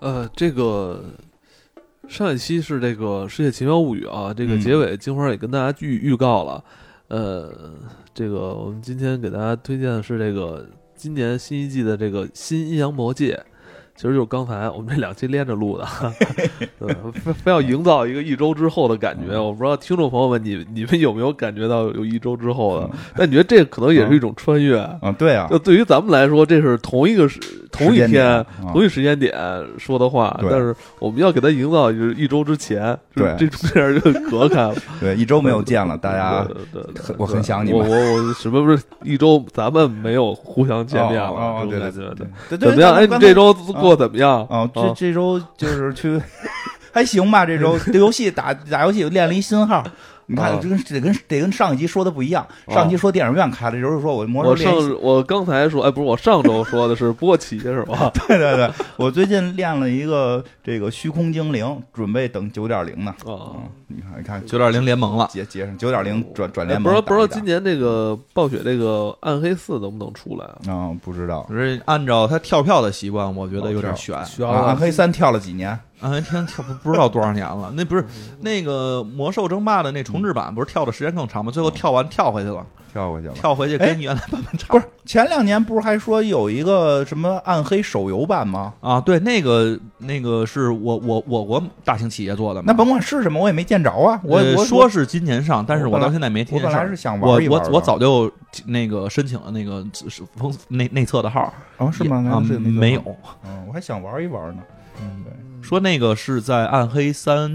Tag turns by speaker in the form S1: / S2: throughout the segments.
S1: 呃，这个上一期是这个《世界奇妙物语》啊，这个
S2: 嗯
S1: 结尾金花也跟大家预预告了。呃，这个我们今天给大家推荐的是这个今年新一季的这个新《阴阳魔界》，其实就是刚才我们这两期连着录 的，对非非要营造一个一周之后的感
S2: 嗯
S1: 觉。我不知道听众朋友们你你们有没有感觉到有一周之后的？但你觉得这可能也是一种穿越？
S2: 嗯，对啊，
S1: 就对于咱们来说，这是同一个时、同一
S2: 时间点
S1: 天
S2: 啊、
S1: 同一时间点说的话，
S2: 对
S1: 但是我们要给它营造就是一周之前，就是这
S2: 对
S1: 中间就隔 开了。
S2: 对，一周没有见了，大 家
S1: 对对对
S2: 很我很想你
S1: 我
S2: 们
S1: 我我什么不是一周咱们没有互相见面了，
S2: 哦哦哦
S1: 这种
S2: 对
S1: 感
S2: 对
S1: 觉
S2: 对
S1: 对
S2: 对，
S1: 怎么样？哎，你这
S2: 周
S1: 周过得怎么样？
S2: 啊，这这周就是去还行吧， 这周这游戏打打游戏练了一新号。你看
S1: 啊，
S2: 这跟得跟得跟上一集说的不一样。
S1: 哦
S2: 上一集说电影院开了，这周就说我魔兽
S1: 我
S2: 练
S1: 上
S2: 一新。
S1: 我刚才说，哎，不是我上周说的是波奇是吧？
S2: 对对对，我最近练了一个这个虚空精灵，准备等九点零呢。
S1: 啊，
S2: 嗯，你看，你看，
S3: 九点零联盟了，
S2: 结结上九点零转转
S1: 哎
S2: 联
S1: 不
S2: 盟
S1: 知道
S2: 打一打，
S1: 不知道今年这个暴雪这个暗黑四能不能出来啊？
S2: 啊不 知道
S3: 可是按照他跳票的习惯，我觉得有点悬。
S1: 需要
S2: 啊，暗黑三跳了几年
S3: 暗黑天跳不不知道多少年了，那不是那个魔兽争霸的那重置版，不是跳的时间更长吗？最后跳完跳回去了，
S2: 跳过去了。
S3: 跳回去
S2: 哎
S3: 跟原来版本差
S2: 不是前两年不是还说有一个什么暗黑手游版吗？
S3: 啊，对，那个那个是我我我国大型企业做的嘛，
S2: 那甭管是什么，我也没见着啊。我
S3: 呃
S2: 我
S3: 说是今年上，但是
S2: 我
S3: 我
S2: 本来
S3: 到现在没听
S2: 我
S3: 见
S2: 本
S3: 事
S2: 来
S3: 儿
S2: 是。想
S3: 我
S2: 玩一玩
S3: 我
S2: 的
S3: 我早就那个申请了那个是封内内测的号，
S2: 哦是吗？
S3: 啊
S2: 那是那个
S3: 没有，
S2: 嗯，我还想玩一玩呢。
S3: 嗯说那个是在《暗黑三》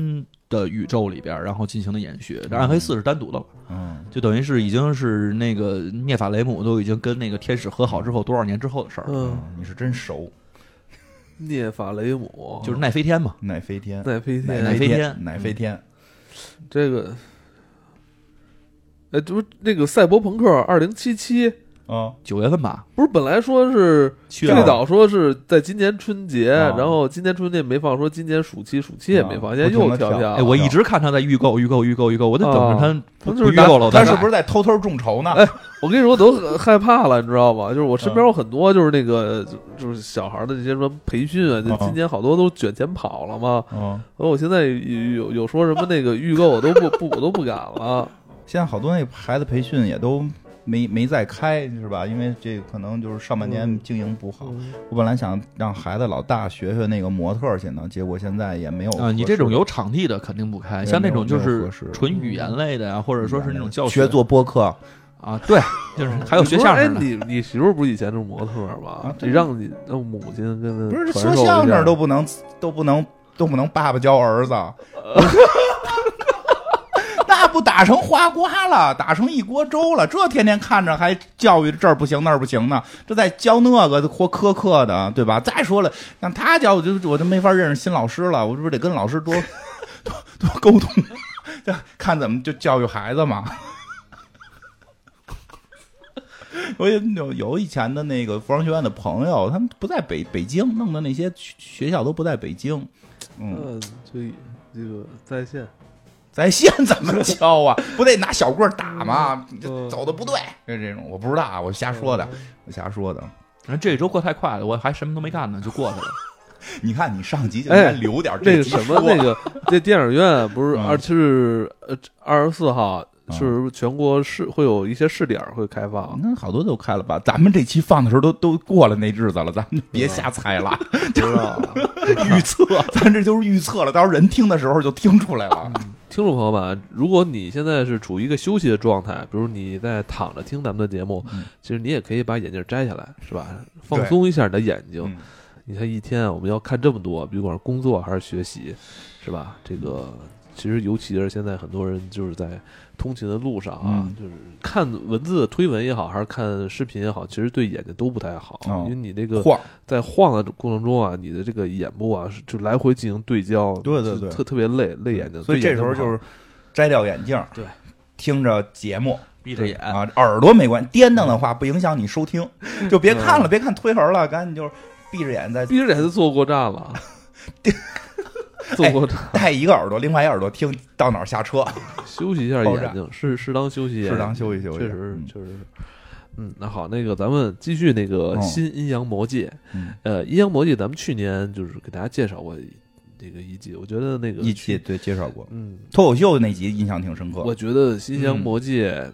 S3: 的宇宙里边，然后进行的延续，但《暗黑四》是单独的了，
S2: 嗯，
S3: 就等于是已经是那个涅法雷姆都已经跟那个天使和好之后多少年之后的事儿了，
S1: 嗯，
S2: 你是真熟，
S1: 涅法雷姆
S3: 就是奈飞天嘛。
S2: 奶飞天，
S1: 奈飞天，
S2: 奶
S3: 奶
S2: 飞
S3: 飞
S2: 天，
S3: 天嗯
S2: 奶飞天。
S1: 这个，哎，这不那个赛博朋克二零七七，
S2: 嗯，
S3: 九月份吧，
S1: 不是本来说是
S3: 去
S1: 最早说是在今年春节，
S2: 啊
S1: 然后今年春节没放，说今年暑期暑期也没放，现在又
S2: 不停地
S1: 调
S2: 跳
S1: 价了。
S3: 哎，我一直看他在预购，预购，预购，预购，我得等着他不
S1: 他
S3: 不
S1: 就是
S3: 预购了，我
S2: 他
S3: 再
S2: 哦是
S3: 买
S2: 不是在偷偷众筹呢？
S1: 哎我跟你说，我都很害怕了，你知道吗？就是我身边有很多就是那个就就是小孩的那些什么培训啊，就
S2: 啊
S1: 今年好多都卷钱跑了嘛。
S2: 嗯，
S1: 然后我现在有有有说什么那个预购，我都不不我都不敢了。
S2: 现在好多那孩子培训也都没没再开，是吧？因为这可能就是上半
S3: 嗯
S2: 年经营不好。我本来想让孩子老大学学那个模特儿去呢，结果现在也没有
S3: 啊，你
S2: 合适
S3: 这种有场地的肯定不
S2: 对
S3: 开，像那
S2: 没有
S3: 种就
S2: 没有
S3: 是
S2: 合适的
S3: 纯语言类的呀，或者说是那种教
S2: 学
S3: 学
S2: 做播客，
S3: 啊，对，就是还有
S1: 你
S3: 学
S1: 不是
S3: 相
S1: 哎，
S3: 声的，
S1: 你你媳妇儿不是以前是模特儿吗
S2: 啊？
S1: 你
S2: 对
S1: 让你让母亲跟
S2: 不
S1: 她
S2: 是
S1: 传
S2: 说
S1: 授一
S2: 相
S1: 下
S2: 声都不能都不能都不能爸爸教儿子，那不打成花瓜了，打成一锅粥了。这天天看着还教育这儿不行那儿不行呢，这在教那个活苛刻的，对吧？再说了，让他教我就我就没法认识新老师了，我这不是得跟老师多多多沟通，就看怎么就教育孩子嘛。我也有有以前的那个服装学院的朋友，他们不在北北京，弄的那些学学校都不在北京。嗯，
S1: 嗯，所以这个在
S2: 啊
S1: 线，
S2: 在县怎么教啊？不得拿小棍儿打吗？
S1: 嗯
S2: 这走的不对，就这种我不知道啊，我瞎说的，我瞎说的。
S3: 然后这周过太快了，我还什么都没干呢，就过去了。
S2: 你看你上集就应该
S1: 哎
S2: 留点
S1: 那
S2: 这
S1: 个
S2: 集
S1: 什么，
S2: 说
S1: 那个这电影院不是
S2: 嗯
S1: 二是呃二十四号
S2: 嗯
S1: 是全国试会有一些试点会开 放，
S2: 那好多都开了吧？咱们这期放的时候都都过了那日子了，咱们就别瞎猜了，
S1: 不知道啊
S2: 预测， 咱这就是预测了，到时候人听的时候就听出来了。
S1: 听众朋友们啊，如果你现在是处于一个休息的状态，比如你在躺着听咱们的节目，
S2: 嗯
S1: 其实你也可以把眼镜摘下来，是吧？放松一下你的眼睛。
S2: 嗯
S1: 你看一天啊我们要看这么多，不管是工作还是学习，是吧？这个其实尤其是现在很多人就是在通勤的路上啊，
S2: 嗯
S1: 就是看文字推文也好，还是看视频也好，其实对眼睛都不太好，
S2: 哦
S1: 因为你这个
S2: 晃，
S1: 在晃的过程中啊，你的这个眼部啊是就来回进行对焦，
S2: 对对
S1: 就
S2: 对
S1: 特特别累累眼睛，
S2: 所
S1: 对
S2: 以这
S1: 眼
S2: 时
S1: 睛
S2: 候
S1: 不
S2: 就
S1: 好
S2: 是摘掉眼镜，
S1: 对，
S2: 听着节目
S3: 闭着眼，
S2: 啊，耳朵没关，颠瞪的
S1: 嗯
S2: 话不影响你收听，就别看了，别看推文了，赶紧就是闭着眼再
S1: 逼着眼睛坐过站 了，坐过站、
S2: 戴一个耳朵，另外一耳朵听 到哪儿下车，
S1: 休息一下眼睛，适适当休息，
S2: 适当休息休息。
S1: 确实
S2: 嗯
S1: 确实是。嗯，那好，那个咱们继续那个
S2: 哦
S1: 新阴阳魔界。
S2: 嗯
S1: 呃，阴阳魔界咱们去年就是给大家介绍过这个一集，我觉得那个
S2: 一
S1: 去
S2: 集对介绍过
S1: 嗯，
S2: 脱口秀那集印象挺深刻
S1: 我。觉得新阴阳魔界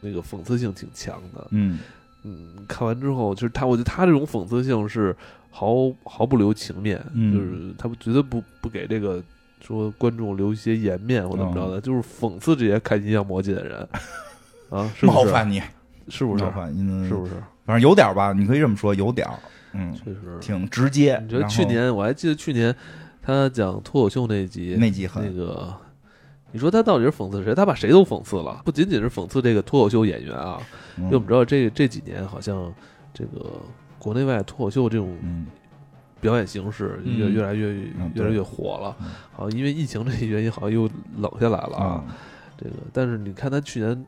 S1: 那个讽刺性挺强的。
S2: 嗯，
S1: 嗯，看完之后，就是他，我觉得他这种讽刺性是毫毫不留情面，
S2: 嗯
S1: 就是他绝对不不给这个说观众留一些颜面或怎么着
S2: 哦
S1: 的，就是讽刺这些看阴阳魔界的 人啊，是
S2: 冒
S1: 不是？
S2: 犯你，
S1: 是不是
S2: 冒？犯，嗯，
S1: 是不是？
S2: 反正有点儿吧，你可以这么说，有点儿，嗯，
S1: 确实。
S2: 挺直接。
S1: 你觉得
S2: 然后
S1: 去年我还记得去年他讲脱口秀那集，
S2: 那集
S1: 那
S2: 很
S1: 个，你说他到底是讽刺谁？他把谁都讽刺了，不仅仅是讽刺这个脱口秀演员啊，因为我们
S2: 嗯
S1: 知道这这几年好像这个国内外脱口秀这种
S2: 嗯
S1: 表演形式
S3: 嗯
S1: 越越来越
S2: 嗯
S1: 越
S2: 对
S1: 来越火了
S2: 嗯，
S1: 好像因为疫情这些原因，好像又冷下来了啊。
S2: 啊，
S1: 这个，但是你看他去年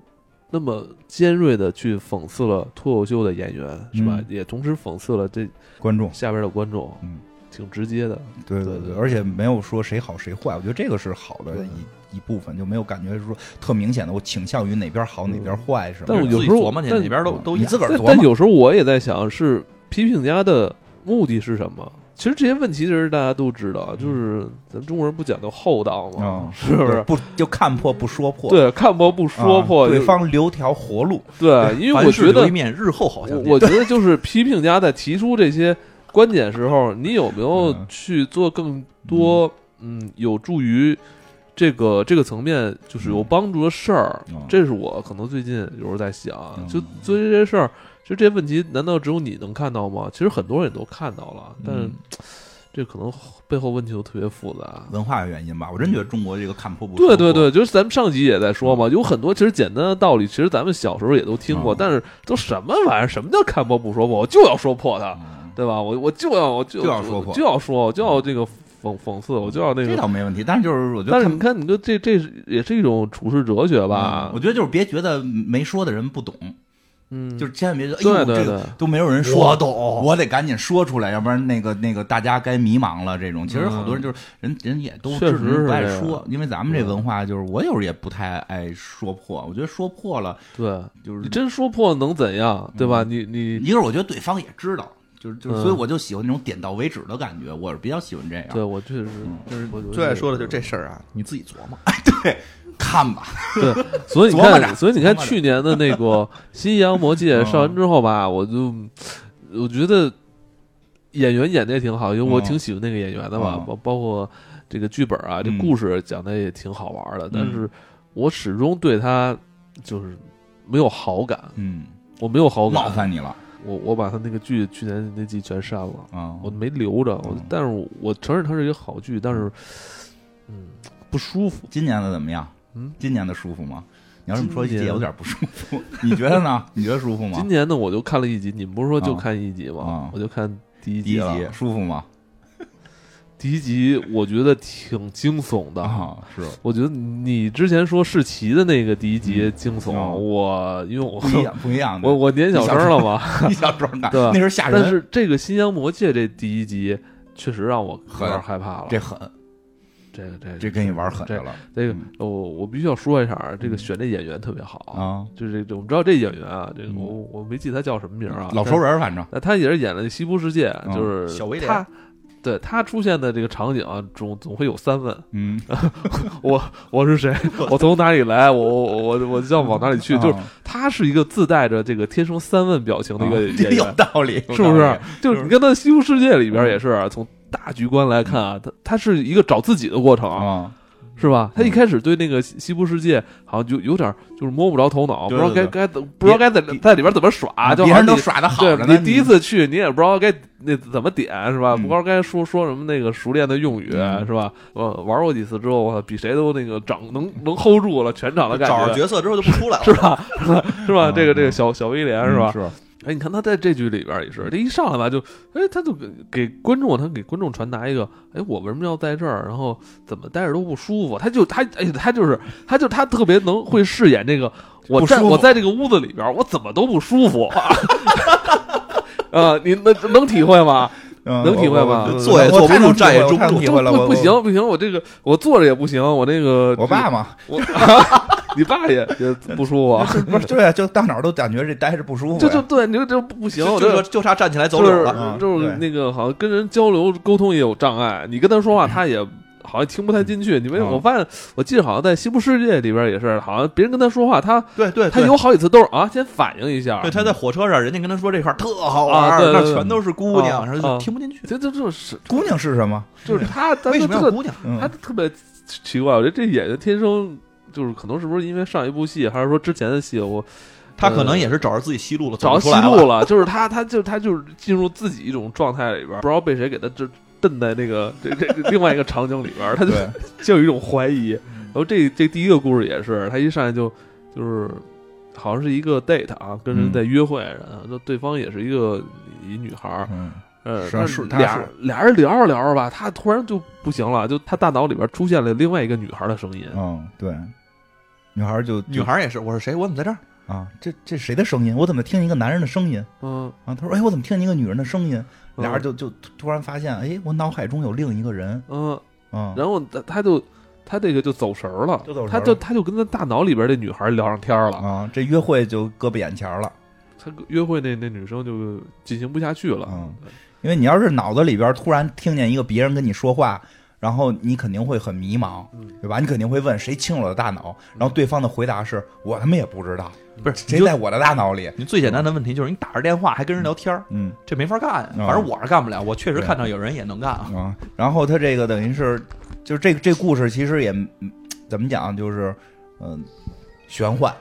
S1: 那么尖锐的去讽刺了脱口秀的演员，是吧
S2: 嗯？
S1: 也同时讽刺了这
S2: 观众，
S1: 下边的观众，
S2: 嗯，
S1: 挺直接的。
S2: 对
S1: 对对
S2: 对，而且没有说谁好谁坏，我觉得这个是好的
S1: 对
S2: 一一部分，就没有感觉说特明显的我倾向于哪边好哪边坏什么
S1: 嗯
S2: 的。嗯
S1: 但我有
S3: 自己
S1: 时候
S3: 琢磨去，
S1: 但嗯
S3: 哪边都都一
S2: 你
S3: 样
S2: 自。个儿
S1: 但
S2: 琢
S1: 但
S2: 磨，
S1: 有时候我也在想，是批评家的目的是什么？其实这些问题其实大家都知道，就是咱中国人不讲究厚道嘛，
S2: 嗯
S1: 是不是？
S2: 不就看破不说破，
S1: 对，看破不
S2: 啊，
S1: 说破，
S2: 对
S1: 就
S2: 方留条活路。
S1: 对，因为
S3: 凡
S1: 我
S3: 事
S1: 觉
S3: 留
S1: 得
S3: 一面，日后好相
S1: 我
S3: 见。
S1: 我觉得就是批评家在提出这些观点时候，你有没有
S2: 嗯
S1: 去做更多嗯有助于这个这个层面就是有帮助的事儿
S2: 嗯？
S1: 这是我可能最近有时候在想，啊
S2: 嗯
S1: 就做这些事儿，其实这些问题难道只有你能看到吗？其实很多人也都看到了，但是
S3: 嗯
S1: 这可能背后问题都特别复杂。
S2: 文化原因吧，我真觉得中国这个看破不说
S1: 对对
S2: 破，
S1: 对，就是咱们上集也在说嘛，有很多其实简单的道理，其实咱们小时候也都听过，
S2: 嗯
S1: 但是都什么玩意儿？什么叫看破不说破？我就要说破它，
S2: 嗯，
S1: 对吧？我我就要我就
S2: 就要说破
S1: 我就要说，我就要这个讽讽刺，我就要那
S2: 这
S1: 个。
S2: 倒没问题。但是就是我觉得
S1: 但是
S2: 看
S1: 你看，你就这这是也是一种处世哲学吧
S2: 嗯我？觉得就是别觉得没说的人不懂，
S1: 嗯，
S2: 就是千万别觉得，哎
S1: 对
S2: 呦，
S1: 对对
S2: 这个都没有人说，
S3: 我
S2: 懂，我得赶紧说出来，要不然那个那个大家该迷茫了。这种其实
S1: 嗯
S2: 好多人就是人人也都
S1: 确实是
S2: 不爱
S1: 这样
S2: 说，因为咱们这文化就是我有时候也不太爱说破，我觉得说破了
S1: 对，
S2: 就是
S1: 你真说破能怎样？对吧？你你
S2: 嗯一个是我觉得对方也知道，就是就是，
S1: 嗯
S2: 所以我就喜欢那种点到为止的感觉，我是比较喜欢这样。
S1: 对我确实
S2: 嗯
S1: 就是我
S3: 最爱说的就是这事儿啊，你自己琢磨。
S2: 看吧，
S1: 对，所以你
S2: 琢磨着
S1: 看，所以你看
S2: 琢磨着
S1: 去年的那 个《新阳魔界》
S2: 嗯
S1: 上完之后吧，我就我觉得演员演的也挺好，因为我
S2: 嗯
S1: 挺喜欢那个演员的嘛
S2: 嗯，
S1: 包、包括这个剧本啊，这
S2: 嗯
S1: 故事讲的也挺好玩的，但是我始终对他就是没有好感，
S2: 嗯，
S1: 我没有好
S2: 冒
S1: 感，
S2: 犯你了
S1: 我我把他那个剧去年那季全删了，
S2: 啊，
S1: 我没留着，我
S2: 嗯
S1: 但是我我承认它是一个好剧，但是嗯不舒服，
S2: 今年的怎么样？
S1: 嗯，
S2: 今年的舒服吗？你要这么说，
S1: 今
S2: 也
S1: 年
S2: 有点不舒服。 你觉得呢？你觉得舒服吗
S1: 今？年呢，我就看了一集，你们不是说就
S2: 啊
S1: 看一集吗？
S2: 啊
S1: 我就看第一
S2: 第一
S1: 集了。
S2: 集舒服吗？
S1: 第一集我觉得挺惊悚的。
S2: 啊，是
S1: 我觉得你之前说世奇的那个第一集惊悚，
S2: 嗯
S1: 我因为我
S2: 不一样，不一样 的。
S1: 我我年小声了嘛，
S2: 一小时候看，
S1: 对吧啊
S2: 那时候吓
S1: 但
S2: 人，
S1: 是这个《新疆魔界》这第一集确实让我有点
S2: 狠
S1: 害怕了。
S2: 这狠，
S1: 这个这个
S2: 这跟你玩狠的了
S1: 这个
S2: 嗯
S1: 我我必须要说一下啊，这个选这演员特别好。
S2: 啊！
S1: 就是这我们知道这演员啊，这个
S2: 嗯
S1: 我我没记他叫什么名儿啊，
S2: 老熟人，反正
S1: 那他也是演了《西部世界》，
S2: 嗯
S1: 就是
S3: 小威廉
S1: 他，对他出现的这个场景啊，总总会有三问：
S2: 嗯，
S1: 我 我 是谁？我从哪里来？我我我我要往哪里去？
S2: 啊
S1: 就是他是一个自带着这个天生三问表情的一个
S2: 啊
S1: 演
S2: 有
S1: 员，
S2: 道理，有
S1: 是不是
S2: 道理？？
S1: 就是你看他《西部世界》里边也是啊，从大局观来看
S2: 嗯
S1: 啊，他他是一个找自己的过程，
S2: 啊？
S1: 是吧？他一开始对那个西西部世界好像就有点就是摸不着头脑，不
S2: 对
S1: 知道该
S2: 对
S1: 该怎不知道该在在里边怎么耍，就好
S2: 啊别
S1: 像
S2: 人都
S1: 你
S2: 耍的好
S1: 对
S2: 着呢，
S1: 你第一次去，你也不知道该那怎么点是吧？
S2: 嗯
S1: 不知道该说说什么那个熟练的用语
S2: 嗯
S1: 是吧？呃，玩过几次之后，我操，比谁都那个掌能能 hold 住了全场的感
S3: 找着
S1: 觉，
S3: 角色之后就不出 来
S1: 是
S3: 了。
S1: 吧？是吧？是吧？
S2: 嗯
S1: 这个这个
S2: 嗯
S1: 小小威廉
S2: 嗯
S1: 是吧？
S2: 是
S1: 哎，你看他在这剧里边也是，这一上来吧就，哎，他就给给观众，他给观众传达一个，哎，我为什么要在这儿？然后怎么待着都不舒服？他就他哎，他就是他就他特别能会饰演这个，我
S2: 不
S1: 在
S2: 舒服
S1: 我在这个屋子 里边，我怎么都不舒服。啊，你能能体会吗？
S2: 嗯
S1: 能体会吧
S2: 我我
S3: 坐也
S2: 我
S3: 坐不
S2: 太
S3: 住
S2: 能体
S3: 站也
S2: 会我
S3: 中不
S2: 太能
S3: 住
S2: 体会了， 我
S1: 不不行，不行，我这个我坐着也不行，我那个
S2: 我爸嘛，
S1: 我 你爸也也不舒 服啊，
S2: 是不是对啊，就到哪儿都感觉这待着不舒服呀。
S1: 这就对，你说这不行，
S3: 就
S1: 我这
S3: 就就差站起来走柳了。
S2: 嗯
S1: 就是就是那个好像跟人交流沟通也有障碍，你跟他
S3: 嗯
S1: 说话他也好像听不太进去。你为
S2: 嗯
S1: 我发现，我记得好像在《西部世界》里边也是，好像别人跟他说话，他
S3: 对哎对，
S1: 他
S3: 对
S1: 有好几次都是啊，先反应一下
S3: 对，，他在火车上，人家跟他说这块儿特好玩
S1: 啊
S3: 儿，
S1: 对对
S3: 那
S1: 对
S3: 全都是姑娘，
S1: 啊
S3: 然后就
S1: 啊
S3: 听不进去。
S1: 这这这是
S2: 姑娘是什么？
S1: 就是他，他
S3: 为什
S1: 这
S3: 么要
S1: 个
S3: 姑娘？
S2: 嗯
S1: 他，特别奇怪，我觉得这演员天生就是可能是不是因为上一部戏，还是说之前的戏，我
S3: 他可能也是找着自己戏路了，
S1: 呃找
S3: 走
S1: 到
S3: 不
S1: 戏
S3: 出来
S1: 路了，就是他他就他就是进入自己一种状态里边，不知道被谁给他这蹬在那个这这这另外一个场景里边，他就
S2: 对，
S1: 就有一种怀疑。
S2: 嗯
S1: 然后这这第一个故事也是，他一上来就就是好像是一个 date 啊，跟
S2: 嗯
S1: 人在约会，然后就对方也是一个一女孩儿，
S2: 嗯，
S1: 呃，
S2: 是啊是
S1: 但俩
S2: 他是
S1: 俩人聊着聊着吧，他突然就不行了，就他大脑里边出现了另外一个女孩的声音，
S2: 嗯，对，女孩儿就
S3: 女孩儿也是，我是谁？我怎么在这儿？
S2: 啊，这这谁的声音？我怎么听一个男人的声音？
S1: 嗯，
S2: 啊，他说，哎，我怎么听一个女人的声音？
S1: 嗯
S2: 俩人就就突然发现，哎，我脑海中有另一个人
S1: 嗯，
S2: 啊，
S1: 然后他他就他这个就走神儿了，
S2: 就走神儿
S1: 他
S2: 了
S1: 就他就跟他大脑里边这女孩聊上天
S3: 嗯
S1: 儿了，
S2: 啊，这约会就搁不眼前了。
S1: 他约会那那女生就进行不下去了，
S2: 嗯因为你要是脑子里边突然听见一个别人跟你说话，然后你肯定会很迷茫
S1: 嗯，
S2: 对吧？你肯定会问谁亲我的大脑，然后对方的回答是我他妈也不知道，
S3: 不是，
S2: 谁
S3: 嗯你就
S2: 在我的大脑里？
S3: 你最简单的问题就是你打着电话还跟人聊天儿，
S2: 嗯
S3: 这没法
S1: 啊
S3: 干呀。
S2: 嗯
S3: 反正我是干不了，我确实
S2: 对
S3: 看到有人也能干啊。
S2: 啊，然后他这个等于是，就是这个这故事其实也嗯怎么讲，就是嗯、玄幻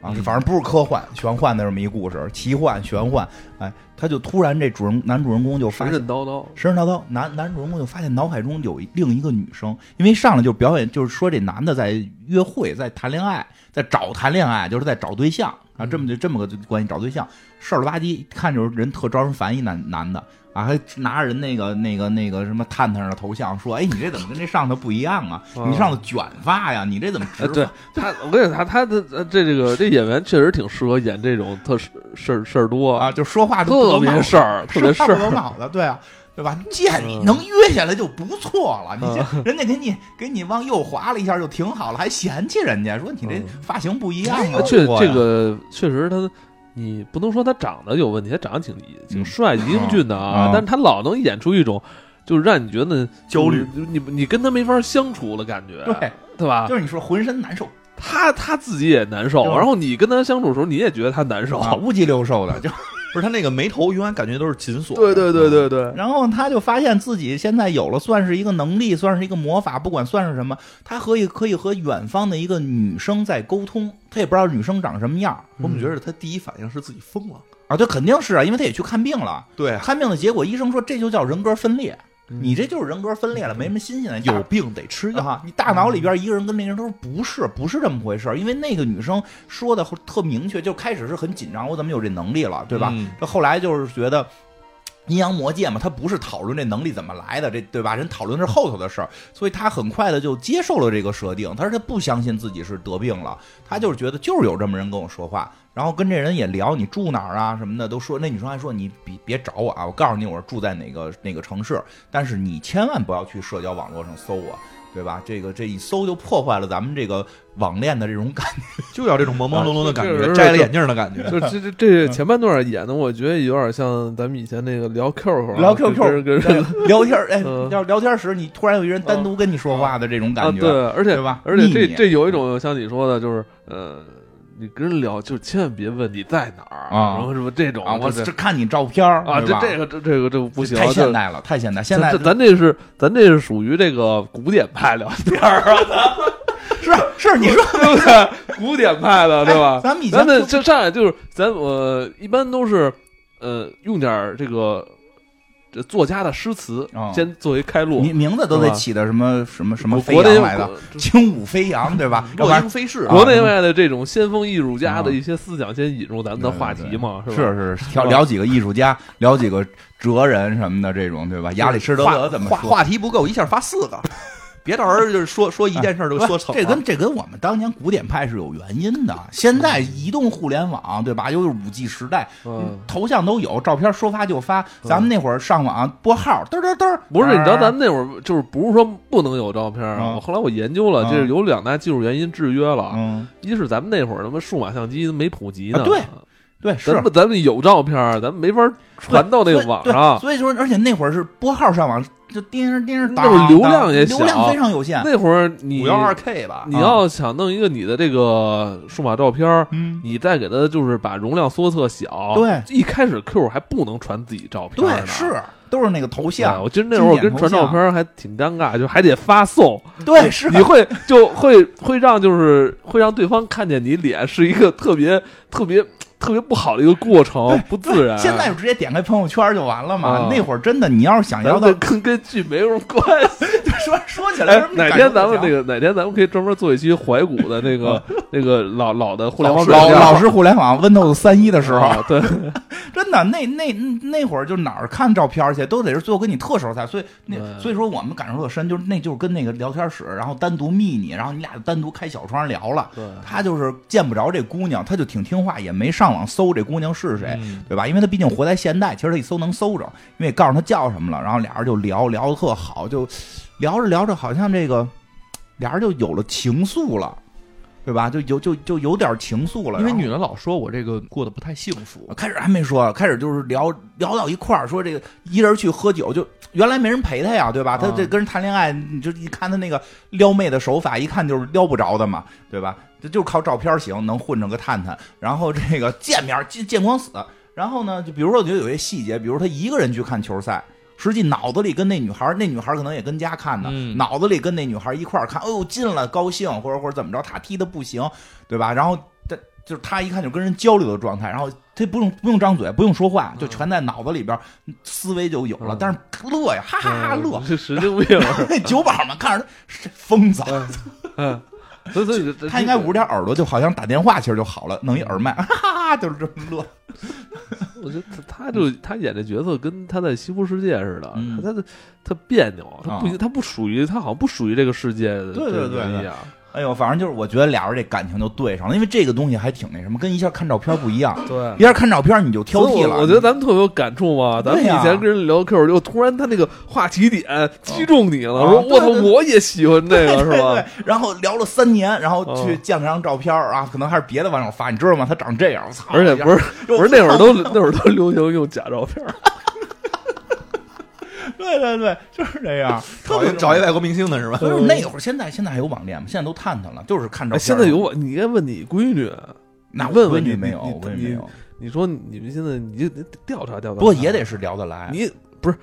S2: 啊，
S3: 嗯
S2: 反正不是科幻，玄幻的这么一故事，奇幻玄幻。哎，他就突然这主人男主人公就发
S1: 神
S2: 现
S1: 神叨叨，
S2: 神神叨叨，男男主人公就发现脑海中有一另一个女生，因为上来就表演，就是说这男的在约会，在谈恋爱，在找谈恋爱，就是在找对象啊，
S1: 嗯
S2: 这么就这么个关系找对象，事儿了吧唧，看就是人特招人烦一男男的啊，还拿着人那个那个那个什么探探上的头像说，哎，你这怎么跟这上头不一样啊？
S1: 哦
S2: 你上头卷发呀，你这怎么直
S1: 啊，
S2: 发？
S1: 对他，我跟你说，他他的呃这这个这演员确实挺适合演这种特事事儿事儿多
S2: 啊，，就说话都不
S1: 特
S2: 能
S1: 别
S2: 冒
S1: 事儿，特别事
S2: 上不了
S1: 儿。
S2: 脑的，对啊，对吧？见你
S1: 嗯
S2: 能约下来就不错了，你
S1: 嗯
S2: 这人家给你给你往右滑了一下就挺好了，还嫌弃人家说你这
S1: 嗯
S2: 发型不一样啊
S1: 啊，确
S2: 我呀
S1: 这个确实他，你不能说他长得有问题，他长得挺挺帅、英俊的
S2: 啊
S1: 嗯啊，但是他老能演出一种就是让你觉得
S3: 焦虑，
S1: 就是你你跟他没法相处了，感觉
S2: 对，
S1: 对吧？
S2: 就是你说浑身 难受，
S1: 他他自己也难受
S2: 对，吧
S1: 然后你跟他相处的时候，你也觉得他难受。
S2: 啊乌鸡溜瘦的就。
S3: 不是他那个眉头永远感觉都是紧锁。
S1: 对对对对对，
S2: 然后他就发现自己现在有了算是一个能力，算是一个魔法，不管算是什么，他可以可以和远方的一个女生在沟通，他也不知道女生长什么样
S1: 嗯
S3: 嗯我怎么觉得他第一反应是自己疯了？
S2: 啊，这肯定是啊，因为他也去看病了。
S3: 对
S1: 哎
S3: 啊，
S2: 看病的结果，医生说这就叫人格分裂，
S1: 嗯
S2: 你这就是人格分裂了，没什么新鲜的。
S3: 有病得嗯吃药。
S2: 啊，你大脑里边一个人跟那个人都说不是，不是这么回事儿，因为那个女生说的特明确，就开始是很紧张，我怎么有这能力了，对吧？
S3: 嗯
S2: 这后来就是觉得。阴阳魔界嘛，他不是讨论这能力怎么来的，这对吧？人讨论是后头的事儿，所以他很快的就接受了这个设定。他说他不相信自己是得病了，他就是觉得就是有这么人跟我说话，然后跟这人也聊你住哪儿啊什么的，都说那女生还说你别别找我啊，我告诉你我是住在哪个哪个城市，但是你千万不要去社交网络上搜我，对吧？这个这一搜就破坏了咱们这个网恋的这 种感觉。
S3: 就要这种朦朦胧胧的感
S1: 啊这
S3: 觉，
S1: 个
S3: 摘了眼镜的感觉。
S1: 就这这这前半段演的，我觉得有点像咱们以前那个聊 QQ，
S2: 聊
S1: 跟
S2: QQ
S1: 人啊跟人
S2: 对聊天儿，哎
S1: 嗯，
S2: 要聊天时你突然有一人单独跟你说话的这种
S1: 啊，
S2: 感觉，
S1: 对，而且
S2: 对吧嗯
S1: 而且
S2: 腻
S1: 这
S2: 你
S1: 这有一种像你说的，就是呃，你跟人聊就千万别问你在哪儿
S2: 啊
S1: 然后什么这种
S2: 啊，我
S1: 这
S2: 只看你照片儿
S1: 啊，
S2: 对
S1: 这
S2: 吧啊
S1: 这个这这个这个不行，
S2: 太现
S1: 这
S2: 代了，太现代。现
S1: 咱
S2: 在
S1: 这咱这是咱这是属于这个古典派聊天儿啊，
S2: 是啊是你说哎
S1: 对不对？古典派的对吧？
S2: 啊咱们以前
S1: 咱们
S2: 就
S1: 这上来就是咱我、一般都是呃用点儿这个这作家的诗词、
S2: 啊
S1: 先作为开路，
S2: 名名字都
S1: 是
S2: 得
S1: 吧
S2: 起的什么什么什么飞
S1: 国内
S2: 扬来的，
S1: 国
S2: 轻舞飞扬，对吧？要不
S3: 洛
S2: 然
S3: 英飞逝啊，
S1: 国内外的这种先锋艺术家
S2: 啊
S1: 的一些思想，先引入咱们的话题嘛，
S2: 是
S1: 吧？
S2: 是是，聊
S1: 吧
S2: 聊几个艺术家，聊几个哲人什么的这种，对吧？亚里士多德怎么
S3: 话
S2: 说？
S3: 话题不够，一下发四个，别到时候就是说说一件事儿就
S2: 不
S3: 说
S2: 是
S3: 成 了。
S2: 这跟这跟我们当年古典派是有原因的。现在移动互联网，对吧？又是五 G 时代，
S1: 嗯，
S2: 头像都有，照片说发就发。咱们那会儿上网拨号，嘚嘚嘚，
S1: 不是，你知
S3: 哎
S1: 道咱
S2: 们
S1: 们那会儿就是不是说不能有照片儿
S2: 啊
S1: 我后来我研究了，
S2: 啊
S1: 这是有两大技术原因制约了。
S2: 嗯，
S1: 一是咱们那会儿他妈数码相机没普及呢，
S2: 啊对对是
S1: 咱。们咱们有照片儿，咱们没法传到那
S2: 对
S1: 个网上。
S2: 所以所以说，而且那会儿是拨号上网，就叮儿叮儿
S1: 那
S2: 当
S1: 会儿流
S2: 当
S1: 量也
S2: 流量
S1: 小
S2: 非常有限。
S1: 那会儿你
S3: 五幺二 K 吧，
S1: 你要想弄一个你的这个数码照片儿，
S2: 嗯，
S1: 你再给它就是把容量缩特小。
S2: 对，
S1: 一开始 Q 还不能传自己照片儿呢
S2: 对，是都是那个头
S1: 对
S2: 像，
S1: 我记得那会儿我跟传照
S2: 经典头
S1: 片儿还挺尴尬，就还得发送。
S2: 对是。
S1: 你会就会会让就是会让对方看见你脸是一个特别特别特别不好的一个过程，不自然。
S2: 现在就直接点开朋友圈就完了嘛
S1: 呃啊。
S2: 那会儿真的，你要是想要
S1: 咱
S2: 到
S1: 们跟跟剧没什么 关系。
S2: 说说起来
S1: 哎，，哪天咱们那个哪天咱们可以专门做一期怀古的那 个那个老老的互联网软
S2: 老
S1: 件
S2: 老式互联网 Windows 三一的时候，
S1: 啊对，
S2: 真的那那那会儿就哪儿看照片去，都得是最后跟你特手才。所以那
S1: 对
S2: 所以说我们感受特深，就是那就是跟那个聊天室，然后单独密你，然后你俩就单独开小窗聊了。
S1: 对
S3: 嗯
S2: 他就是见不着这姑娘，他就挺听话，也没上网搜这姑娘是谁，
S3: 嗯
S2: 对吧？因为他毕竟活在现代，其实他一搜能搜着，因为也告诉他叫什么了，然后俩人就聊聊的特好，就聊着聊着，好像这个俩人就有了情愫了，对吧？就有就就有点情愫了，
S3: 因为
S2: 然后
S3: 女的老说我这个过得不太幸福，
S2: 开始还没说，开始就是聊聊到一块儿，说这个一人去喝酒，就原来没人陪他呀，对吧？他
S1: 嗯
S2: 这跟人谈恋爱，你就一看他那个撩妹的手法，一看就是撩不着的嘛，对吧？这就靠照片行，能混着个探探。然后这个见面见见光死，然后呢，就比如说我觉得有些细节，比如他一个人去看球赛。实际脑子里跟那女孩，那女孩可能也跟家看呢，
S3: 嗯
S2: 脑子里跟那女孩一块儿看，哎呦进了高兴，或者或者怎么着，他踢的不行，对吧？然后他就是他一看就跟人交流的状态，然后他不用不用张嘴，不用说话，就全在脑子里边，思维就有了
S1: 嗯，
S2: 但是乐呀，哈哈哈
S1: 嗯
S2: 乐。
S1: 这神经病。
S2: 那酒保们看着他是疯子，
S1: 嗯嗯，所以所以
S2: 他应该捂
S1: 点。
S2: 点耳朵，就好像打电话其实就好了，弄一耳
S1: 嗯
S2: 麦，哈哈哈，就是这么乐。
S1: 我觉得他他就他演这角色跟他在西部世界似的，
S2: 嗯
S1: 他他他别扭，他
S2: 啊
S1: 不他不属于他好像不属于这个世界的
S2: 对对
S1: 这个
S2: 对
S1: 原
S2: 对
S1: 因啊，
S2: 哎呦，反正就是我觉得俩人这感情就对上了，因为这个东西还挺那什么，跟一下看照片不一样，
S1: 对
S2: 一。下看照片你就挑
S1: 所以
S2: 剔
S1: 我
S2: 了。
S1: 我觉得咱们特别有感触嘛。咱们
S2: 对呀
S1: 以前跟人聊 Q，就突然他那个话题点击中你了，
S2: 啊
S1: 说
S2: 对
S1: 我操，
S2: 对对
S1: 我也喜欢这个，是
S2: 对
S1: 吧？
S2: 对，然后聊了三年，然后去
S1: 嗯
S2: 见了张照片儿啊，可能还是别的网友发，你知道吗？他长这样，我操！
S1: 而且不
S2: 是，
S1: 是不是那会儿都那会儿都流行用假照片儿，
S2: 对对对，就是这 样。
S3: 找一找一外国明星的是吧？
S2: 可是那会儿，现在现在还有网恋吗？现在都探探了，就是啊看照片
S1: 哎
S2: 儿。
S1: 现在有我，你应该问你闺女，
S2: 那
S1: 你问
S2: 我闺
S1: 问
S2: 女
S1: 你
S2: 没有，
S1: 你
S2: 我闺
S1: 你
S2: 女没有，
S1: 你说你们现在你就得调查调查，
S2: 不过也得是聊得来。
S1: 你不是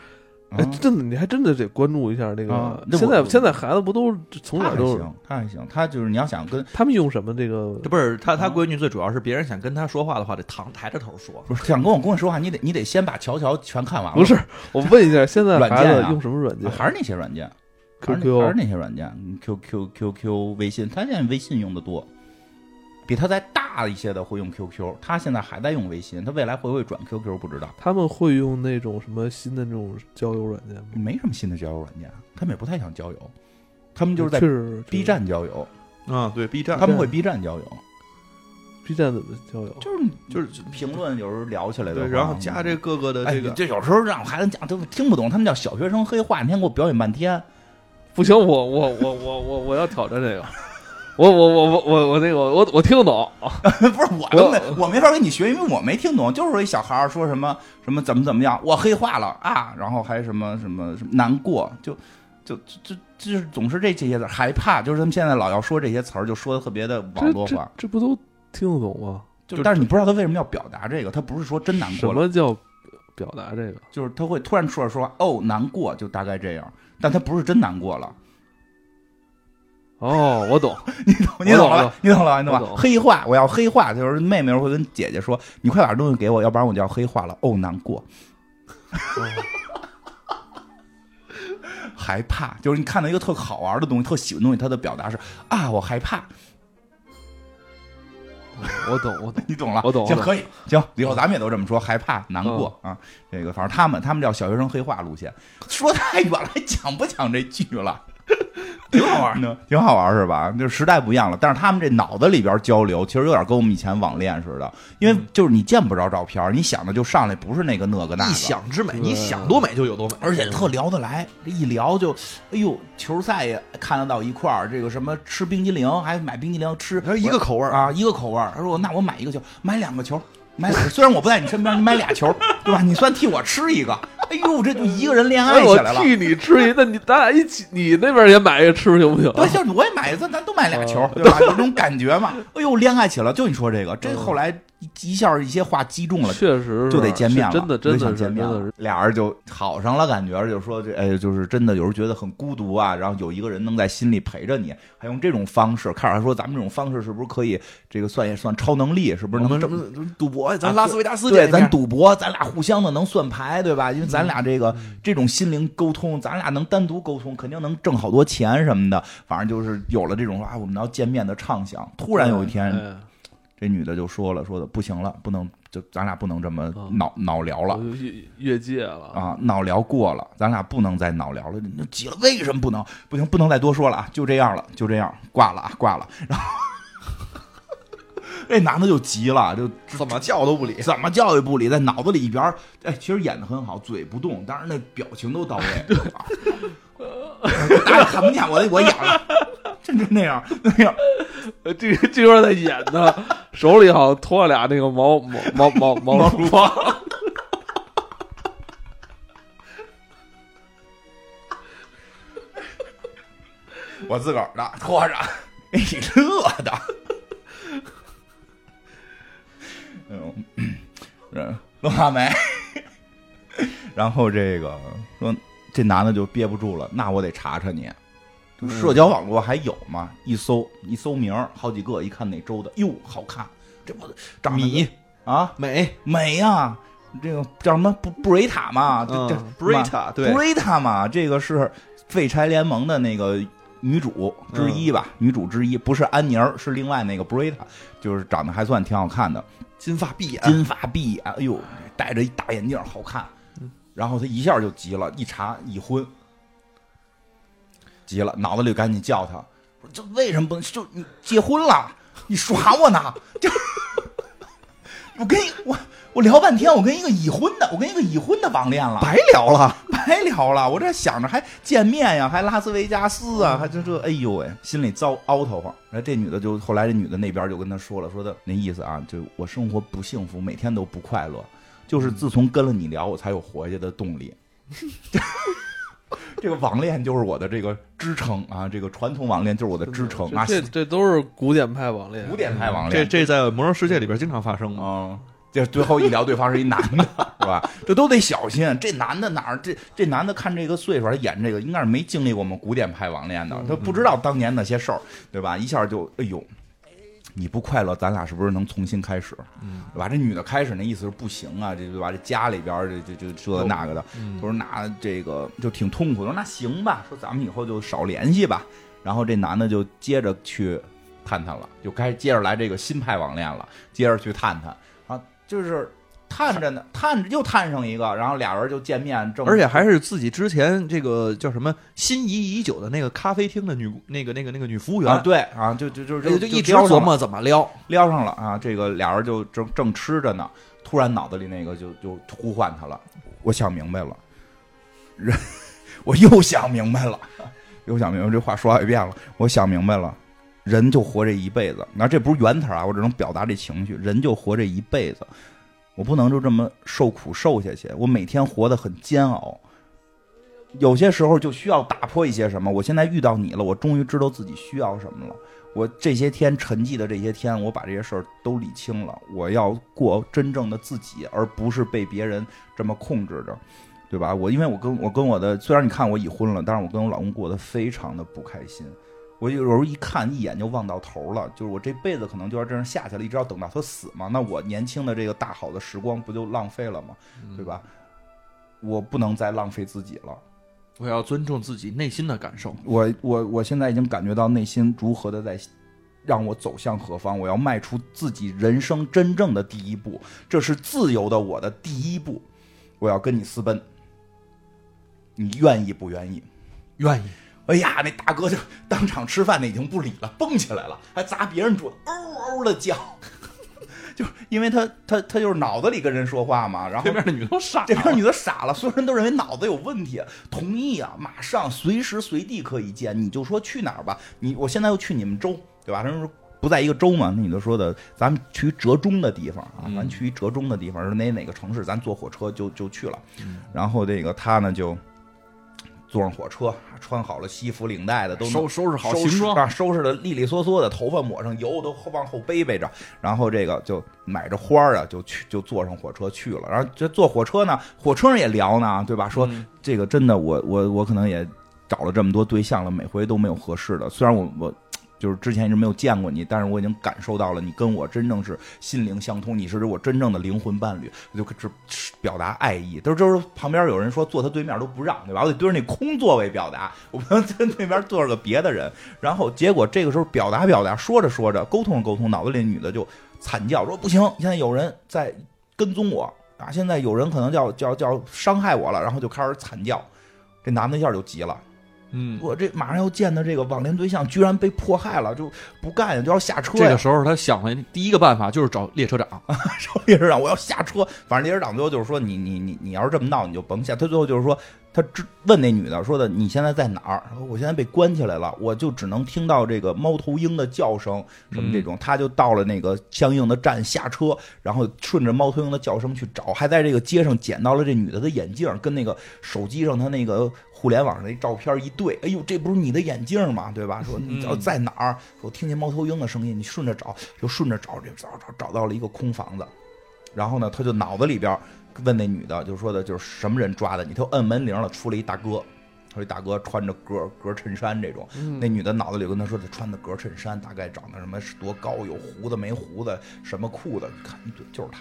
S1: 哎
S2: 嗯
S1: 真的，你还真的得关注一下那
S2: 啊
S1: 个。
S2: 那我
S1: 现在
S2: 我
S1: 现在孩子不都是从
S2: 他
S1: 小
S2: 还
S1: 就是
S2: 行，他还行，他就是你要想跟
S1: 他们用什么这个
S3: 这不是他他闺女最主要是别人想跟他说话的话得躺抬着头说，
S2: 不是想跟我跟我说话，你得你得先把乔乔全看完了。
S1: 不是？我问一下，现在
S2: 软
S1: 孩
S2: 件
S1: 子
S2: 啊
S1: 用什么软件
S2: 啊还是那些软件，还是那还是
S1: ？QQ
S2: 那些软件，QQ、QQ、微信，他现在微信用的多，比他再大一些的会用 QQ，他现在还在用微信，他未来会不会转 QQ 不知道，
S1: 他们会用那种什么新的那种交友软件吗？
S2: 没什么新的交友软件，他们也不太想交友，他们就是
S1: 确
S2: 在
S1: 实
S2: B 站交友，
S3: 嗯，对，B 站
S2: 他们会 B 站交友，
S1: ，B 站怎么交友？啊
S2: 就是
S3: 就是
S2: 评论有时候聊起来的话，
S3: 对，然后加这各个的
S2: 哎
S3: 这个
S2: 这有时候让孩子讲都听不懂，他们叫小学生黑话，你看给我表演半天，
S1: 不行，我我我我我我要挑战这个。我我我我我我那个我我听得懂，
S2: 不是我都没
S1: 我
S2: 我没法跟你学，因为我没听懂，就是一小孩儿说什么什么怎么怎么样，我黑化了啊，然后还什么什么什么难过，就就就就就是总是这这些字儿，害怕，就是他们现在老要说这些词儿，就说的特别的网
S1: 这
S2: 络
S1: 这
S2: 化，
S1: 这不都听得懂吗？
S2: 就但是你不知道他为什么要表达这个，他不是说真难
S1: 什
S2: 过了，
S1: 么叫表达这个？
S2: 就是他会突然说着说哦难过，就大概这样，但他不是真难过了，
S1: 哦，我懂，
S2: 你懂了
S1: 我懂
S2: 吧？你懂了吧？你
S1: 我
S2: 吧？
S1: 懂
S2: 黑化，我要黑化，就是妹妹会跟姐姐说，你快把东西给我，要不然我就要黑化了，哦难过。 害怕，就是你看到一个特好玩的东西，特喜欢的东西，他的表达是啊，我害怕，
S1: 我懂，我懂。
S2: 你懂了？
S1: 我懂我
S2: 行，
S1: 懂
S2: 可以，行，以后咱们也都这么说，害怕、难过、啊，这个反正他们他们叫小学生黑化路线，说太远了，还讲不讲这剧了？挺好玩的，挺好玩是吧？就是时代不一样了，但是他们这脑子里边交流，其实有点跟我们以前网恋似的，因为就是你见不着照片，你想的就上来不是那个那个那
S3: 一
S2: 个。
S3: 想之美，
S1: 对
S3: 你想多美就有多美，
S2: 而且特聊得来，这一聊就，哎呦，球赛也看得到一块儿，这个什么吃冰激凌，还买冰激凌吃，
S3: 它一个口味儿，
S2: 啊，一个口味儿。他说那我买一个球，买两个球，买虽然我不在你身边，你买俩球，对吧？你算替我吃一个。哎呦，这就一个人恋爱
S1: 哎，
S2: 起
S1: 我
S2: 来了。
S1: 替你吃一，那你咱俩一起，你那边也买一个吃行不 行啊？
S2: 对，就是我也买，咱咱都买俩
S1: 嗯
S2: 球，对吧？有这种感觉嘛？哎呦，恋爱起来了，就你说这个，这后来一下一些话击中了，
S1: 哎确实嗯是
S2: 就得见面了，
S1: 是真的真的
S2: 就想
S1: 是
S2: 见
S1: 真
S2: 面
S1: 的
S2: 了
S1: 是，
S2: 俩人就好上了，感觉就说这哎，就是真的有时候觉得很孤独啊，然后有一个人能在心里陪着你，还用这种方式，开始还说咱们这种方式是不是可以这个算也算超能力，是不是
S3: 我
S2: 能
S3: 们
S2: 这
S3: 什
S2: 么？
S3: 么赌博呀，
S2: 啊
S3: 咱拉斯维加斯见
S2: 对，
S3: 一面
S2: 咱赌博，咱俩互相的能算牌，对吧？因为咱俩这个、这种心灵沟通，咱俩能单独沟通，肯定能挣好多钱什么的。反正就是有了这种啊，我们要见面的畅想。突然有一天，
S1: 哎
S2: 这女的就说了，说的不行了，不能就咱俩不能这么
S1: 哦
S2: 脑、脑聊了
S1: 我。就越越界了。
S2: 啊，脑聊过了，咱俩不能再脑聊了，那急了，为什么不能？不行，不能再多说了啊，就这样了，就这样，挂了啊，挂了。 然后这男的就急了，就
S3: 怎么叫都不理，
S2: 怎么教育不理，在脑子里一边儿，哎，其实演的很好，嘴不动，但是那表情都 到位。啊 大家看不见我，我演了，真是那样那样。
S1: 呃这这段在演呢， 手里好像托了俩那个毛毛毛毛毛
S2: 毛
S1: 书 包。
S2: 我自个儿的 拖着，给你乐的。嗯，嗯，弄画眉。然后这个说，这男的就憋不住了，那我得查查你。就社交网络还有吗？一搜一搜名儿，好几个，一看哪州的，哟，好看，这不长得
S3: 米
S2: 啊
S3: 美
S2: 美呀、这个叫什么布布瑞塔嘛，这这
S3: 嗯，Brita 对
S2: 布，瑞塔嘛，这个是废柴联盟的那个女主之一吧，
S3: 嗯
S2: 女主之一，不是安妮儿，是另外那个布瑞塔，就是长得还算挺好看的，
S3: 金发碧眼，
S2: 金发碧眼，哎呦，戴着一大眼镜，好看。然后他一下就急了，一查已婚，急了，脑子里赶紧叫他，我说这为什么不能？就你结婚了，你耍我呢？就我跟一我我聊半天，我跟一个已婚的，我跟一个已婚的网恋了，
S3: 白聊了，
S2: 白聊了，我这想着还见面呀，还拉斯维加斯啊，还这这，哎呦喂，心里糟凹头慌。然后这女的就后来这女的那边就跟他说了，说的那意思啊，就我生活不幸福，每天都不快乐，就是自从跟了你聊，我才有活下的动力。这个网恋就是我的这个支撑啊，这个传统网恋就是我的支撑啊，
S1: 这这都是古典派网恋，
S2: 古典派网
S3: 这
S2: 恋。
S3: 这在魔兽世界里边经常发生嘛，
S2: 嗯，这最后一聊，对方是一男的， 是吧？这都得小心。啊这男的哪儿？这这男的看这个岁数，他演这个应该是没经历过我们古典派网恋的，
S3: 嗯
S2: 他不知道当年那些事儿，对吧？一下就哎呦。你不快乐，咱俩是不是能重新开始？
S3: 嗯，
S2: 对吧？这女的开始那意思是不行啊，这对吧？这家里边儿这这这这那个的，
S3: 嗯
S2: 他说那这个就挺痛苦。我说那行吧，说咱们以后就少联系吧。然后这男的就接着去探探了，就开接着来这个新派网恋了，接着去探探啊，就是探着呢，探着又探上一个，然后俩人就见面，正
S3: 而且还是自己之前这个叫什么心仪已久的那个咖啡厅的女那个那个那个女服务员
S2: 啊，对啊，就就就
S3: 就
S2: 就
S3: 一直
S2: 撩上
S3: 琢
S2: 了
S3: 磨怎么撩，
S2: 撩上了啊，这个俩人就正正吃着呢，突然脑子里那个就就呼唤他了，我想明白了， 人我又想明白了，又想明白这话说好几遍了，我想明白了，人就活这一辈子，那这不是原词儿啊，我只能表达这情绪，人就活这一辈子，我不能就这么受苦受下去，我每天活得很煎熬。有些时候就需要打破一些什么。我现在遇到你了，我终于知道自己需要什么了。我这些天沉寂的这些天，我把这些事儿都理清了。我要过真正的自己，而不是被别人这么控制着，对吧？我因为我跟我跟我的，虽然你看我已婚了，但是我跟我老公过得非常的不开心。我有时候一看一眼就望到头了，就是我这辈子可能就要这样下去了，一直要等到他死嘛。那我年轻的这个大好的时光不就浪费了吗？对吧？我不能再浪费自己了。
S3: 我要尊重自己内心的感受。
S2: 我我我现在已经感觉到内心如何的在让我走向何方，我要迈出自己人生真正的第一步，这是自由的我的第一步，我要跟你私奔，你愿意不愿意？
S3: 愿意，
S2: 哎呀，那大哥就当场吃饭的已经不理了，蹦起来了，还砸别人桌，嗷嗷的叫， 就是因为他他他就是脑子里跟人说话嘛，然后
S3: 对面的女的都傻了，
S2: 这边女的傻了，所有人都认为脑子有问题。同意啊，马上随时随地可以见，你就说去哪儿吧。你我现在又去你们州，对吧？他们说不在一个州嘛，那女的说的，咱们去折中的地方啊，
S3: 嗯
S2: 咱去折中的地方，说哪哪个城市，咱坐火车就就去了。
S3: 嗯
S2: 然后这个他呢就坐上火车，穿好了西服领带的都弄
S3: 收收拾好
S2: 收
S3: 行
S2: 拾
S3: 装，
S2: 啊，收拾的利利索索的，头发抹上油，都后往后背背着，然后这个就买着花儿啊，就去就坐上火车去了。然后这坐火车呢，火车上也聊呢，对吧？说、
S3: 嗯
S2: 这个真的，我我我可能也找了这么多对象了，每回都没有合适的。虽然我我。就是之前一直没有见过你，但是我已经感受到了你跟我真正是心灵相通，你是我真正的灵魂伴侣，我就只表达爱意。都是就是旁边有人说坐他对面都不让，对吧？我得对着那空座位表达，我不能在那边坐着个别的人。然后结果这个时候表达表达，说着说着沟通着沟通，脑子里女的就惨叫说不行，现在有人在跟踪我啊，现在有人可能叫叫叫伤害我了，然后就开始惨叫。这男的一下就急了，
S3: 嗯，
S2: 我这马上要见的这个网恋对象居然被迫害了，就不干呀，就要下车
S3: 这
S2: 呀
S3: 个。时候他想了第一个办法就是找列车长，
S2: 找列车长，我要下车。反正列车长最后就是说，你你你你要是这么闹，你就甭下。他最后就是说，他只问那女的说的，你现在在哪儿？她说我现在被关起来了，我就只能听到这个猫头鹰的叫声，什么这种。他就到了那个相应的站下车，然后顺着猫头鹰的叫声去找，还在这个街上捡到了这女的的眼镜，跟那个手机上她那个。互联网上那照片一对，哎呦，这不是你的眼镜吗？对吧？说你要在哪儿？说我听见猫头鹰的声音，你顺着找，就顺着找，就找找找到了一个空房子。然后呢，他就脑子里边问那女的，就说的就是什么人抓的你，他就摁门铃了，出了一大哥，说一大哥穿着格格衬衫这种，那女的脑子里跟他说，他穿的格衬衫，大概长得什么多高，有胡子没胡子，什么裤子，你看一对就是他。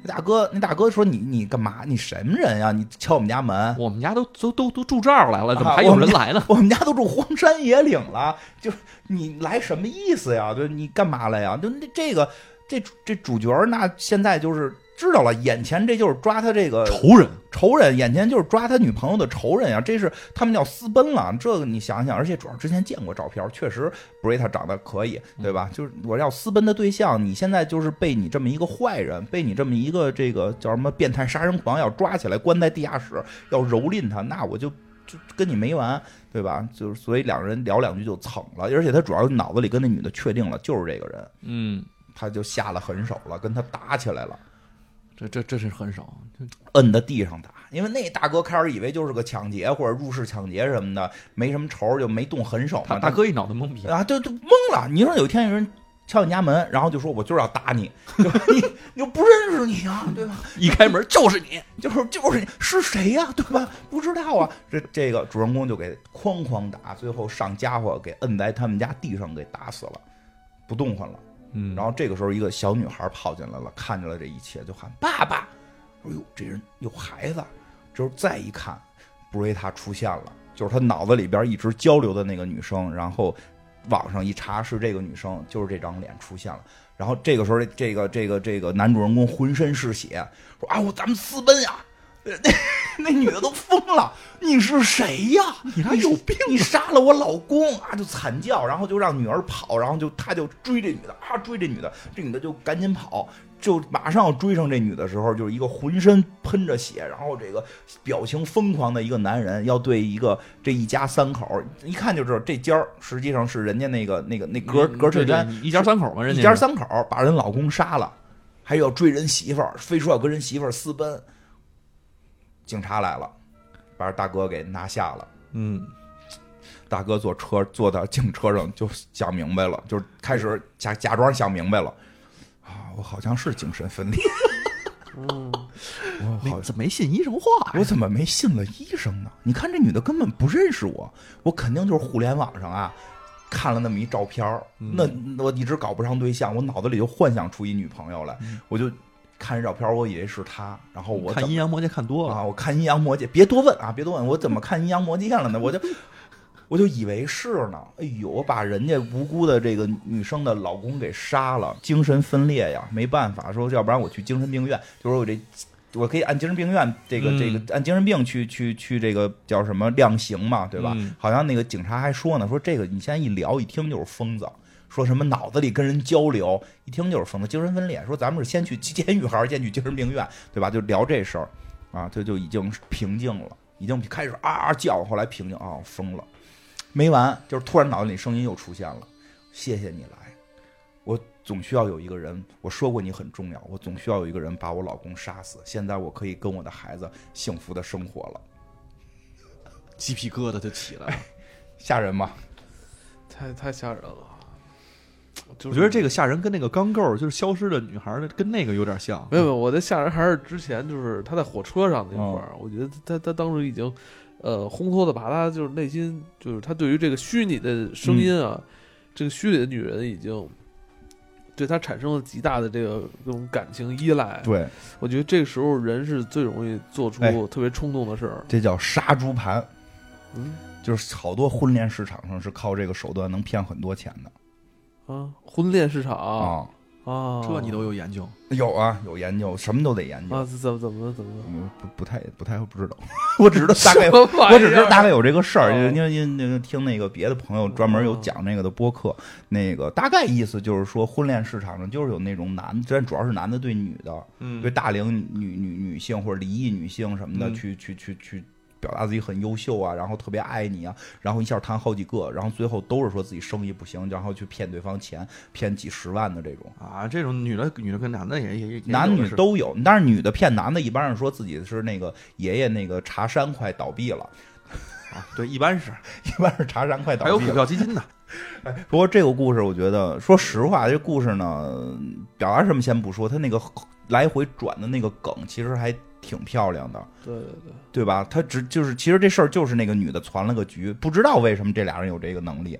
S2: 那大哥，那大哥说你你干嘛？你什么人啊呀？你敲我们家门？
S3: 我们家都都都都住这儿来了，怎么
S2: 啊
S3: 还有人来呢？
S2: 我们家都住荒山野岭了，就是你来什么意思呀？就是你干嘛来呀？就那这个这这主角儿那现在就是知道了，眼前这就是抓他这个
S3: 仇人，
S2: 仇人，眼前就是抓他女朋友的仇人呀、这是他们要私奔了，这个你想想，而且主要之前见过照片，确实布瑞塔长得可以，对吧？就是我要私奔的对象，你现在就是被你这么一个坏人，被你这么一个这个叫什么变态杀人狂要抓起来关在地下室，要蹂躏他，那我就就跟你没完，对吧？就是所以两人聊两句就蹭了，而且他主要脑子里跟那女的确定了就是这个人，
S3: 嗯，
S2: 他就下了狠手了，跟他打起来了。
S3: 这这这是很少，
S2: 摁在地上打，因为那大哥开始以为就是个抢劫或者入室抢劫什么的，没什么仇，就没动狠手
S3: 他
S2: 嘛。
S3: 大哥一脑袋懵逼，
S2: 啊，对，就懵了。你说有一天有人敲你家门，然后就说我就是要打你， 就你你又不认识你啊，对吧？
S3: 一开门就是你，
S2: 就是就是你是谁呀、对吧？不知道啊。这这个主人公就给哐哐打，最后上家伙给摁在他们家地上给打死了，不动弹了。
S3: 嗯
S2: 然后这个时候，一个小女孩跑进来了，看见了这一切，就喊爸爸。哎呦，这人有孩子。之后再一看，布瑞塔出现了，就是他脑子里边一直交流的那个女生。然后网上一查是这个女生，就是这张脸出现了。然后这个时候，这个这个这个男主人公浑身是血，说啊，我咱们私奔呀、 那女的都疯了，你是谁呀？你还有病？啊你杀了我老公啊！就惨叫，然后就让女儿跑，然后就他就追这女的啊，追这女的，这女的就赶紧跑，就马上要追上这女的时候，就是一个浑身喷着血，然后这个表情疯狂的一个男人，要对一个这一家三口，一看就知道这家儿实际上是人家那个那个那格格
S3: 这
S2: 衬衫
S3: 一家三口嘛，人家
S2: 一家三口把人老公杀了，还要追人媳妇儿，非说要跟人媳妇儿私奔。警察来了，把人大哥给拿下了。
S3: 嗯，
S2: 大哥坐车坐到警车上就想明白了，就是开始假假装想明白了。啊，我好像是精神分裂，
S1: 嗯，
S2: 我好
S3: 没怎么没信医生话呀
S2: 我怎么没信了医生呢？你看这女的根本不认识我，我肯定就是互联网上啊看了那么一照片儿
S3: 嗯
S2: 那那我一直搞不上对象，我脑子里就幻想出一女朋友来，我就看这照片儿，我以为是她，然后我
S3: 嗯看
S2: 怎
S3: 阴阳魔界看多
S2: 么
S3: 了，
S2: 啊，我看阴阳魔界，别多问啊，别多问，我怎么看阴阳魔界了呢？我就。我就以为是呢，哎呦，我把人家无辜的这个女生的老公给杀了，精神分裂呀，没办法，说要不然我去精神病院，就说我这我可以按精神病院这个、
S3: 嗯
S2: 这个按精神病去去去这个叫什么量刑嘛，对吧？
S3: 嗯
S2: 好像那个警察还说呢，说这个你现在一聊一听就是疯子。说什么脑子里跟人交流，一听就是疯子，精神分裂。说咱们是先去监狱还是先去精神病院，对吧？就聊这事儿，啊，他就已经平静了，已经开始啊啊叫，后来平静啊疯了，没完，就是突然脑子里声音又出现了，谢谢你来，我总需要有一个人，我说过你很重要，我总需要有一个人把我老公杀死，现在我可以跟我的孩子幸福的生活了，
S3: 鸡皮疙瘩就起来了。
S2: 吓人吧？
S1: 太太吓人了。
S3: 我
S1: 我
S3: 觉得这个吓人跟那个钢构就是消失的女孩儿的跟那个有点像。
S1: 没有，没有，我的吓人还是之前就是他在火车上那会
S2: 嗯
S1: 儿，我觉得他他当时已经，呃，烘托的把他就是内心就是他对于这个虚拟的声音啊，
S2: 嗯
S1: 这个虚拟的女人已经对他产生了极大的这个这种感情依赖。
S2: 对，
S1: 我觉得这个时候人是最容易做
S2: 哎
S1: 出特别冲动的事儿。
S2: 这叫杀猪盘，
S1: 嗯
S2: 就是好多婚恋市场上是靠这个手段能骗很多钱的
S1: 啊，婚恋市场啊，
S2: 啊。
S3: 这你都有研究，
S2: 有啊，有研究，什么都得研究。
S1: 啊？怎么怎么了？怎么了？
S2: 嗯，不不太不太不知道， 我只知道大概有，
S1: 什么玩意儿啊
S2: 我只知道大概有这个事儿，
S1: 哦
S2: 因为因为因为听那个别的朋友专门有讲那个的播客，那个大概意思就是说，婚恋市场上就是有那种男，虽然主要是男的对女的，
S3: 嗯
S2: 对大龄女女女性或者离异女性什么的，
S3: 嗯
S2: 去去去去表达自己很优秀啊，然后特别爱你啊，然后一下谈好几个，然后最后都是说自己生意不行，然后去骗对方钱，骗几十万的这种。
S3: 啊，这种女的女的跟男的也也也
S2: 男
S3: 也有
S2: 女
S3: 的是
S2: 都有，但是女的骗男的，一般是说自己是那个爷爷那个茶山快倒闭了，
S3: 啊，对，一般是
S2: 一般是茶山快
S3: 还
S2: 倒
S3: 有
S2: 闭
S3: 股
S2: 了。
S3: 票基金呢。
S2: 不过这个故事，我觉得说实话，这故事呢，表达什么先不说，他那个来回转的那个梗，其实还挺漂亮的。
S1: 对对对，
S2: 对吧？他只就是，其实这事儿就是那个女的攒了个局，不知道为什么这俩人有这个能力，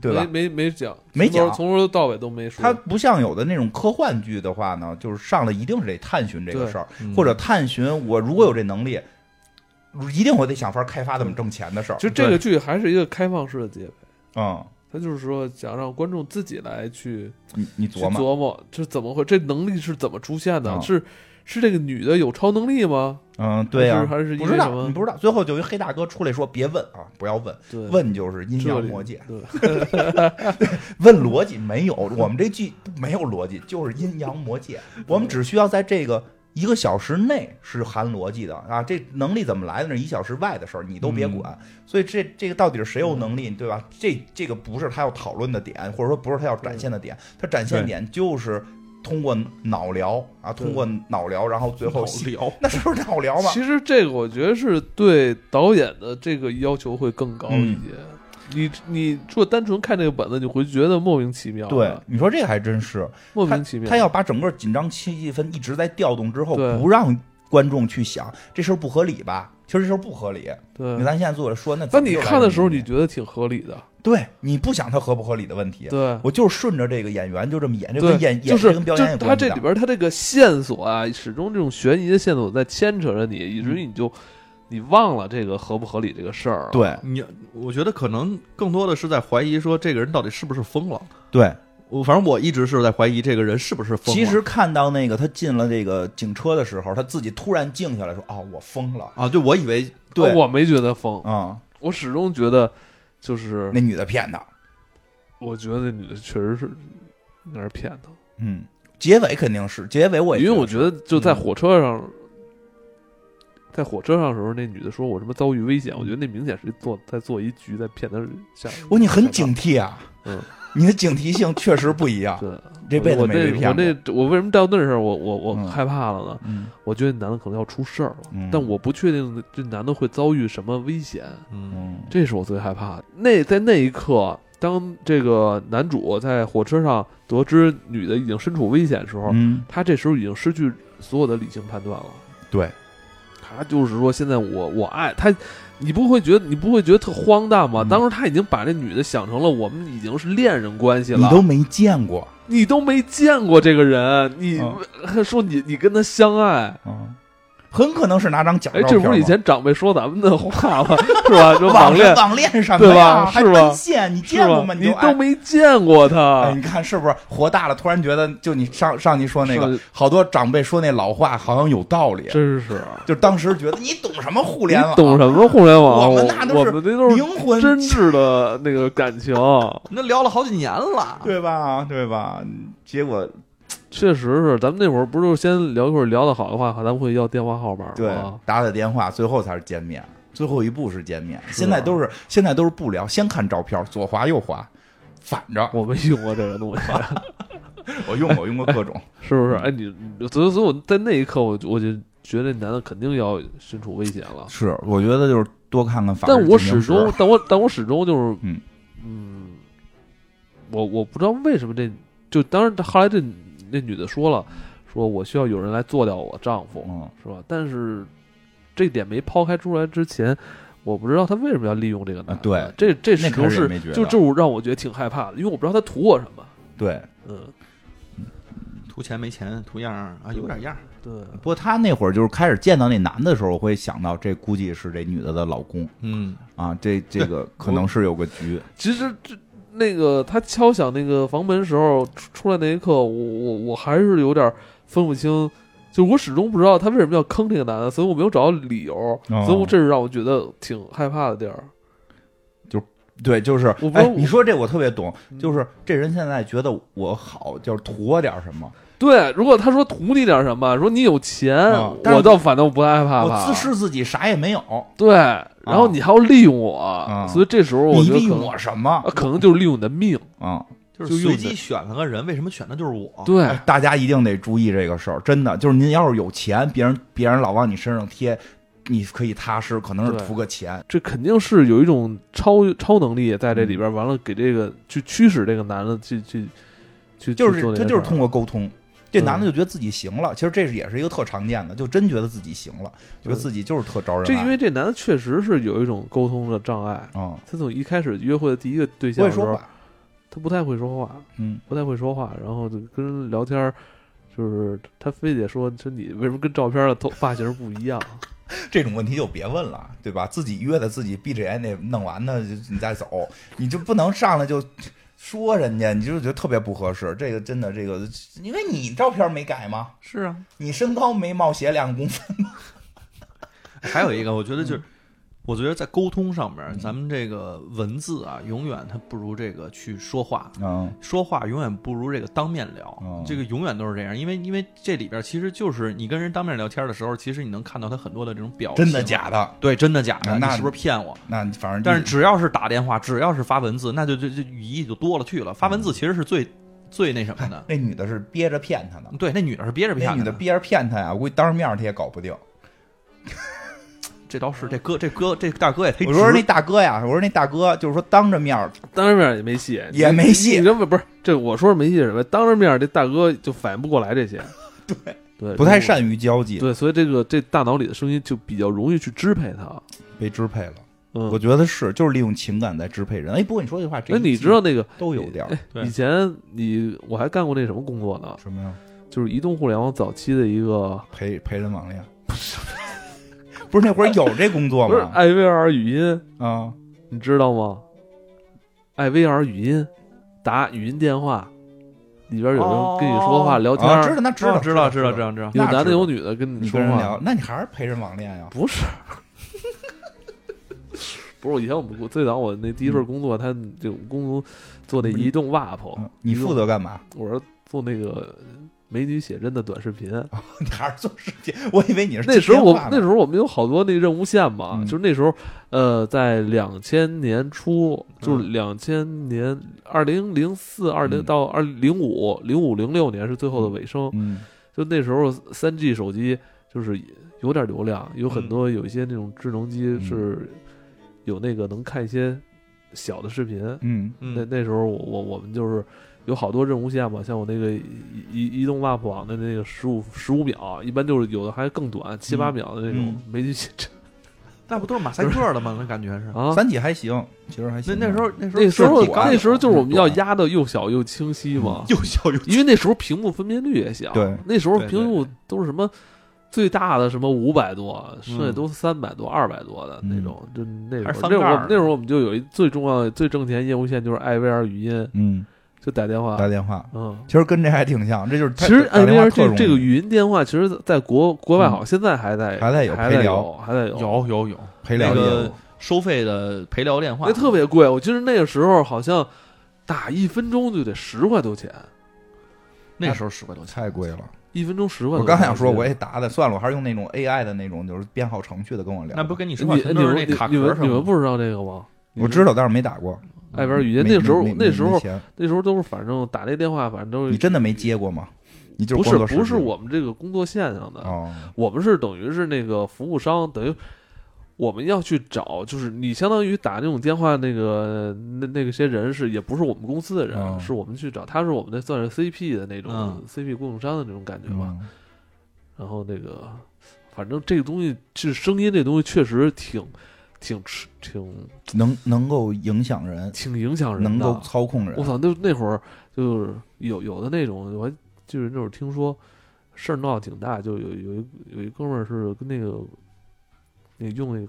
S2: 对吧？
S1: 没没没讲，
S2: 没
S1: 从头
S2: 讲
S1: 从头到尾都没说。
S2: 他不像有的那种科幻剧的话呢，就是上来一定是得探寻这个事儿，
S3: 对嗯
S2: 或者探寻我如果有这能力，一定我得想法开发怎么挣钱的事儿。
S1: 就这个剧还是一个开放式的结尾，
S2: 嗯，
S1: 他就是说想让观众自己来去
S2: 你你
S1: 去
S2: 琢磨，
S1: 琢磨这怎么会这能力是怎么出现的？
S2: 啊
S1: 是是这个女的有超能力吗？
S2: 嗯，对呀、
S1: 还是还是因为
S2: 不
S1: 什
S2: 知道
S1: 么
S2: 你不知道，最后就一黑大哥出来说别问啊，不要问，
S1: 对，
S2: 问就是阴
S1: 这
S2: 阳
S1: 里
S2: 魔界，
S1: 对，
S2: 问逻辑没有，我们这剧没有逻辑，就是阴阳魔界。我们只需要在这个一个小时内是含逻辑的啊，这能力怎么来的？那是一小时外的事儿，你都别管。所以这这个到底是谁有能力，对吧？这这个不是他要讨论的点，或者说不是他要展现的点，他展现点就是通过脑聊啊，
S1: 对
S2: 通过脑聊，然后最后
S3: 好聊，
S2: 那是不是脑聊嘛？
S1: 其实这个我觉得是对导演的这个要求会更高一
S2: 嗯
S1: 些。你你如果单纯看这个本子，你会觉得莫名其妙，啊
S2: 对，，你说这个还真是，
S1: 莫
S2: 他
S1: 名其妙。
S2: 他要把整个紧张气氛一直在调动之后，
S1: 对
S2: 不让观众去想这事儿不合理吧？其实这事儿不合理。
S1: 对
S2: 你，咱现在坐着说，那
S1: 但
S2: 怎么
S1: 你
S2: 又来
S1: 看的时候，
S2: 这么一
S1: 你
S2: 句
S1: 觉得挺合理的，
S2: 对你不想他合不合理的问题，
S1: 对。
S2: 我就是顺着这个演员就这么演，这
S1: 对
S2: 跟，演
S1: 就
S2: 演
S1: 是
S2: 这跟表演有
S1: 他
S2: 关系
S1: 这
S2: 的
S1: 里。边儿他这个线索啊，始终这种悬疑的线索在牵扯着你，以至于
S2: 嗯
S1: 你就你忘了这个合不合理这个事儿。，啊
S2: 对
S3: 你我觉得可能更多的是在怀疑说这个人到底是不是疯了。
S2: 对，
S3: 我反正我一直是在怀疑这个人是不是疯了。
S2: 其实看到那个他进了这个警车的时候，他自己突然静下来说：“哦，我疯了。
S3: 啊，对我以为”
S2: 对，
S1: 我没觉得疯，
S2: 嗯，
S1: 我始终觉得就是，
S2: 那女的骗他，
S1: 我觉得那女的确实是有点骗他，
S2: 嗯，结尾肯定是结尾我也
S1: 因
S2: 觉
S1: 为
S2: 得
S1: 我觉得就在
S3: 嗯
S1: 火车上，在火车上的时候，那女的说我什么遭遇危险，我觉得那明显是做在做一局，在骗他下。
S2: 我你很警惕啊，
S1: 嗯，
S2: 你的警惕性确实不一样。
S1: 对，
S2: 这辈子
S1: 我
S2: 没被
S1: 这
S2: 骗
S1: 我
S2: 过。
S1: 这我为什么到那时候我我我
S2: 嗯
S1: 害怕了呢？
S2: 嗯
S1: 我觉得男的可能要出事儿了，
S2: 嗯
S1: 但我不确定这男的会遭遇什么危险，
S3: 嗯，
S2: 嗯
S1: 这是我最害怕的。那在那一刻，当这个男主在火车上得知女的已经身处危险的时候，
S2: 嗯，
S1: 他这时候已经失去所有的理性判断了。
S2: 对，
S1: 他就是说，现在我我爱他，你不会觉得你不会觉得特荒诞吗？
S2: 嗯
S1: 当时他已经把这女的想成了我们已经是恋人关系了，
S2: 你都没见过，
S1: 你都没见过这个人，你、
S2: 嗯
S1: 还说你你跟他相爱，
S2: 嗯，很可能是拿张假
S1: 哎
S2: 照，
S1: 这不是以
S2: 片吗
S1: 前长辈说咱们的话吗？ 是吧？就网
S2: 网
S1: 恋
S2: 网恋什
S1: 对
S2: 么
S1: 吧
S2: 呀？还
S1: 是吧
S2: 奔现，你
S1: 是
S2: 见过
S1: 吧
S2: 吗？？
S1: 你
S2: 就
S1: 都
S2: 爱
S1: 没啊见过他
S2: 哎，，你看是不是活大了？突然觉得，就你上上期说那个
S1: 是，
S2: 好多长辈说那老话好像有道理。
S1: 真是
S2: 就当时觉得你懂什么互
S1: 你
S2: 联网？
S1: 懂什么互联网？
S2: 我
S1: 我
S2: 们那都
S1: 我
S2: 是
S1: 们这都是
S2: 灵魂
S1: 真挚的那个感情，
S3: 那聊了好几年了，
S2: 对吧？对吧？嗯结果
S1: 确实是。咱们那会儿不是先聊一会儿聊得好的话，咱们会要电话号码吗？
S2: 对打打电话，最后才是见面，最后一步是见面。现
S1: 啊
S2: 在都是现在都是不聊，先看照片，左滑右滑，反着。
S1: 我没用过这个东西，
S2: 我用过用过各种，
S1: 是不是？哎，你你所以所以我在那一刻，我就我就觉得男的肯定要身处危险了。
S2: 是我觉得就是多看看法制
S1: 但我
S2: 进
S1: 始
S2: 行时
S1: 终，但我但我始终就是，
S2: 嗯
S1: 嗯我我不知道为什么这就当然后来这那女的说了，说我需要有人来做掉我丈夫，
S2: 嗯，
S1: 是吧？但是这点没抛开出来之前，我不知道他为什么要利用这个男的。
S2: 啊对
S1: 这这
S2: 那
S1: 始
S2: 开始
S1: 终
S2: 也
S1: 是
S2: 没觉得
S1: 就就让我觉得挺害怕的，因为我不知道他图我什么。
S2: 对。
S1: 嗯，
S3: 图钱没钱，图样儿啊，有点样儿。
S1: 对，
S2: 不过他那会儿就是开始见到那男的时候，我会想到这估计是这女的的老公
S3: 嗯，
S2: 啊，这这 个可能是有个局。
S1: 其实这。那个他敲响那个房门时候出出来那一刻，我我我还是有点分不清，就我始终不知道他为什么要坑这个男的，所以我没有找到理由，
S2: 哦
S1: 所以我这是让我觉得挺害怕的地儿。
S2: 对，就是
S1: 我不
S2: 哎
S1: 我，
S2: 你说这我特别懂，就是这人现在觉得我好，就是图我点什么，
S1: 对，如果他说图你点什么，说你有钱，
S2: 啊但是
S1: 我倒反倒不太害怕
S2: 我
S1: 怕
S2: 自视自己啥也没有，
S1: 对，然后你还要利用我，所以这时候我
S2: 哦你
S1: 觉得
S2: 利
S1: 可
S2: 用
S1: 能
S2: 我什么
S1: 啊，？可能就是利用你的命。
S2: 嗯，
S3: 就是
S1: 就用
S3: 随
S1: 的
S3: 机选了个人，为什么选的就是我？
S1: 对，
S2: 哎大家一定得注意这个事儿，真的，就是您要是有钱，别人别人老往你身上贴，你可以踏实，可能是
S1: 对
S2: 图个钱。
S1: 这肯定是有一种超超能力在这里边儿，完了给这个去驱使这个男的去去去
S2: 就是
S1: 去做这
S2: 他
S1: 件
S2: 就是
S1: 事儿
S2: 通过沟通，这
S1: 嗯
S2: 男的就觉得自己行了。其实这是也是一个特常见的，就真觉得自己行了，觉得自己就是特招人
S1: 嗯这，
S2: 爱。
S1: 因为这男的确实是有一种沟通的障碍。
S2: 嗯，
S1: 他从一开始约会的第一个对
S2: 不
S1: 象
S2: 会
S1: 的时
S2: 说
S1: 候，
S2: 话，
S1: 他不太会说话，
S2: 嗯，
S1: 不太会说话，然后就跟人聊天儿，就是他非得说说你为什么跟照片儿的头发型儿不一样？
S2: 这种问题就别问了，对吧？自己约的，自己闭着眼得弄完呢，就你再走，你就不能上来就。说人家，你就觉得特别不合适。这个真的，这个，因为你照片没改吗？
S3: 是啊，
S2: 你身高没冒鞋两公分，
S3: 还有一个，我觉得
S2: 嗯
S3: 就是，我觉得在沟通上面，咱们这个文字啊，永远它不如这个去说话，
S2: 嗯，
S3: 说话永远不如这个当面聊
S2: 哦，
S3: 这个永远都是这样，因为因为这里边其实就是你跟人当面聊天的时候，其实你能看到他很多的这种表情，
S2: 真
S1: 哦
S2: 的假的？
S3: 对，真的假的，
S2: 那嗯
S3: 你是不是骗我？
S2: 那你反正
S3: 但是只要是打电话，只要是发文字，那就就就语义就多了去了。发文
S2: 嗯
S3: 字其实是最最那什么的。
S2: 那女的是憋着骗他的，
S3: 对，那女的是憋着
S2: 那
S3: 骗
S2: 女的
S3: 呢
S2: 憋着骗他呀，我估计当着面儿他也搞不定。
S3: 这倒是这哥这哥这大哥也忒
S2: 我说那
S3: 直
S2: 大哥呀，我说那大哥就是说当着面儿
S1: 当着面儿也没戏，
S2: 也没戏
S1: 你根本不是这，我说是没戏是什么？当着面儿这大哥就反应不过来这 些，对对，
S2: 不太善于交际，
S1: 对，所以这个这大脑里的声音就比较容易去支配他。
S2: 被支配了。
S1: 嗯，
S2: 我觉得是，就是利用情感在支配人。哎，不过你说这话，这
S1: 那你知道哎那个
S2: 都有点儿
S3: 对
S1: 以前你我还干过那什么工作呢？
S2: 什么呀？
S1: 就是移动互联网早期的一个，
S2: 陪陪人网恋， 不是那会儿有这工作
S1: 不是哎
S2: 吗？
S1: 艾薇儿语音，
S2: 啊，
S1: 你知道吗？艾薇儿语音，打语音电话，里边有人跟你说话、
S3: 哦
S1: 聊天
S2: 啊，知
S1: 儿，哦
S2: 道那知道
S3: 知道知道知，道知道。
S1: 有
S2: 那
S1: 男的
S2: 知道
S1: 有女的跟
S2: 你
S1: 说
S2: 跟人
S1: 话，
S2: 聊，那你还是陪人网恋呀？
S1: 不是，不是。我以前我们最早我那第一
S2: 嗯
S1: 份工作，他就工作做那移动 WAP，、
S2: 嗯你负责干嘛？
S1: 我是做那个美女写真的短视频。
S2: 你还是做视频？我以为你是
S1: 那时候我
S2: 接电话呢
S1: 那时候我们有好多那任务线嘛，
S2: 嗯
S1: 就是那时候，呃，在两千年初，就是
S3: 嗯
S1: 两千年二零零四二零
S2: 嗯
S1: 到二零五零五零六年是最后的尾声，
S2: 嗯
S1: 就那时候三 G 手机就是有点流量，有
S2: 嗯
S1: 很多有一些那种智能机是有那个能看一些小的视频。
S2: 嗯
S1: 那
S3: 嗯，
S1: 那时候我我我们就是有好多任务线嘛，像我那个移移移动 map 网的那个十五十五秒，一般就是有的还更短，七八秒的那种
S3: 嗯
S1: 没去 写真
S3: 那不都是马赛克了吗？那感觉是。
S1: 啊。
S2: 三体还行，其实还
S3: 那
S2: 行。
S3: 那时候那时候
S1: 那时候
S2: 就是短
S1: 那时候就是我 们要
S2: 短
S1: 压的又小又清晰嘛，
S3: 啊嗯又小又
S1: 因为那时候屏幕分辨率也小，
S2: 对
S1: 那时候
S3: 对对
S1: 屏幕都是什么最大的什么五百多，剩下都三百多、二百多的那种，就那
S3: 嗯
S1: 会
S3: 还是
S1: 儿
S3: 翻
S1: 那会
S3: 盖
S1: 儿
S3: 儿
S1: 我们那会儿我们就有一最重要的、最挣钱业务线就是艾薇儿语音，
S2: 嗯，
S1: 就打电话
S2: 打，电话，
S1: 嗯。
S2: 其实跟这还挺像，这就是
S1: 其实哎
S2: 艾
S1: 艾薇
S2: 薇
S1: 儿这这个语音电话，其实在国国外好，像现在还在
S2: 嗯还在有
S1: 还
S2: 陪
S1: 在
S2: 聊
S1: 有，还在有，
S3: 有有有
S2: 陪聊
S3: 那个
S2: 业务
S3: 收费的陪聊电话
S1: 那，哎特别贵。我记得那个时候好像打一分钟就得十块多钱，
S3: 那时候十块多钱，
S2: 太贵了。
S1: 一分钟十块多钱。
S2: 我刚想说，
S1: 记得
S2: 我也答的，算了，我还是用那种 AI 的那种，就是编号程序的跟我聊。
S3: 那不跟你说话
S1: 你
S3: 全
S1: 你
S3: 都是
S1: 们
S3: 那卡
S1: 你
S3: 壳
S1: 们
S3: 上
S1: 你们
S3: 吗？
S1: 不知道这个吗？
S2: 我知道，但是没打过。
S1: 艾薇儿语音
S2: 没
S1: 那时候
S2: 没没
S1: 那时
S2: 没
S1: 候
S2: 钱
S1: 那时候都是反正打那电话，反正都
S2: 你真的没接过吗？你
S1: 不
S2: 就是工
S1: 是
S2: 作室
S1: 不是我们这个工作线上的，
S2: 哦，
S1: 我们是等于是那个服务商，等于我们要去找，就是你相当于打那种电话，那个那那个些人是也不是我们公司的人，
S2: 嗯
S1: 是我们去找，他是我们的算是 CP 的那种、
S3: 嗯
S1: CP 供应商的那种感觉吧。
S2: 嗯
S1: 然后那个，反正这个东西就是声音这东西确实挺挺吃挺
S2: 能能够影响人，
S1: 挺影响人的，
S2: 能够操控
S1: 我
S2: 人，
S1: 操，那那会儿就是有有的那种，我还就是那会儿听说事儿闹挺大，就有有一有一哥们儿是跟那个那用那个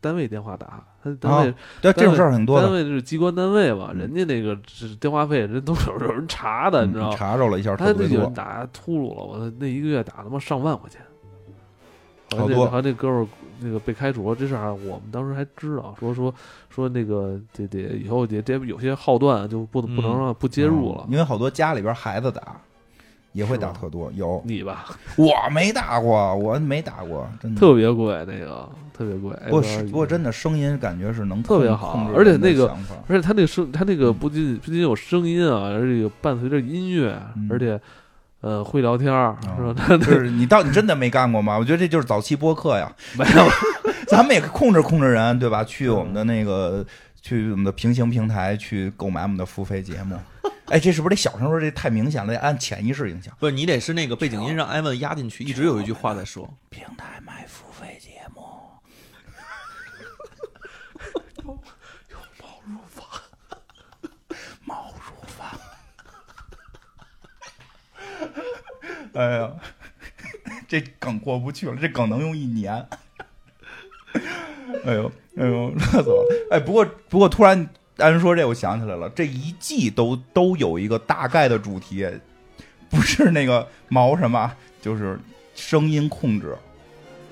S1: 单位电话打，他单位、
S2: 对这种事儿很啊多
S1: 单
S2: 的，
S1: 位是机关单位嘛，
S2: 嗯
S1: 人家那个是电话费，人都有有人查的，你知道
S2: 嗯
S1: 吗？
S2: 查着了一下
S1: 他
S2: 特
S1: 那
S2: 别
S1: 有人
S2: 多，
S1: 打秃噜了，我操那一个月打他妈上万块钱。好像
S2: 好
S1: 那
S2: 多
S1: 好像那哥们儿那个被开除了，这事儿啊我们当时还知道，说说说那个得得以后得得有些号段就不能不能
S3: 嗯
S1: 让不接入了
S2: 嗯，因为好多家里边孩子打也会打
S1: 是吗
S2: 特多，有
S1: 你吧，
S2: 我没打过，我没打过，真的。
S1: 特别贵，那个特别贵。
S2: 嗯不过
S1: 哎不
S2: 是
S1: 知道
S2: 不过真的声音感觉是能
S1: 特别
S2: 控
S1: 好
S2: 控制
S1: 而且
S2: 人的
S1: 那个
S2: 想法
S1: 而且他那个声，他那
S2: 嗯
S1: 个不仅不仅有声音啊，而且有伴随着音乐，
S2: 嗯哦
S1: 而且呃会聊天儿，是吧？
S2: 就是你到底真的没干过吗？我觉得这就是早期播客呀，
S1: 没有，
S2: 咱们也控制控制人，对吧？去我们的那个，去我们的平行平台去购买我们的付费节目。哎，这是不是得小声说？这太明显了，得按潜意识影响。
S3: 不是你得是那个背景音让艾文压进去，一直有一句话在说，
S2: 平台买付费节目，有有毛乳房，毛乳房。哎呀， 这梗过不去了，这梗能用一年。 哎呦，哎呦， 乐死我了！哎，不过不过，突然安说这，我想起来了，这一季都都有一个大概的主题，不是那个毛什么，就是声音控制，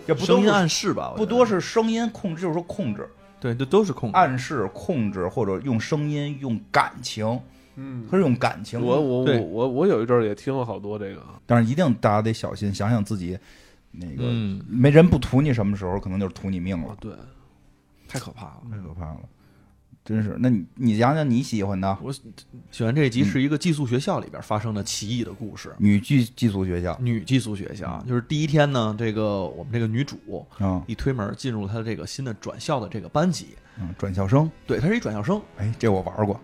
S2: 这不
S3: 声
S2: 都
S3: 音
S2: 是
S3: 暗示吧，我觉
S2: 不
S3: 得
S2: 多是声音控制，就是说控制、
S3: 对，这都是控制。
S2: 暗示、控制，或者用声音、用感情，
S1: 嗯，
S2: 它是用感情。
S1: 我我我
S3: 对
S1: 我我有一阵儿也听了好多这个，
S2: 但是一定大家得小心，想想自己那个、
S3: 嗯，
S2: 没人不图你什么时候，可能就是图你命了
S1: 哦。对，
S3: 太可怕了。
S2: 太可怕了，真是。那你你讲讲你喜欢的
S3: 喜欢这一集是一个寄宿学校里边发生的奇异的故事。
S2: 女寄寄宿学校，
S3: 女寄宿学校就是第一天呢，这个我们这个女主
S2: 嗯
S3: 一推门进入她的这个新的转校的这个班级，
S2: 嗯，转校生，
S3: 对，她是一转校生。
S2: 哎，这我玩过，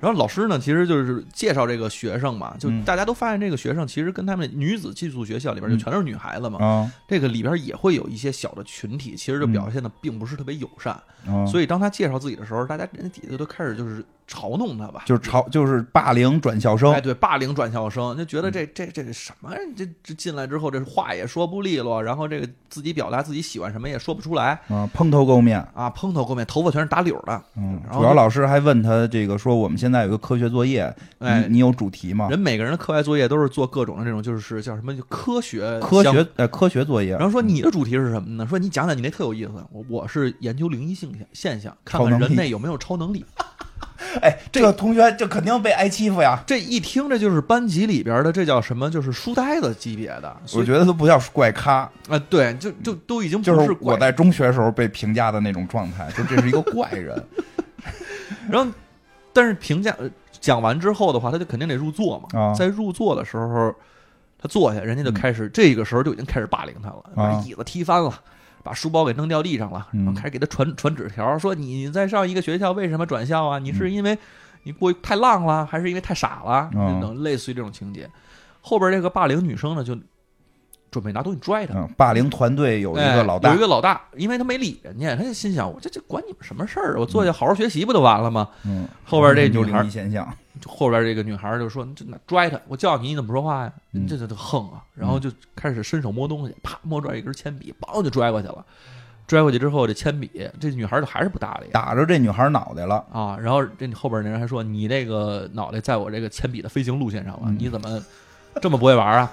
S3: 然后老师呢，其实就是介绍这个学生嘛，就
S2: 嗯
S3: 大家都发现这个学生其实跟他们女子寄宿学校里边就全都是女孩子嘛，
S2: 啊，
S3: 这个里边也会有一些小的群体，其实就
S2: 嗯
S3: 表现的并不是特别友善。
S2: 嗯
S3: 所以当他介绍自己的时候，大家人底下都开始就是嘲弄他吧，
S2: 就是朝就是霸凌转校生
S3: 哎，，对，霸凌转校生就觉得这
S2: 嗯
S3: 这这是什么呀？这这进来之后，这话也说不利落，然后这个自己表达自己喜欢什么也说不出来
S2: 啊，蓬头垢面，
S3: 啊，碰头垢面，头发全是打绺的，
S2: 嗯，
S3: 然后
S2: 主要老师还问他这个说我们现在有个科学作业，
S3: 哎
S2: 你你有主题吗？
S3: 人每个人的课外作业都是做各种的这种就是叫什么就科学
S2: 科
S3: 相
S2: 学呃科学作业
S3: 然，后说你的主题是什么呢？说你讲讲你那特有意思。我我是研究灵异性现现象，看
S2: 超能
S3: 看
S2: 力
S3: 人类有没有超能力。
S2: 哎，这个同学就肯定被挨欺负呀，
S3: 这一听这就是班级里边的，这叫什么？就是书呆子级别的。所
S2: 我
S3: 以
S2: 觉得都不叫怪咖，
S3: 啊、对，就就都已经
S2: 就
S3: 不
S2: 是
S3: 拐
S2: 我在中学时候被评价的那种状态，就这是一个怪人，
S3: 然后，但是评价呃讲完之后的话，他就肯定得入座嘛。
S2: 啊嗯
S3: 在入座的时候，他坐下，人家就开始、这个时候就已经开始霸凌他了，把
S2: 啊
S3: 椅子踢翻了。把书包给扔掉地上了，然后
S2: 嗯
S3: 开始给他传传纸条，说你在上一个学校为什么转校啊？你
S2: 嗯
S3: 是因为你过于太浪了，还是因为太傻了？
S2: 嗯
S3: 等类似于这种情节。后边这个霸凌女生呢，就准备拿东西拽他。
S2: 嗯，霸凌团队有一
S3: 哎
S2: 个老大
S3: 有一，个老大，因为他没理人家，他就心想：我这这管你们什么事儿啊？我坐下好好学习不就完了吗？
S2: 嗯，
S3: 后边这
S2: 有
S3: 女孩
S2: 灵异现象，
S3: 后边这个女孩就说：“你这哪拽他？我叫你，你怎么不说话呀？
S2: 嗯
S3: 这这这横啊！”然后就开始伸手摸东西，啪摸出来一根铅笔，梆就拽过去了。拽过去之后，这铅笔，这女孩就还是不搭理
S2: 打着这女孩脑袋了，
S3: 啊。然后这后边那人还说：“你这个脑袋在我这个铅笔的飞行路线上了，
S2: 嗯
S3: 你怎么这么不会玩啊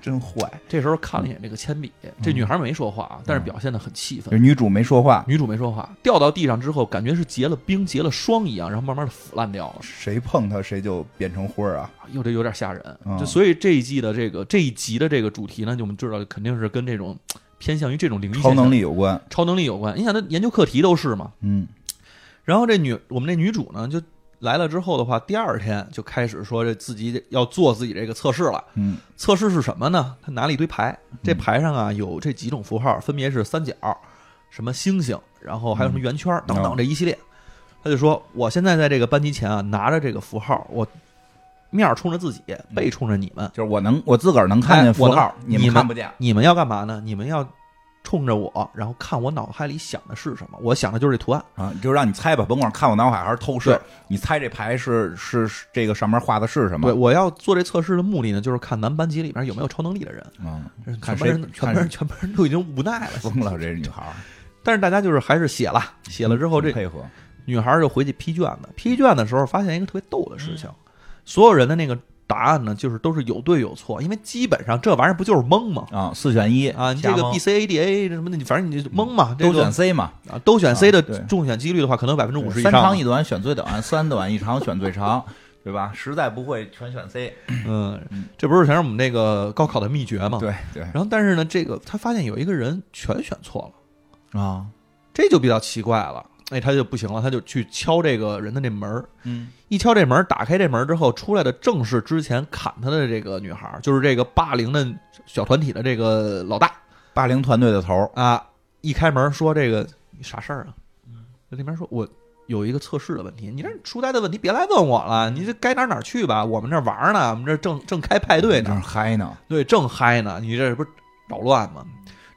S2: 真坏。？”
S3: 这时候看了一眼这个铅笔，
S2: 嗯
S3: 这女孩没说话啊，但是表现的很气
S2: 就
S3: 愤。
S2: 女主没说话，
S3: 女主没说话，掉到地上之后，感觉是结了冰、结了霜一样，然后慢慢的腐烂掉了。
S2: 谁碰她谁就变成灰儿啊。
S3: 又这有点吓人。
S2: 嗯
S3: 就所以这一季的这个这一集的这个主题呢，就我们知道肯定是跟这种嘖偏向于这种灵异现
S2: 超
S3: 象
S2: 能、力有关，
S3: 超能力有关。你想，他研究课题都是嘛。
S2: 嗯，
S3: 然后这女我们这女主呢，就来了之后的话，第二天就开始说这自己要做自己这个测试了。
S2: 嗯
S3: 测试是什么呢？她拿了一堆牌，这牌上啊有这几种符号，分别是三角、什么星星，然后还有什么圆圈
S2: 嗯
S3: 等等这一系列。她就说：“我现在在这个班级前啊，拿着这个符号，我面儿冲着自己，
S2: 嗯
S3: 背冲着你们，
S2: 就是我能我自个儿能看见
S3: 哎
S2: 符
S3: 我能啊
S2: 号，你
S3: 你
S2: 们
S3: 们
S2: 看不见。
S3: 你们要干嘛呢？你们要冲着我，然后看我脑海里想的是什么。我想的就是这图案。
S2: 啊，就让你猜吧，甭管看我脑海还是透视
S3: 对，
S2: 你猜这牌是是是这个上面画的是什么？
S3: 对，我要做这测试的目的呢，就是看咱们班级里边有没有超能力的人。
S2: 嗯，看
S3: 全
S2: 谁
S3: 班人，全
S2: 看
S3: 班人，全班人都已经无奈了。
S2: 疯了这女 孩儿，
S3: 但是大家就是还是写了，写了之后，这
S2: 配合
S3: 女孩就回去批卷
S2: 嗯
S3: 子。批卷的时候发现一个特别逗的事情，所有人的那个答案呢，就是都是有对有错，因为基本上这玩意儿不就是蒙吗？
S2: 啊，四选一
S3: 啊，你这
S2: 瞎
S3: 个
S2: 蒙嗯
S3: B C A D A 什么的，你反正你就蒙嘛，这
S2: 都
S3: 个
S2: 选 C 嘛，
S3: 啊，都选 C 的
S2: 对
S3: 中选几率的话，可能有百分之五十以
S2: 三
S3: 上。
S2: 长一短选最短，三短一长选最长，对吧？实在不会全选 C，
S3: 嗯，这不是全是我们那个高考的秘诀吗？。
S2: 对对
S3: 然后，但是呢，这个他发现有一个人全选错了，
S2: 啊，
S3: 这就比较奇怪了。哎，他就不行了，他就去敲这个人的那门儿
S2: 嗯
S3: 一敲这门儿，打开这门儿之后，出来的正是之前砍他的这个女孩儿，就是这个霸凌的小团体的这个老大
S2: 霸凌团队的头儿，
S3: 啊。一开门说这个你啥事儿啊？
S2: 嗯
S3: 那边说我有一个测试的问题，你这书呆子问题别来问我了，你这该哪儿哪儿去吧。我们这儿玩儿呢，我们这儿正正开派对
S2: 那
S3: 呢
S2: 儿，嗨呢，
S3: 对，正嗨呢，你这不是扰乱吗？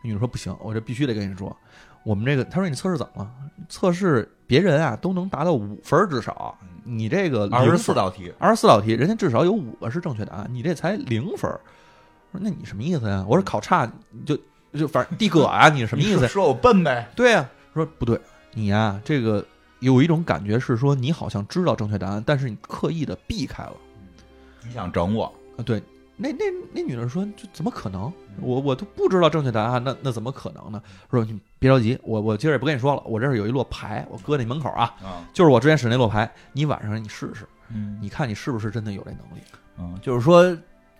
S3: 女的说不行，我这必须得跟你说，我们这个，他说你测试怎么了？测试别人啊都能达到五分儿至少，你这个
S2: 二
S3: 零
S2: 十
S3: 分
S2: 四道题，
S3: 二十四道题，人家至少有五个是正确答案，你这才零分儿。我说那你什么意思呀、我说考差你就就反正地哥啊，你什么意思
S2: 你
S3: 呀、
S2: 说我笨呗？
S3: 对呀、说不对，你呀、这个有一种感觉是说你好像知道正确答案，但是你刻意的避开了。
S2: 你想整我？
S3: 啊，对，那那那女的说，这怎么可能？
S2: 嗯
S3: 我我都不知道正确答案，那那怎么可能呢？说你别着急，我我今儿也不跟你说了，我这儿有一摞牌，我搁你门口啊，
S2: 啊，
S3: 就是我之前使那摞牌，你晚上你试试，
S2: 嗯
S3: 你看你是不是真的有这能力？
S2: 嗯，就是说，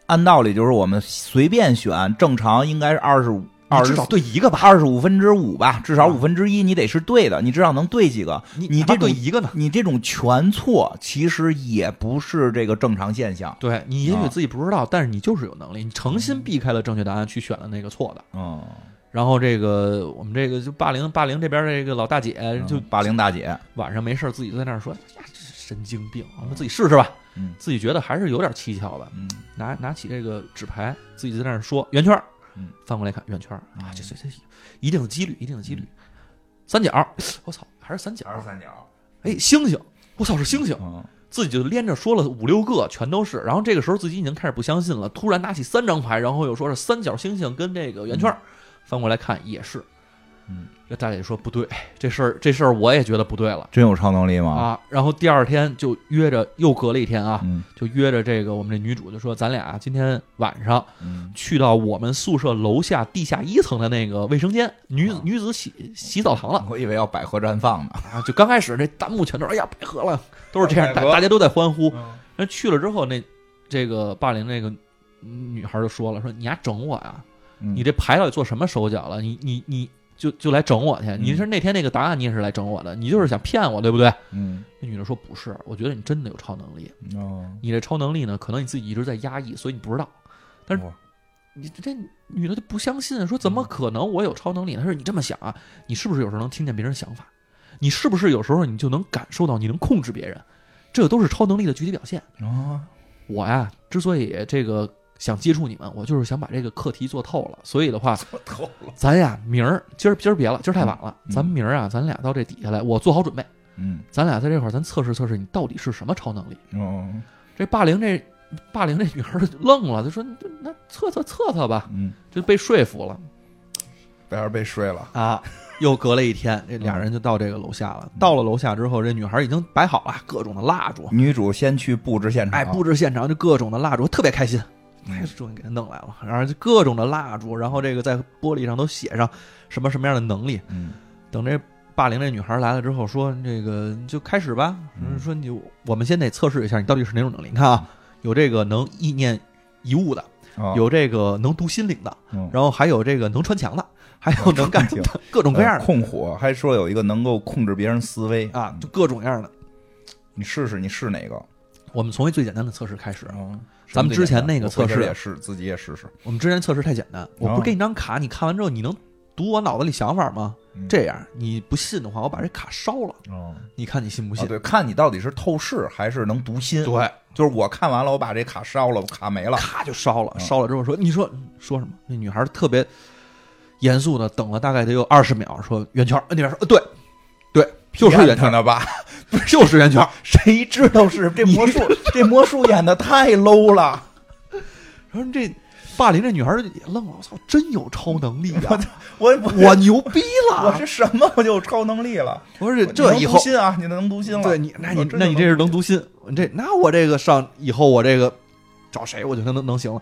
S2: 按道理就是我们随便选，正常应该是二十五。
S3: 你
S2: 二
S3: 至
S2: 十
S3: 少对一个吧，嗯
S2: 二十五分之五吧，至少五分之一，你得是对的，你至少能对几个。
S3: 你
S2: 你
S3: 哪怕
S2: 这种
S3: 对一个呢？
S2: 你这种全错，其实也不是这个正常现象。
S3: 对你也
S2: 啊
S3: 许自己不知道，但是你就是有能力，你诚心避开了正确答案，去选了那个错的。
S2: 嗯，
S3: 然后这个我们这个就霸凌霸凌这边这个老大姐就
S2: 就嗯霸凌大姐，
S3: 晚上没事儿自己在那儿说，哎呀，这是神经病，啊我们自己试试吧。
S2: 嗯
S3: 自己觉得还是有点蹊跷的，
S2: 嗯，
S3: 拿拿起这个纸牌，自己在那儿说圆圈儿，
S2: 嗯
S3: 翻过来看圆圈儿
S2: 嗯
S3: 啊，这这这一定的几率，一定的几率，三角，我操，还是三角，
S2: 三角，
S3: 哎，星星，我操是星星，
S2: 嗯，
S3: 自己就连着说了五六个，全都是。然后这个时候自己已经开始不相信了，突然拿起三张牌，然后又说是三角星星跟这个圆圈儿，翻过来看也是，
S2: 嗯，
S3: 这大姐说不对，这事儿这事儿我也觉得不对了。
S2: 真有超能力吗？
S3: 啊，然后第二天就约着，又隔了一天啊，
S2: 嗯
S3: 就约着这个我们这女主就说，咱俩啊今天晚上
S2: 嗯，
S3: 去到我们宿舍楼下地下一层的那个卫生间，女
S2: 啊
S3: 女子洗洗澡堂了
S2: 我以为要百合绽放呢。
S3: 啊！就刚开始这弹幕全都是哎呀百合了，都是 这样，
S2: 百
S3: 大
S2: 合
S3: 大家都在欢呼。
S2: 嗯
S3: 那去了之后，那这个霸凌那个女孩就说了，说你丫整我呀，
S2: 嗯
S3: 你这牌到底做什么手脚了？你你你就就来整我去！你是那天那个答案你也是来整我的，你就是想骗我对不对？
S2: 嗯
S3: 那女的说不是，我觉得你真的有超能力，
S2: 哦，
S3: 你这超能力呢，可能你自己一直在压抑，所以你不知道。但是你这这女的就不相信，说怎么可能我有超能力？她说你这么想啊，你是不是有时候能听见别人想法？你是不是有时候你就能感受到你能控制别人？这都是超能力的具体表现。
S2: 哦，
S3: 我呀，之所以这个想接触你们，我就是想把这个课题做透了。所以 的话，咱呀明儿今儿今儿别了，今儿太晚了，
S2: 嗯
S3: 咱明儿啊，咱俩到这底下来，我做好准备，
S2: 嗯，
S3: 咱俩在这块儿咱测试测试你到底是什么超能力。
S2: 哦，
S3: 这霸凌这霸凌这女孩儿愣了，就说那测测测测吧，
S2: 嗯，
S3: 就被说服了
S2: 白二被睡了，
S3: 啊。又隔了一天，这俩人就到这个楼下了。到了楼下之后，这女孩儿已经摆好了各种的蜡烛，
S2: 女主先去布置现场，
S3: 哎，布置现场就各种的蜡烛，特别开心，
S2: 嗯
S3: 哎，终于给他弄来了。然后就各种的蜡烛，然后这个在玻璃上都写上什么什么样的能力。
S2: 嗯，
S3: 等这霸凌这女孩来了之后，说这个就开始吧，
S2: 嗯
S3: 说你我们先得测试一下你到底是哪种能力。你看啊，有这个能意念遗物的，
S2: 哦，
S3: 有这个能读心灵的，
S2: 嗯哦
S3: 然后还有这个能穿墙的，还有能干什么的，各种各样
S2: 呃
S3: 的
S2: 控火，还说有一个能够控制别人思维
S3: 啊，就各种样的。
S2: 你试试，你试哪个？
S3: 我们从一最简单的测试开始。
S2: 嗯，
S3: 咱们之前那个测试
S2: 我回头也试，自己也试试。
S3: 我们之前测试太简单，我不
S2: 哦
S3: 是给你张卡，你看完之后你能读我脑子里想法吗？
S2: 嗯
S3: 这样你不信的话，我把这卡烧了，
S2: 哦，
S3: 你看你信不
S2: 不
S3: 信？
S2: 对，看你到底是透视还是能读心。
S3: 对，
S2: 就是我看完了，我把这卡烧了，我卡没了。
S3: 咔就烧了，
S2: 嗯
S3: 烧了之后说，你说说什么？那女孩特别严肃的等了大概得有二十秒，说圆圈儿，那边说呃对，对，就是圆圈
S2: 骗
S3: 儿，
S2: 的吧？
S3: 就是圆 圈儿。
S2: 谁知道是这魔术？这魔术演的太 low 了。
S3: 然后这霸凌这女孩儿也愣了，我操，真有超能力啊！
S2: 我
S3: 我牛逼
S2: 我
S3: 了！
S2: 是什么？我就有超能力了。
S3: 我说这以后
S2: 你能读心啊，你能读心了。
S3: 对你，那
S2: 我
S3: 你
S2: 真的
S3: 那你这是能读心，这那我这个上以后我这个找谁我就能能能行了。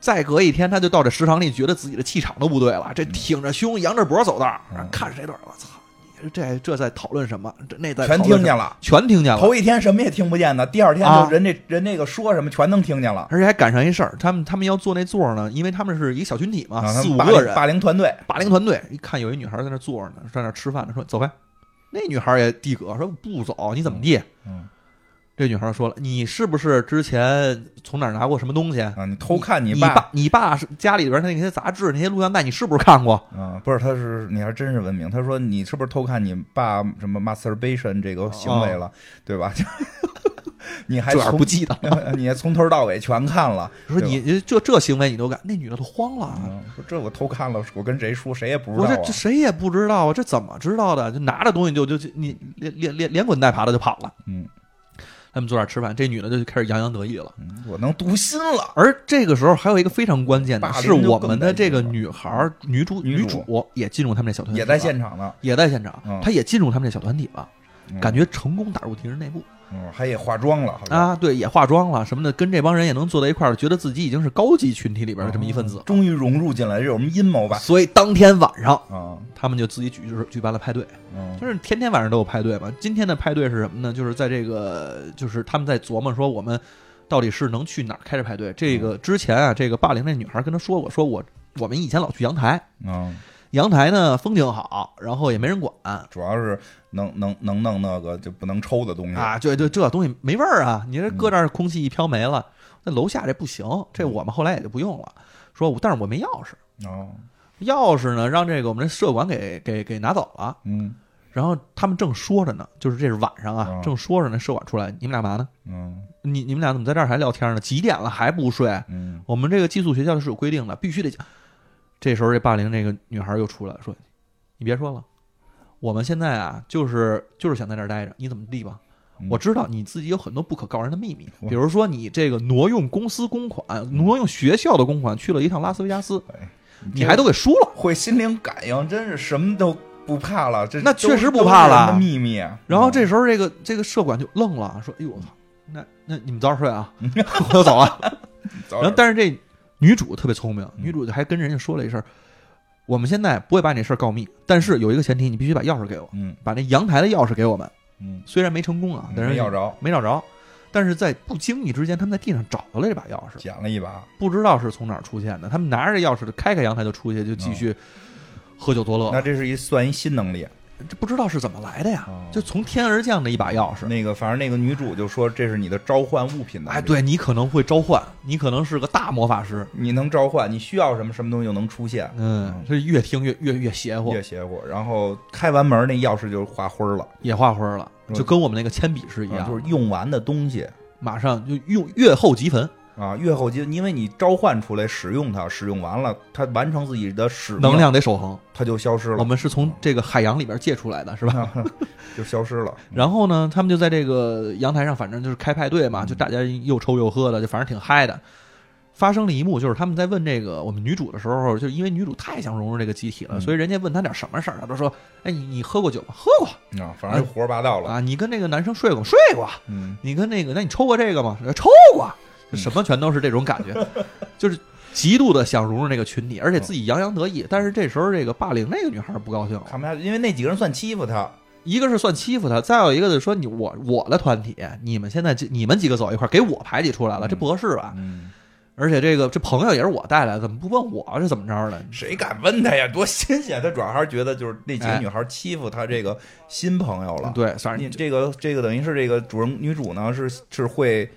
S3: 再隔一天，他就到这食堂里，觉得自己的气场都不对了，这挺着胸、扬着脖走道儿，
S2: 嗯
S3: 看谁都是我操，你这这在讨论什么？这那在
S2: 全
S3: 讨论
S2: 听
S3: 什
S2: 见
S3: 么，
S2: 了。
S3: 全听见了，
S2: 头一天什么也听不见的，第二天
S3: 啊
S2: 就人这人那个说什么全能听见了。
S3: 而且还赶上一事儿，他们他们要坐那座儿呢，因为他们是一个小群体嘛，
S2: 啊，他
S3: 四
S2: 们
S3: 五
S2: 霸
S3: 个
S2: 凌
S3: 人，
S2: 霸凌团队，
S3: 霸凌团队一看有一女孩在那坐着呢，在那吃饭呢，说走开。那女孩也递戈说不走，你怎么地？
S2: 嗯
S3: 这女孩说了，你是不是之前从哪儿拿过什么东西？
S2: 啊，你偷看
S3: 你
S2: 爸
S3: 爸，你爸是家里边他那些杂志、那些录像带，你是不是看过？
S2: 啊，不是，他是你还真是文明。他说你是不是偷看你爸什么 masturbation 这个行为了，对吧？就 你还
S3: 哦这玩意儿
S2: 从
S3: 不记得。
S2: 你还从头到尾全看了，
S3: 说
S2: 对吧
S3: 你你这这行为你都敢，那女的都慌了。
S2: 嗯说这我偷看了，我跟谁说谁也不知
S3: 我
S2: 道
S3: 这
S2: 啊
S3: 啊这。谁也不知道啊，这怎么知道的？就拿着东西就就就你连连连连滚带爬的就跑了。
S2: 嗯
S3: 他们坐那儿吃饭，这女的就开始洋洋得意了。
S2: 嗯，我能读心了。
S3: 而这个时候还有一个非常关键的
S2: 霸凌
S3: 是，
S2: 就
S3: 我
S2: 更
S3: 们的
S2: 难
S3: 这个
S2: 受了
S3: 女孩儿女主
S2: 女
S3: 女
S2: 主
S3: 主也进入他们这小团体
S2: 也
S3: 了，
S2: 在现场呢，
S3: 也在现场
S2: 嗯，
S3: 她也进入他们这小团体了，
S2: 嗯
S3: 感觉成功打入敌人内部。
S2: 嗯，还也化妆了，好像
S3: 啊，对，也化妆了什么的，跟这帮人也能坐在一块儿，觉得自己已经是高级群体里边的这么一份子。
S2: 终于融入进来，这有什么阴谋吧？
S3: 嗯所以当天晚上，
S2: 啊，
S3: 他们就自己举就是举办了派对，
S2: 嗯，
S3: 就是天天晚上都有派对嘛。今天的派对是什么呢？就是在这个，就是他们在琢磨说我们到底是能去哪儿开着派对。这个之前啊，这个霸凌那女孩跟他说过，说我我们以前老去阳台，
S2: 嗯，
S3: 阳台呢风景好，然后也没人管
S2: 主要是能能能弄那个就不能抽的东西
S3: 啊，就就这东西没味儿啊！你这搁这儿空气一飘没了，那楼下这不行，这我们后来也就不用了。说我，但是我没钥匙。
S2: 哦，
S3: 钥匙呢，让这个我们这社管给给给拿走了。
S2: 嗯
S3: 然后他们正说着呢，就是这是晚上啊，
S2: 嗯
S3: 正说着呢，社管出来，你们俩嘛呢？
S2: 嗯
S3: 你你们俩怎么在这儿还聊天呢？几点了还不睡？
S2: 嗯，
S3: 我们这个寄宿学校是有规定的，必须得讲。这时候这霸凌这个女孩又出来了说：“你别说了，我们现在啊，就是就是想在这儿待着，你怎么地吧？
S2: 嗯
S3: 我知道你自己有很多不可告人的秘密，
S2: 哇
S3: 比如说你这个挪用公司公款、挪用学校的公款去了一趟拉斯维加斯，
S2: 哎
S3: 你还都给输了。”
S2: 会心灵感应，真是什么都不怕了。这
S3: 那
S2: 都
S3: 确实不怕了
S2: 都是人的秘密。啊嗯
S3: 然后这时候这个这个社管就愣了，说：“哎呦我操，那那你们早点睡啊， 我要走了。”
S2: 然
S3: 然后但是这女主特别聪明，
S2: 嗯
S3: 女主就还跟人家说了一声：“我们现在不会把你这事儿告密，但是有一个前提，你必须把钥匙给我，
S2: 嗯
S3: 把那阳台的钥匙给我们。
S2: 嗯，
S3: 虽然没成功啊，但是
S2: 没要着，
S3: 没找着，但是在不经意之间，他们在地上找到了这把钥匙，
S2: 捡了一把，
S3: 不知道是从哪儿出现的。他们拿着这钥匙就开开阳台就出去，就继续喝酒作乐
S2: 嗯那
S3: 了。
S2: 这是一算一新能力。
S3: 这不知道是怎么来的呀
S2: 哦，
S3: 就从天而降的一把钥匙。”
S2: 那个反正那个女主就说这是你的召唤物品能力
S3: 哎，，对你可能会召唤，你可能是个大魔法师。
S2: 你能召唤，你需要什么什么东西就能出现。
S3: 嗯，这越听越越越邪乎
S2: 越，邪乎，然后开完门那钥匙就化灰儿了，啊
S3: 也画花了，
S2: 嗯
S3: 就跟我们那个铅笔是一样，
S2: 就是用完的东西。
S3: 马上就用越后即焚。
S2: 啊，月后金，因为你召唤出来使用它，使用完了，它完成自己的使命
S3: 能，量得守恒。
S2: 它就消失
S3: 我
S2: 了，
S3: 们是从这个海洋里边借出来的，是吧？
S2: 就消失了。
S3: 然后呢，他们就在这个阳台上，反正就是开派对嘛，就大家又抽又喝的，就反正挺嗨的。发生了一幕，就是他们在问这个我们女主的时候，就因为女主太想融入这个集体了，
S2: 嗯
S3: 所以人家问她点什么事儿，她都说：“哎，你你喝过酒吗？喝过
S2: 啊，反正就胡说八道了。
S3: 啊。你跟那个男生睡过吗睡过。
S2: 嗯，
S3: 你跟那个，那你抽过这个吗？抽过。
S2: 嗯
S3: 什么全都是这种感觉， 就是极度的想融入那个群体，而且自己洋洋得意。但是这时候，这个霸凌那个女孩不高兴了，
S2: 看不下去，因为那几个人算欺负他，
S3: 一个是算欺负他，再有一个就是说你我我的团体，你们现在这你们几个走一块儿，给我排挤出来了，这不合适吧？
S2: 嗯，
S3: 而且这个这朋友也是我带来的，怎么不问我啊是怎么着的？
S2: 谁敢问他呀？多新鲜！他主要还是觉得就是那几个女孩欺负他这个新朋友了。
S3: 对，反
S2: 你
S3: 正
S2: 这个这个等于是这个主人女主呢是是会，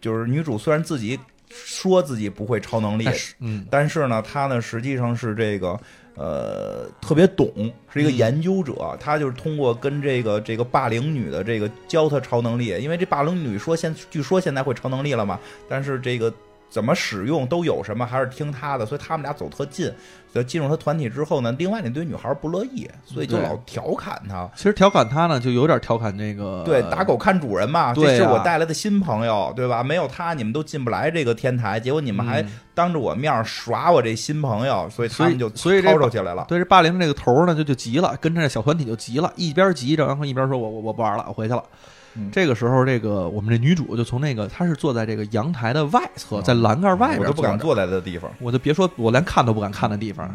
S2: 就是女主虽然自己说自己不会超 能力，
S3: 哎是嗯，
S2: 但是呢，她呢实际上是这个呃特别懂，是一个
S3: 嗯
S2: 研究者。她就是通过跟这个这个霸凌女的这个教她超能力，因为这霸凌女说现据说现在会超能力了嘛，但是这个。怎么使用都有什么，还是听她的，所以他们俩走特近。所以进入她团体之后呢，另外那堆女孩不乐意，所以就
S3: 对
S2: 老调侃她。
S3: 其实调侃他呢，就有点调侃那个
S2: 对，打狗看主人嘛，这
S3: 嗯对
S2: 是
S3: 啊
S2: 我带来的新朋友，对吧？没有他，你们都进不来这个天台。结果你们还
S3: 嗯
S2: 当着我面儿耍我这新朋友，所以他
S3: 所以
S2: 们就
S3: 所以这
S2: 吵吵起来了。
S3: 对，这霸凌这个头儿呢，就就急了，跟着这小团体就急了，一边急着，然后一边说我我我不玩了，我回去了。
S2: 嗯
S3: 这个时候，这个我们这女主就从那个，她是坐在这个阳台的外侧，在栏杆外
S2: 哦
S3: 边，
S2: 我都不敢，嗯坐在他的地方。
S3: 我就别说，我连看都不敢看的地方。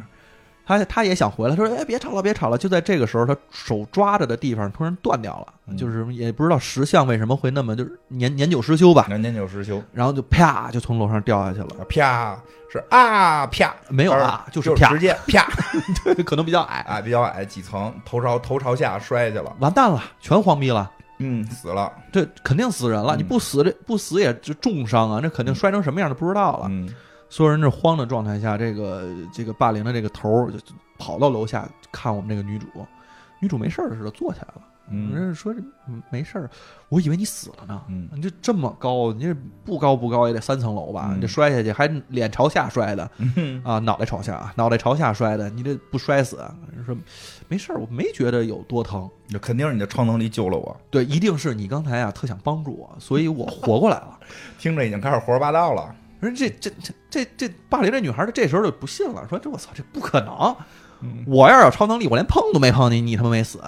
S3: 她她也想回来，她说：“哎，别吵了，别吵了。”就在这个时候，她手抓着的地方突然断掉了，
S2: 嗯
S3: 就是也不知道石像为什么会那么就是年年久失修吧，
S2: 人家就失修，
S3: 然后就啪就从楼上掉下去了，
S2: 啪是啊啪，
S3: 没有啊，
S2: 就是
S3: 啪
S2: 直，接啪
S3: 可能比较矮，
S2: 啊，比较矮几层，头朝头朝下摔下去了，
S3: 完蛋了，全黄逼了。
S2: 嗯，死了，
S3: 这肯定死人
S2: 嗯
S3: 了，你不死这不死也就重伤啊，这肯定摔成什么样都不知道了。
S2: 嗯
S3: 所有人这慌的状态下，这个这个霸凌的这个头儿就就跑到楼下看我们这个女主，女主没事儿似的坐起来了，人
S2: 嗯
S3: 家说这嗯没事儿，我以为你死了呢。
S2: 嗯
S3: 你这这么高，你这不高不高也得三层楼吧？
S2: 嗯
S3: 你这摔下去还脸朝下摔的
S2: 嗯
S3: 啊，脑袋朝下啊，脑袋朝下摔的，你这不摔死啊？人说没事儿，我没觉得有多疼。
S2: 这肯定是你的超能力救了我。
S3: 对，一定是你刚才啊特想帮助我，所以我活过来了。
S2: 听着已经开始胡说八道了，
S3: 人这这这这这霸凌这女孩儿，这时候就不信了，说这我操，这不可能！
S2: 嗯
S3: 我要是有超能力，我连碰都没碰你，你他妈没死，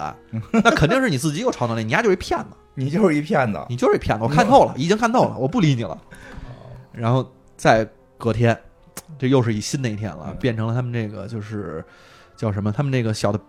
S3: 那肯定是你自己有超能力，你丫就是一骗子，
S2: 你就是一骗子。
S3: 你就是一骗子，我看透了，已经看透了，我不理你
S2: 啊
S3: 了。然后再隔天，这又是一新的一天了
S2: 嗯，
S3: 变成了他们这个就是叫什么？他们这个小的，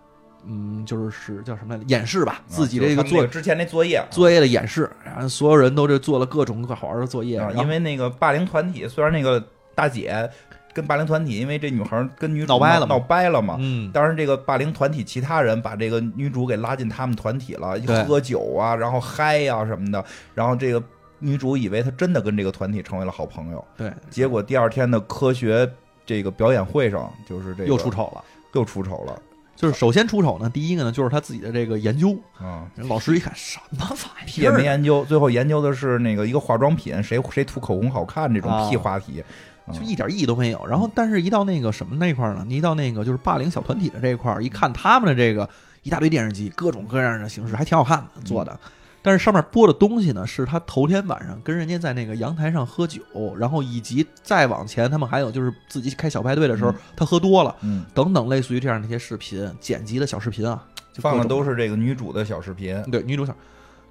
S3: 嗯，就是是叫什么来着？演示吧，自己
S2: 啊就是
S3: 这
S2: 他
S3: 个
S2: 们
S3: 做
S2: 之前那作业，
S3: 作业的演示，然后所有人都这做了各种各好玩的作业，
S2: 啊，
S3: 然后
S2: 因为那个霸凌团体，虽然那个大姐跟霸凌团体，因为这女孩儿跟女主
S3: 闹掰了嘛
S2: 闹掰了嘛。
S3: 嗯，
S2: 当然，这个霸凌团体其他人把这个女主给拉进他们团体了，
S3: 对
S2: 喝酒啊，然后嗨呀、什么的，然后这个女主以为她真的跟这个团体成为了好朋友，
S3: 对，
S2: 结果第二天的科学这个表演会上，就是这个
S3: 又出丑了。
S2: 又出丑了
S3: 就是首先出丑呢，第一个呢就是他自己的这个研究，
S2: 啊。
S3: 人老师一看什么玩意
S2: 也
S3: 儿
S2: 没，研究，最后研究的是那个一个化妆品，谁谁涂口红好看这种屁
S3: 啊
S2: 话题，
S3: 就一点意义都没有。然后，但是一到那个什么那块儿呢，你一到那个就是霸凌小团体的这一块儿，一看他们的这个一大堆电视机，各种各样的形式，还挺好看
S2: 嗯
S3: 的做的。但是上面播的东西呢，是他头天晚上跟人家在那个阳台上喝酒，然后以及再往前，他们还有就是自己开小派对的时候
S2: 嗯，
S3: 他喝多了，
S2: 嗯，
S3: 等等，类似于这样的一些视频剪辑的小视频啊，就各
S2: 放的
S3: 种
S2: 都是这个女主的小视频
S3: 对女主想，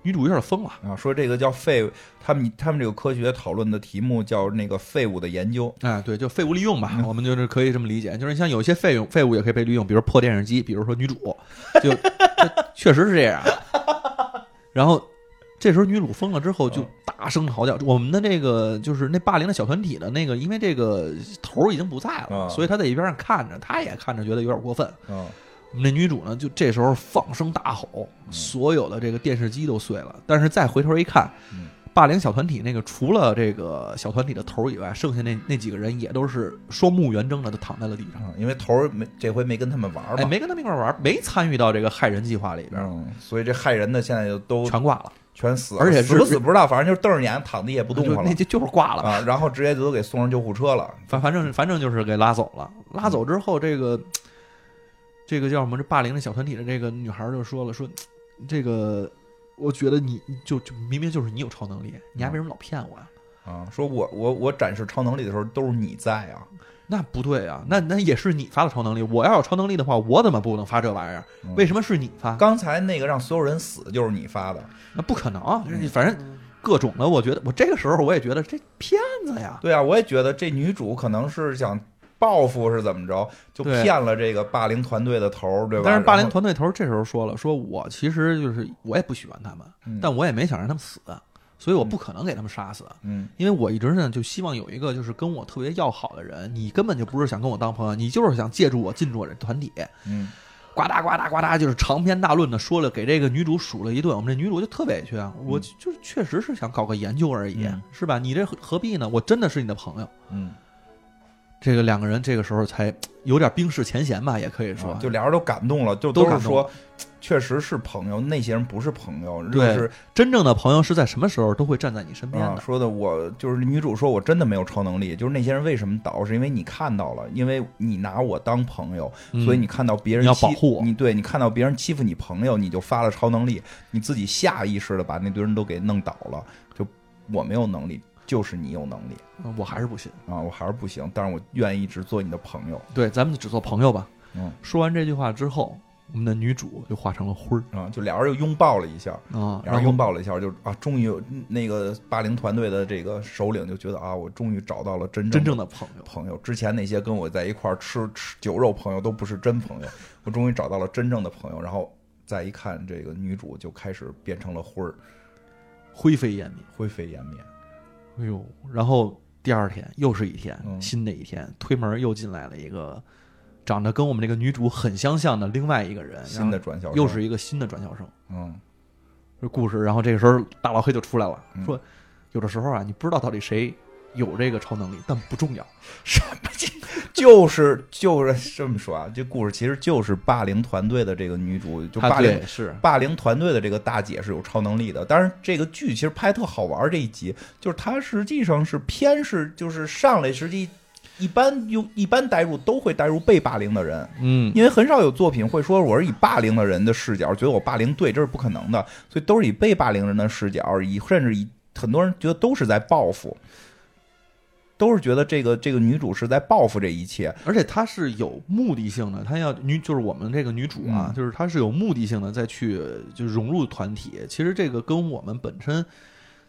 S3: 女主有点疯了。
S2: 啊，说这个叫废，他们他们这个科学讨论的题目叫那个废物的研究，
S3: 哎，对，就废物利用吧，我们就是可以这么理解，就是像有些废物废物也可以被利用，比如破电视机，比如说女主，就这确实是这样。啊然后这时候女主疯了之后，就大声嚎叫。我们的这个就是那霸凌的小团体的那个，因为这个头儿已经不在
S2: 啊
S3: 了，所以他在一边上看着，他也看着觉得有点过分。
S2: 嗯，
S3: 我们这女主呢，就这时候放声大吼，
S2: 嗯
S3: 所有的这个电视机都碎了。但是再回头一看
S2: 嗯，
S3: 霸凌小团体那个除了这个小团体的头儿以外，剩下那那几个人也都是双目圆睁的，都躺在了地上。
S2: 啊因为头儿没这回没跟他们玩儿
S3: 哎，
S2: 嘛，
S3: 没跟他们一块玩，没参与到这个害人计划里边，
S2: 嗯，所以这害人的现在就都
S3: 全挂了。
S2: 全死了，
S3: 而且
S2: 死
S3: 是
S2: 不死不知道，反正就是瞪着眼躺地也不动
S3: 就
S2: 了
S3: 那就就是挂了，
S2: 啊，然后直接就都给送上救护车了。
S3: 反反正反正就是给拉走了。拉
S2: 嗯
S3: 走之后，这个这个叫什么？这霸凌的小团体的这个女孩就说了，说这个我觉得你你就就明明就是你有超能力，你还
S2: 嗯
S3: 为什么老骗我呀、
S2: 啊，说我我我展示超能力的时候都是你在啊，
S3: 那不对啊，那那也是你发的超能力。我要有超能力的话，我怎么不能发这玩意儿？
S2: 嗯
S3: 为什么是你发？
S2: 刚才那个让所有人死就是你发的，
S3: 那不可能啊！
S2: 嗯
S3: 就是反正各种的，我觉得我这个时候我也觉得这骗子呀，
S2: 对啊，我也觉得这女主可能是想报复是怎么着，就
S3: 对
S2: 骗了这个霸凌团队的头儿，对吧？
S3: 但是霸凌
S2: 然后
S3: 团队头这时候说了，说我其实就是我也不喜欢他们，
S2: 嗯
S3: 但我也没想让他们死，所以我不可能给他们杀死，
S2: 嗯
S3: 因为我一直呢就希望有一个就是跟我特别要好的人，你根本就不是想跟我当朋友，你就是想借助我进驻我这团体，
S2: 嗯
S3: 呱嗒呱嗒呱嗒就是长篇大论的说了，给这个女主数了一顿，我们这女主就特委屈啊，我就就是确实是想搞个研究而已，
S2: 嗯
S3: 是吧？你这何何必呢？我真的是你的朋友。
S2: 嗯，
S3: 这个两个人这个时候才有点冰释前嫌吧，也可以说，
S2: 啊就俩人都感动了，就
S3: 都
S2: 是
S3: 感动
S2: 说，确实是朋友，那些人不是朋友，就
S3: 对
S2: 是
S3: 真正的朋友是在什么时候都会站在你身边
S2: 啊，
S3: 的。
S2: 说的我就是女主说，我真的没有超能力，就是那些人为什么倒，是因为你看到了，因为你拿我当朋友，
S3: 嗯
S2: 所以你看到别人
S3: 你要
S2: 欺
S3: 保护我
S2: 你对你看到别人欺负你朋友，你就发了超能力，你自己下意识的把那堆人都给弄倒了，就我没有能力，就是你有能力
S3: 嗯我还是不信。
S2: 啊，我还是不行，但是我愿意一直做你的朋友，
S3: 对，咱们只做朋友吧。
S2: 嗯
S3: 说完这句话之后，我们的女主就化成了灰儿
S2: 啊，就俩人又拥抱了一下，
S3: 啊，
S2: 嗯然后
S3: 然
S2: 拥
S3: 后
S2: 抱了一下，就啊，终于有那个霸凌团队的这个首领就觉得啊，我终于找到了真正
S3: 真
S2: 的
S3: 正的朋友。
S2: 朋友，之前那些跟我在一块儿吃吃酒肉朋友都不是真朋友， 我终于找到了真正的朋友。然后再一看，这个女主就开始变成了灰儿，
S3: 灰飞烟灭。
S2: 灰飞烟灭。
S3: 哎呦，然后第二天又是一天，
S2: 嗯
S3: 新的一天，推门又进来了一个长得跟我们这个女主很相像的另外一个人，
S2: 新的转校生
S3: 然后啊又是一个新的转校生。
S2: 嗯
S3: 这故事，然后这个时候大老黑就出来了，
S2: 嗯
S3: 说有的时候啊，你不知道到底谁有这个超能力，但不重要。
S2: 什么这就是就是这么说啊，这故事其实就是霸凌团队的这个女主，就
S3: 他
S2: 霸凌
S3: 啊对是
S2: 霸凌团队的这个大姐是有超能力的。当然，这个剧其实拍特好玩儿，这一集就是它实际上是偏是就是上来实际一般用一般代入都会代入被霸凌的人，
S3: 嗯，
S2: 因为很少有作品会说我是以霸凌的人的视角觉得我霸凌对，这是不可能的，所以都是以被霸凌人的视角，以甚至以很多人觉得都是在报复，都是觉得这个这个女主是在报复这一切。
S3: 而且她是有目的性的，她要女就是我们这个女主啊，
S2: 嗯
S3: 就是她是有目的性的再去就融入团体。其实这个跟我们本身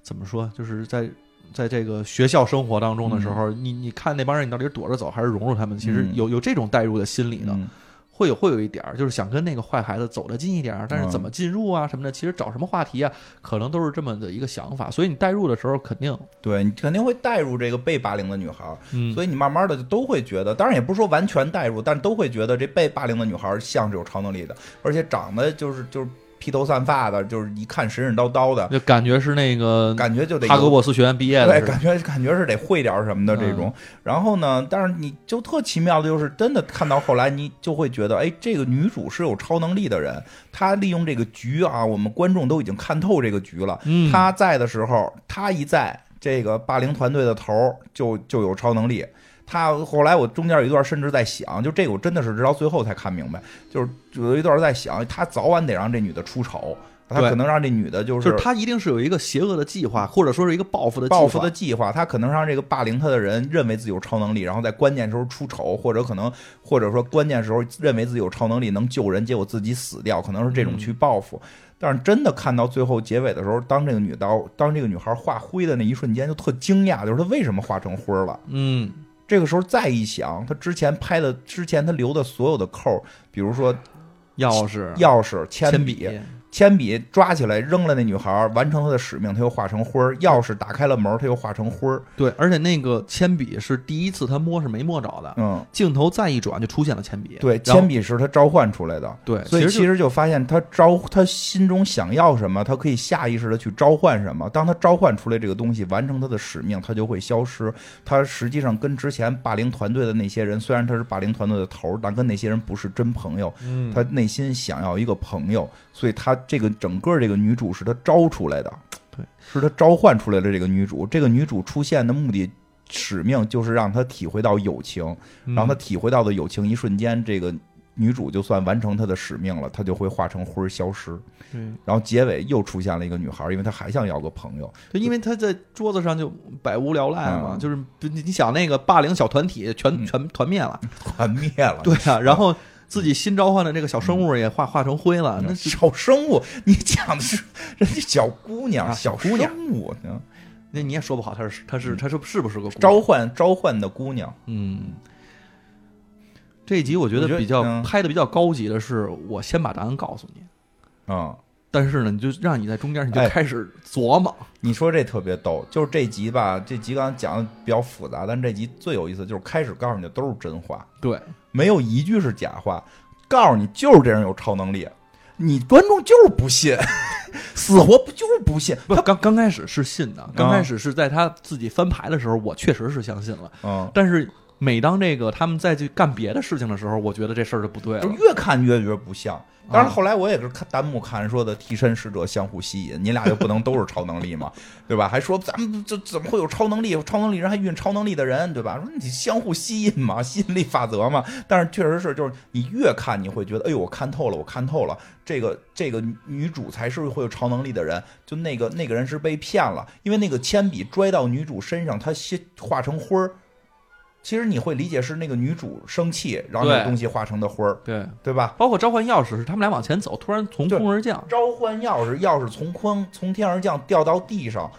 S3: 怎么说，就是在在这个学校生活当中的时候，你你看那帮人，你到底是躲着走还是融入他们？其实
S2: 嗯
S3: 有有这种代入的心理的，
S2: 嗯
S3: 会有会有一点儿，就是想跟那个坏孩子走得近一点儿，但是怎么进入啊什么的，其实找什么话题啊，可能都是这么的一个想法。所以你代入的时候，肯定，
S2: 对你肯定会带入这个被霸凌的女孩儿，
S3: 嗯
S2: 所以你慢慢的就都会觉得，当然也不是说完全带入，但都会觉得这被霸凌的女孩儿像是有超能力的，而且长得就是就是披头散发的，就是一看神神叨叨的，
S3: 就感觉是那个
S2: 感觉就得
S3: 哈
S2: 有
S3: 格沃斯学院毕业的
S2: 对，
S3: 似的，
S2: 感觉感觉是得会点儿什么的这
S3: 嗯
S2: 种。然后呢，但是你就特奇妙的，就是真的看到后来，你就会觉得，哎，这个女主是有超能力的人，她利用这个局啊，我们观众都已经看透这个局了。
S3: 嗯，
S2: 她在的时候，她一在，这个霸凌团队的头儿就就有超能力。她后来，我中间有一段甚至在想，就这个我真的是直到最后才看明白，就是有一段在想，她早晚得让这女的出丑，她
S3: 对
S2: 可能让这女的
S3: 就是他一定是有一个邪恶的计划，或者说是一个报复的计划
S2: 报复的计划，他可能让这个霸凌他的人认为自己有超能力，然后在关键时候出丑，或者可能或者说关键时候认为自己有超能力能救人，结果自己死掉，可能是这种
S3: 嗯
S2: 去报复。但是真的看到最后结尾的时候，当这个女刀当这个女孩化灰的那一瞬间，就特惊讶，就是她为什么化成灰儿了。
S3: 嗯，
S2: 这个时候再一想，她之前拍的之前她留的所有的扣儿，比如说
S3: 钥匙、
S2: 钥匙、铅
S3: 铅
S2: 笔、铅笔抓起来扔了那女孩儿，完成她的使命，她又化成灰儿；钥匙打开了门儿，她又化成灰儿。
S3: 对，而且那个铅笔是第一次他摸是没摸着的，
S2: 嗯，
S3: 镜头再一转就出现了铅笔，
S2: 对，
S3: 然后
S2: 铅笔是他召唤出来的，
S3: 对，
S2: 所以
S3: 其
S2: 其
S3: 实
S2: 实就发现他召他心中想要什么，他可以下意识的去召唤什么。当他召唤出来这个东西，完成他的使命，他就会消失。他实际上跟之前霸凌团队的那些人，虽然他是霸凌团队的头儿，但跟那些人不是真朋友。
S3: 嗯
S2: 他内心想要一个朋友，所以他这个整个这个女主是他招出来的，
S3: 对，
S2: 是他召唤出来的这个女主。这个女主出现的目的使命就是让他体会到友情，
S3: 嗯
S2: 然后他体会到的友情，一瞬间，这个女主就算完成她的使命了，她就会化成灰儿消失。
S3: 对
S2: 然后结尾又出现了一个女孩，因为她还想要个朋友。
S3: 对，因为他在桌子上就百无聊赖嘛，
S2: 嗯
S3: 就是你你想那个霸凌小团体全
S2: 嗯
S3: 全团灭了，
S2: 团灭了。
S3: 对啊，然后自己新召唤的这个小生物也化化成灰了，啊那
S2: 嗯，
S3: 是
S2: 小生物，你讲的是人家小姑娘、
S3: 啊
S2: 小
S3: 姑娘
S2: 生物，嗯
S3: 那你也说不好他是他是他是是不是个姑娘
S2: 召唤召唤的姑娘，
S3: 嗯。这一集我觉
S2: 我觉
S3: 得
S2: 得
S3: 比较
S2: 嗯
S3: 拍的比较高级的是，我先把答案告诉你，
S2: 嗯，
S3: 但是呢，你就让你在中间你就
S2: 哎
S3: 开始琢磨，
S2: 你说这特别逗，就是这集吧，这集刚刚讲的比较复杂，但这集最有意思就是开始告诉你的都是真话，
S3: 对，
S2: 没有一句是假话，告诉你就是这人有超能力，你观众就是不信， 死活不就是不信，
S3: 不，刚刚开始是信
S2: 啊
S3: 的，刚开始是在他自己翻牌的时候，我确实是相信了。
S2: 嗯，
S3: 但是每当这个他们再去干别的事情的时候，我觉得这事儿就不对
S2: 就
S3: 了。嗯
S2: 越看越觉得不像。当然后来我也是看弹幕看说的替身使者相互吸引，你俩就不能都是超能力嘛，对吧？还说咱们这怎么会有超能力？超能力人还遇见超能力的人，对吧？说你相互吸引嘛，吸引力法则嘛。但是确实是，就是你越看你会觉得，哎呦，我看透了，我看透了，这个这个女主才是会有超能力的人，就那个那个人是被骗了，因为那个铅笔拽到女主身上，她先化成灰儿。其实你会理解是那个女主生气，然后那个
S3: 对
S2: 东西化成的灰儿，
S3: 对，
S2: 对吧？
S3: 包括召唤钥匙，是他们俩往前走，突然从空而降，
S2: 召唤钥匙，钥匙从空从天而降，掉到地上，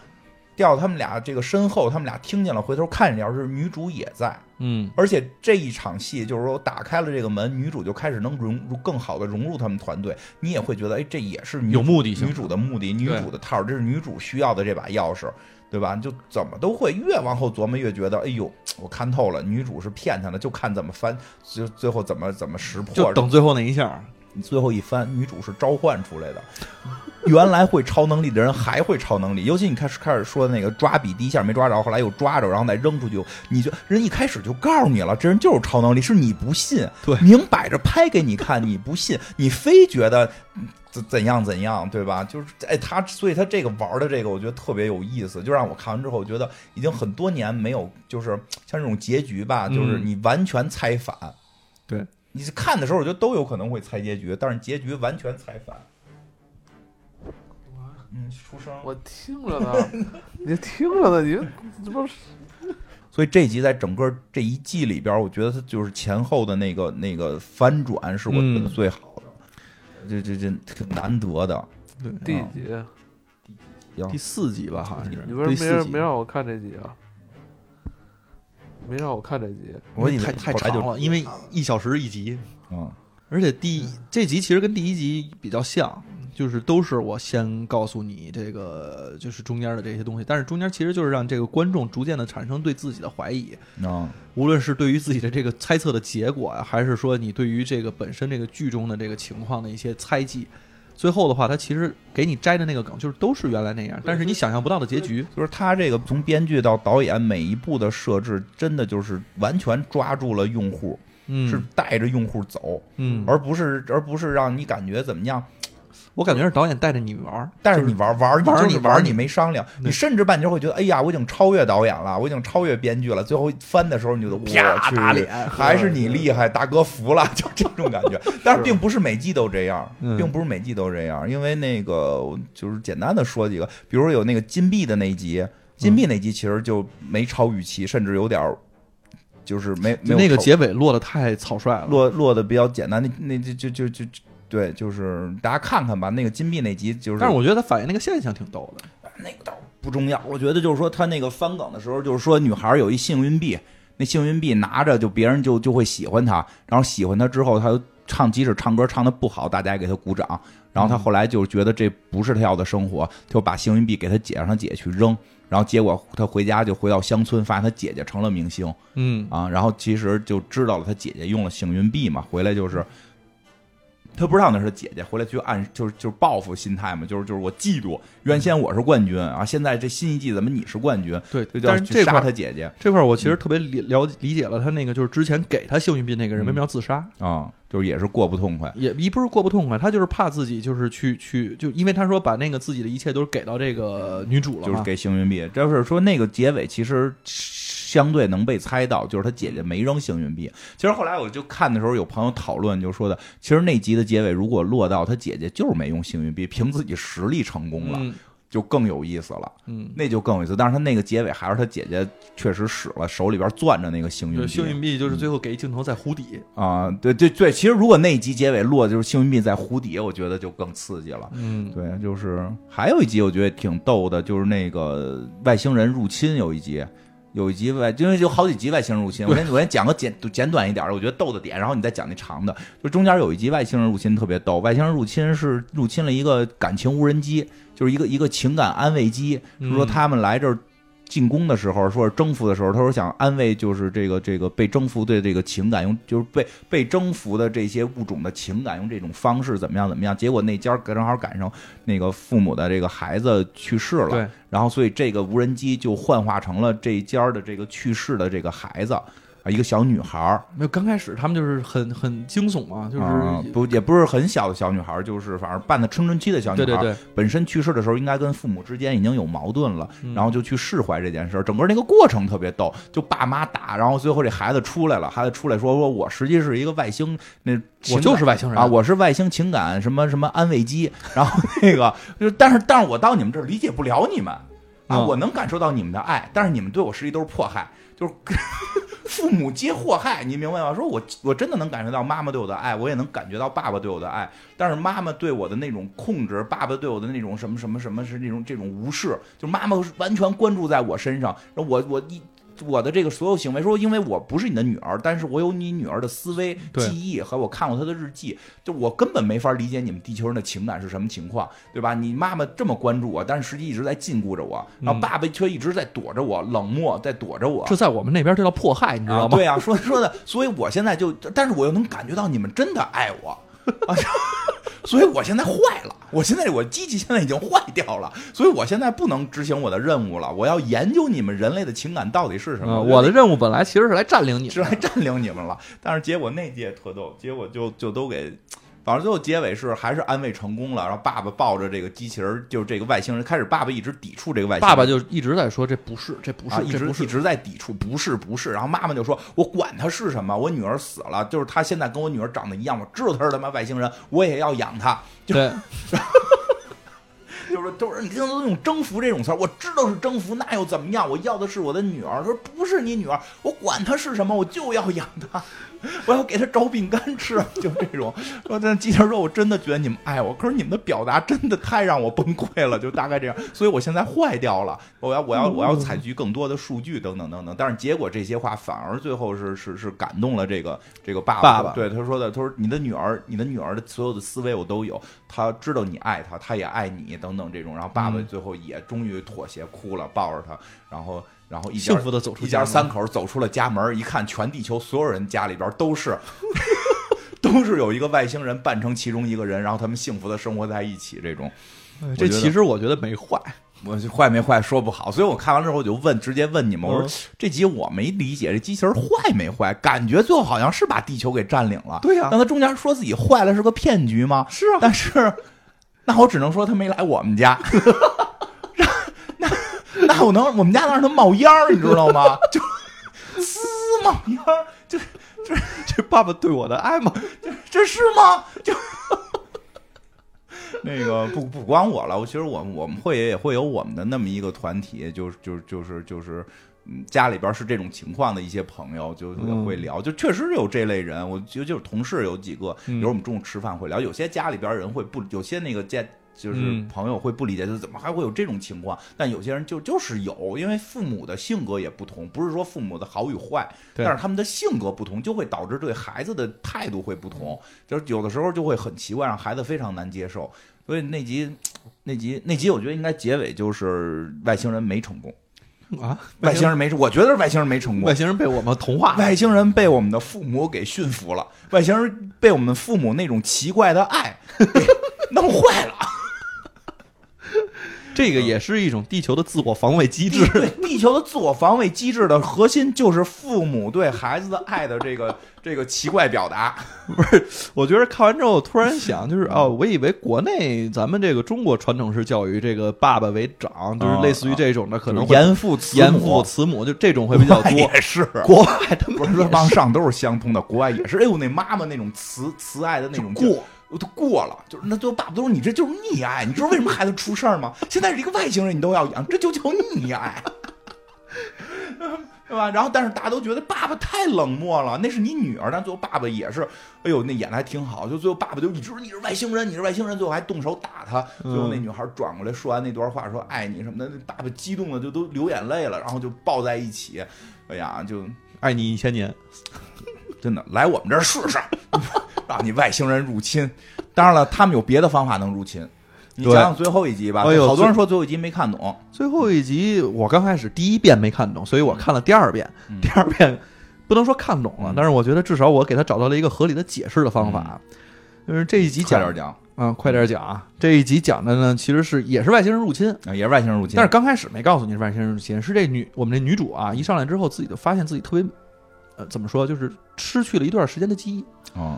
S2: 掉到他们俩这个身后，他们俩听见了，回头看见钥匙，女主也在。
S3: 嗯，
S2: 而且这一场戏就是说，打开了这个门，女主就开始能融入更好的融入他们团队，你也会觉得，哎，这也是女
S3: 有目的性
S2: 女主的目的，女主的套儿，这是女主需要的这把钥匙，对吧？就怎么都会越往后琢磨越觉得，哎呦，我看透了，女主是骗他的，就看怎么翻，就最后怎么怎么识破，
S3: 就等最后那一下。
S2: 最后一翻，女主是召唤出来的。原来会超能力的人还会超能力，尤其你开始开始说那个抓笔第一下没抓着，后来又抓着，然后再扔出去，你就人一开始就告诉你了，这人就是超能力，是你不信，
S3: 对
S2: 明摆着拍给你看，你不信，你非觉得嗯怎怎样怎样，对吧？就是哎，他所以他这个玩的这个，我觉得特别有意思，就让我看完之后，我觉得已经很多年没有就是像这种结局吧，就是
S3: 嗯
S2: 你完全猜反，
S3: 对
S2: 你看的时候，我觉得都有可能会猜结局，但是结局完全猜反。嗯，出声。
S1: 我听着呢， 你听着呢，你这不是
S2: 所以这集在整个这一季里边，我觉得它就是前后的那个那个翻转是我觉得
S3: 嗯
S2: 最好的，这这这挺难得的。
S3: 对，
S1: 第
S2: 啊
S1: 几？
S2: 嗯
S3: 第四集吧，好像是。
S1: 你为
S3: 第
S1: 什么没
S3: 四
S1: 让
S3: 集
S1: 没让我看这集啊？没让我看这集，
S2: 我以为
S3: 太太
S2: 后来
S3: 长
S2: 就
S3: 了，因为一小时一集，
S2: 嗯
S3: 而且第一这集其实跟第一集比较像，
S2: 嗯
S3: 就是都是我先告诉你这个，就是中间的这些东西，但是中间其实就是让这个观众逐渐的产生对自己的怀疑，
S2: 嗯
S3: 无论是对于自己的这个猜测的结果啊，还是说你对于这个本身这个剧中的这个情况的一些猜忌，最后的话，它其实给你摘的那个梗就是都是原来那样，但是你想象不到的结局。
S2: 就是他这个从编剧到导演每一步的设置，真的就是完全抓住了用户，
S3: 嗯，
S2: 是带着用户走，
S3: 嗯，
S2: 而不是而不是让你感觉怎么样。
S3: 我感觉是导演带着你玩儿，
S2: 但是你玩玩
S3: 玩
S2: 就是
S3: 你
S2: 你
S3: 玩
S2: 玩
S3: 你
S2: 你没商量，
S3: 对
S2: 你甚至半截会觉得，哎呀，我已经超越导演了，我已经超越编剧了。最后翻的时候，你就
S3: 啪
S2: 去
S3: 打脸呃
S2: 还是你厉害，大哥服了，就这种感觉。但是并不是每季都这样，
S3: 嗯
S2: 并不是每季都这样，因为那个我就是简单的说几个，比如有那个金币的那一集，金币那集其实就没超预期，甚至有点儿就是没没
S3: 就
S2: 有
S3: 那个
S2: 超
S3: 结尾落的太草率了。
S2: 落落的比较简单，那那就就就就对，就是大家看看吧。那个金币那集就是，
S3: 但是我觉得它反映那个现象挺逗的。
S2: 那个倒不重要。我觉得就是说，他那个翻梗的时候，就是说女孩有一幸运币，那幸运币拿着就别人就就会喜欢她，然后喜欢她之后，她唱即使唱歌唱的不好，大家也给她鼓掌。然后她后来就觉得这不是她要的生活，就把幸运币给她姐，让她姐去扔。然后结果她回家就回到乡村，发现她姐姐成了明星
S3: 嗯，
S2: 啊啊。然后其实就知道了她姐姐用了幸运币嘛，回来就是他不知道那是他姐姐，回来去暗就是就是报复心态嘛，就是就是我嫉妒，原先我是冠军啊，现在这新一季怎么你是冠军，
S3: 对
S2: 就，要
S3: 但是
S2: 去
S3: 这块
S2: 杀他
S3: 儿
S2: 姐姐
S3: 这块儿我其实特别理了解理解了他那个就是之前给他幸运币那个人
S2: 嗯
S3: 为什么要自杀，
S2: 啊，就是也是过不痛快，
S3: 也一不是过不痛快，他就是怕自己就是去去就因为他说把那个自己的一切都给到这个女主了
S2: 就是
S3: 嘛，
S2: 给幸运币。这是说那个结尾其实相对能被猜到，就是他姐姐没扔幸运币。其实后来我就看的时候，有朋友讨论就说的，其实那集的结尾如果落到他姐姐就是没用幸运币，凭自己实力成功了，
S3: 嗯
S2: 就更有意思了。
S3: 嗯，
S2: 那就更有意思。但是他那个结尾还是他姐姐确实使了，手里边攥着那个幸运
S3: 就
S2: 币。
S3: 幸运币就是最后给一镜头在湖底，
S2: 啊、对对对，其实如果那一集结尾落就是幸运币在湖底，我觉得就更刺激了。
S3: 嗯，
S2: 对，就是还有一集我觉得挺逗的，就是那个外星人入侵有一集。有一集外，因为有好几集外星人入侵，我先我先讲个简简短一点的，我觉得逗的点，然后你再讲那长的。就中间有一集外星人入侵特别逗，外星人入侵是入侵了一个感情无人机，就是一个一个情感安慰机，
S3: 嗯
S2: 说他们来这儿进攻的时候，说是征服的时候，他说想安慰就是这个这个被征服的这个情感，用就是被被征服的这些物种的情感，用这种方式怎么样怎么样。结果那家正好赶上那个父母的这个孩子去世了，
S3: 对，
S2: 然后所以这个无人机就幻化成了这一家的这个去世的这个孩子啊，一个小女孩儿。
S3: 没有刚开始他们就是很很惊悚嘛，就是、
S2: 啊不也不是很小的小女孩儿，就是反正半的青春期的小女孩
S3: 对
S2: 儿，
S3: 对对，
S2: 本身去世的时候应该跟父母之间已经有矛盾了，
S3: 嗯
S2: 然后就去释怀这件事儿。整个那个过程特别逗，就爸妈打，然后最后这孩子出来了，孩子出来说说我实际是一个外星那情
S3: 我
S2: 感
S3: 就是外星人
S2: 啊，我是外星情感什么什么安慰机，然后那个 就是但是但是我到你们这儿理解不了你们啊，
S3: 嗯
S2: 我能感受到你们的爱，但是你们对我实际都是迫害，就是 父母皆祸害，你明白吗？说我我真的能感受到妈妈对我的爱，我也能感觉到爸爸对我的爱，但是妈妈对我的那种控制，爸爸对我的那种什么什么什么是那种这种无视，就妈妈完全关注在我身上，然后我我一。我的这个所有行为，说因为我不是你的女儿，但是我有你女儿的思维、
S3: 对
S2: 记忆和我看过她的日记，就我根本没法理解你们地球人的情感是什么情况，对吧？你妈妈这么关注我，但是实际一直在禁锢着我，然后
S3: 嗯
S2: 爸爸却一直在躲着我，冷漠在躲着我，
S3: 这在我们那边这叫迫害，你知
S2: 啊，
S3: 道吗？
S2: 对啊，说说的，所以我现在就，但是我又能感觉到你们真的爱我，啊，所以我现在坏了，我现在我机器现在已经坏掉了，所以我现在不能执行我的任务了，我要研究你们人类的情感到底是什么。
S3: 啊
S2: 觉得
S3: 我的任务本来其实是来占领你们
S2: 是
S3: 的，
S2: 来占领你们了。但是结果那届特逗，结果就就都给，反正最后结尾是还是安慰成功了。然后爸爸抱着这个机器人儿，就是这个外星人，开始爸爸一直抵触这个外星人，
S3: 爸爸就一直在说这不是，这不是，
S2: 啊，一
S3: 这
S2: 直
S3: 不是
S2: 一，直在抵触，不是不是。然后妈妈就说：“我管他是什么，我女儿死了，就是她现在跟我女儿长得一样，我知道她是他妈外星人，我也要养她。”就
S3: 对，
S2: 就是就是你经常都用征服这种词儿，我知道是征服，那又怎么样？我要的是我的女儿。他说不是你女儿，我管她是什么，我就要养她，我要给她找饼干吃， 就是这种。说但机器人说，我真的觉得你们爱我，可是你们的表达真的太让我崩溃了，就大概这样。所以我现在坏掉了，我要我要我要采集更多的数据等等等等。但是结果这些话反而最后是是是感动了这个这个爸
S3: 爸爸
S2: 对他说的，他说你的女儿，你的女儿的所有的思维我都有，她知道你爱她，她也爱你等等这种。然后爸爸
S3: 嗯
S2: 最后也终于妥协，哭了，抱着她，然后然后一家
S3: 幸福的走出
S2: 一家
S3: 家
S2: 三
S3: 门
S2: 口走出了家门，一看全地球所有人家里边都 是。都是有一个外星人扮成其中一个人，然后他们幸福的生活在一起。这种，
S3: 哎
S2: 我
S3: 这
S2: 觉得
S3: 其实我觉得没坏，
S2: 我就坏没坏说不好，所以我看完之后我就问，直接问你们，我说、
S3: 嗯
S2: 这集我没理解，这机器人坏没坏？感觉最后好像是把地球给占领了。
S3: 对呀啊
S2: 但他中间说自己坏了是个骗局吗？
S3: 是啊，
S2: 但是， 那我只能说他没来我们家。 那那我能，我们家能让他冒烟儿，你知道吗？ 就滋冒烟儿，就
S3: 这爸爸对我的爱嘛，
S2: 这是吗？就 那个不不光我了，我其实我们我们会也会有我们的那么一个团体，就是就是就是就是。嗯，家里边是这种情况的一些朋友，就也
S3: 嗯
S2: 会聊，就确实有这类人。我觉得就是同事有几个，比
S3: 嗯
S2: 如我们中午吃饭会聊，有些家里边人会不，有些那个家就是
S3: 嗯
S2: 朋友会不理解，就是怎么还会有这种情况？但有些人就就是有，因为父母的性格也不同，不是说父母的好与坏，
S3: 对
S2: 但是他们的性格不同，就会导致对孩子的态度会不同，就是有的时候就会很奇怪，让孩子非常难接受。所以那集，那集，那集，我觉得应该结尾就是外星人没成功，
S3: 啊，
S2: 嗯 外星人没，我觉得外星人没成功
S3: 外。星人被我们同化了，
S2: 外星人被我们的父母给驯服了，外星人被我们父母那种奇怪的爱给弄坏 了。
S3: 这个也是一种地球的自我防卫机制。
S2: 对嗯地球的自我防卫机制的核心就是父母对孩子的爱的这个这个奇怪表达。
S3: 我觉得看完之后，突然想，就是
S2: 嗯
S3: 哦，我以为国内咱们这个中国传统式教育，这个爸爸为长，
S2: 嗯
S3: 就是类似于这种的，可能会
S2: 啊严父哎慈
S3: 严
S2: 母
S3: 父慈母，就这种会比较 多。
S2: 也是。
S3: 国外 他
S2: 不
S3: 们
S2: 是说往上都是相通的，国外也是。哎呦，那妈妈那种慈慈爱的那种劲儿
S3: 过，
S2: 我都过了，就是那最后爸爸都说你这就是溺爱，你知道为什么孩子出事儿吗？现在是一个外星人，你都要养，这就叫溺爱， 对吧？然后但是大家都觉得爸爸太冷漠了，那是你女儿，但最后爸爸也是，哎呦那演的还挺好，就最后爸爸就一直你是外星人，你是外星人，最后还动手打他，最后那女孩转过来说完那段话说爱你什么的，那爸爸激动的就都流眼泪了，然后就抱在一起，哎呀就。
S3: 爱你一千年，
S2: 真的来我们这儿试试， 啊让你外星人入侵。当然了，他们有别的方法能入侵。你
S3: 对
S2: 想想最后一集吧，
S3: 哎呦
S2: 好多人说最后一集没看懂，
S3: 最后一集我刚开始第一遍没看懂，所以我看了第二遍。
S2: 嗯
S3: 第二遍不能说看懂了
S2: 嗯，
S3: 但是我觉得至少我给他找到了一个合理的解释的方法。就是这一集
S2: 嗯快
S3: 讲
S2: 点讲
S3: 啊，快点讲啊！这一集讲的呢，其实是也是外星人入侵，
S2: 啊，也是外星人入侵。
S3: 但是刚开始没告诉你是外星人入侵，是这女我们这女主
S2: 嗯
S3: 啊，一上来之后自己就发现自己特别，呃，怎么说，就是失去了一段时间的记忆，
S2: 嗯，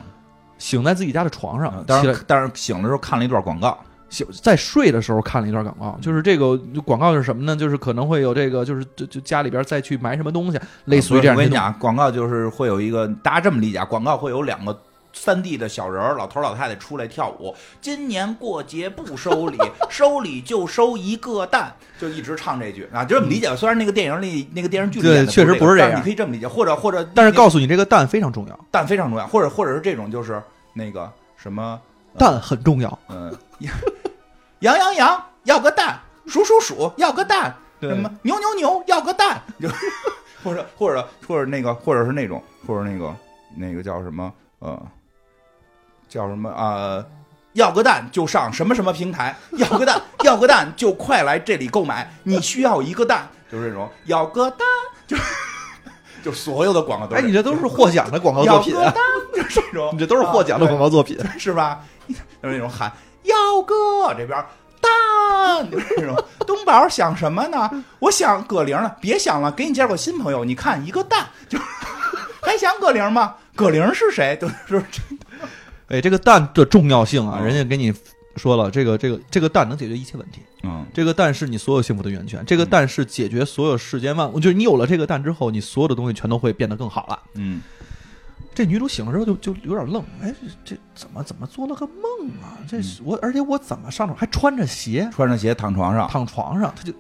S3: 醒在自己家的床上，
S2: 当
S3: 啊起
S2: 然
S3: 来
S2: 但是醒的时候看了一段广告，
S3: 醒在睡的时候看了一段广告，就是这个就广告是什么呢？就是可能会有这个，就是就就家里边再去买什么东西，类似于这样
S2: 啊我跟你
S3: 的东西。
S2: 讲，广告就是会有一个，大家这么理解，广告会有两个。三 D 的小人儿，老头儿老太太出来跳舞。今年过节不收 礼，收礼就收一个蛋，就一直唱这句啊，就这么理解吧。虽然那个电影里、那个电视剧里
S3: 对
S2: 演的
S3: 确实
S2: 不
S3: 不是这
S2: 但
S3: 样
S2: 你可以这么理解，或者或者，
S3: 但是告诉你，这个蛋非常重要，
S2: 蛋非常重要，或者或者是这种就是那个什么，
S3: 蛋很重要。
S2: 嗯、羊羊羊要个蛋，鼠鼠鼠要个蛋，
S3: 对
S2: 什么牛牛牛要个蛋，就或者或者或者那个或者是那种或者那个那个叫什么呃叫什么啊、呃要个蛋就上什么什么平台，要个蛋要个蛋就快来这里购买，你需要一个蛋，就是这种要个蛋 就。就所有的广告都
S3: 哎，
S2: 是，
S3: 你这都是获奖的广告作
S2: 要
S3: 品啊
S2: 个，蛋，就是这种，
S3: 你这都是获奖的
S2: 啊
S3: 广告作品。
S2: 是吧？ 就是那种喊耀哥这边儿蛋，就是那种东宝想什么呢？我想葛玲了，别想了，给你介绍个新朋友，你看一个蛋，就是 还想葛玲吗？葛玲是谁？ 就是
S3: 哎，这个蛋的重要性啊，
S2: 嗯
S3: 人家给你说了，这个这个这个蛋能解决一切问题，
S2: 嗯
S3: 这个蛋是你所有幸福的源泉，这个蛋是解决所有世间万物，就是你有了这个蛋之后，你所有的东西全都会变得更好了。
S2: 嗯，
S3: 这女主醒了之后就就有点愣，哎，这这怎么怎么做了个梦啊？这是我，而且我怎么上床还穿着鞋
S2: 穿上鞋躺床上，
S3: 躺床上，她就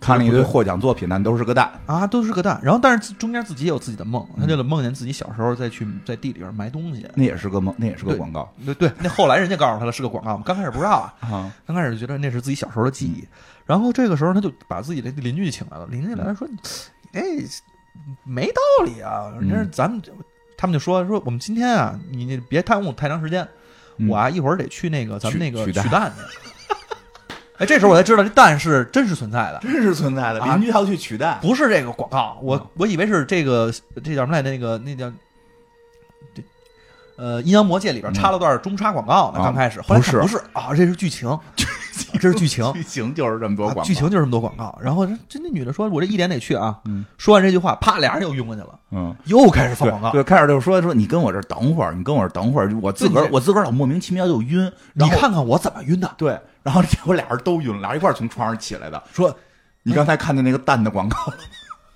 S2: 看了一堆获奖作品，但都是个蛋。
S3: 啊都是个蛋。然后但是中间自己也有自己的梦，她就梦见自己小时候再去在地里边埋东西。
S2: 那也是个梦，那也是个
S3: 对
S2: 广告
S3: 对对，那后来人家告诉她了是个广告嘛，刚开始不知道啊。
S2: 啊！
S3: 刚开始觉得那是自己小时候的记
S2: 嗯
S3: 忆，然后这个时候他就把自己的邻居请来了，邻居来了说：“你这没道理啊！
S2: 嗯
S3: 你这咱们他们就说说我们今天啊，你你别耽误太长时间，
S2: 嗯
S3: 我啊一会儿得去那个咱们
S2: 取
S3: 那个
S2: 取
S3: 取
S2: 蛋
S3: 蛋去。”哎，这时候我才知道这蛋是真实存在的，
S2: 真是存在的，
S3: 啊
S2: 邻居要去取蛋，
S3: 不是这个广告，
S2: 嗯
S3: 我我以为是这个这叫什么来着？那个那叫。这呃，《阴阳魔界》里边插了段中插广告呢，
S2: 嗯啊
S3: 刚开始，后来看
S2: 不
S3: 不是啊，这是 剧情，这是剧情，
S2: 剧情就是这么多
S3: 啊
S2: 广告。
S3: 剧情就是这么多广告。然后这那女的说：“我这一点得去啊。
S2: 嗯”
S3: 说完这句话，啪，俩人又晕过去了，
S2: 嗯，
S3: 又开始放广告。
S2: 对，对开始就说说你跟我这儿等会儿，你跟我这儿等会儿，我自个儿
S3: 对
S2: 我自个儿老莫名其妙就晕，然
S3: 你
S2: 后
S3: 看看我怎么晕的？
S2: 对，然后结果俩人都晕了，俩人一块儿从床上起来的。
S3: 说
S2: 你刚才看的那个蛋的广 告，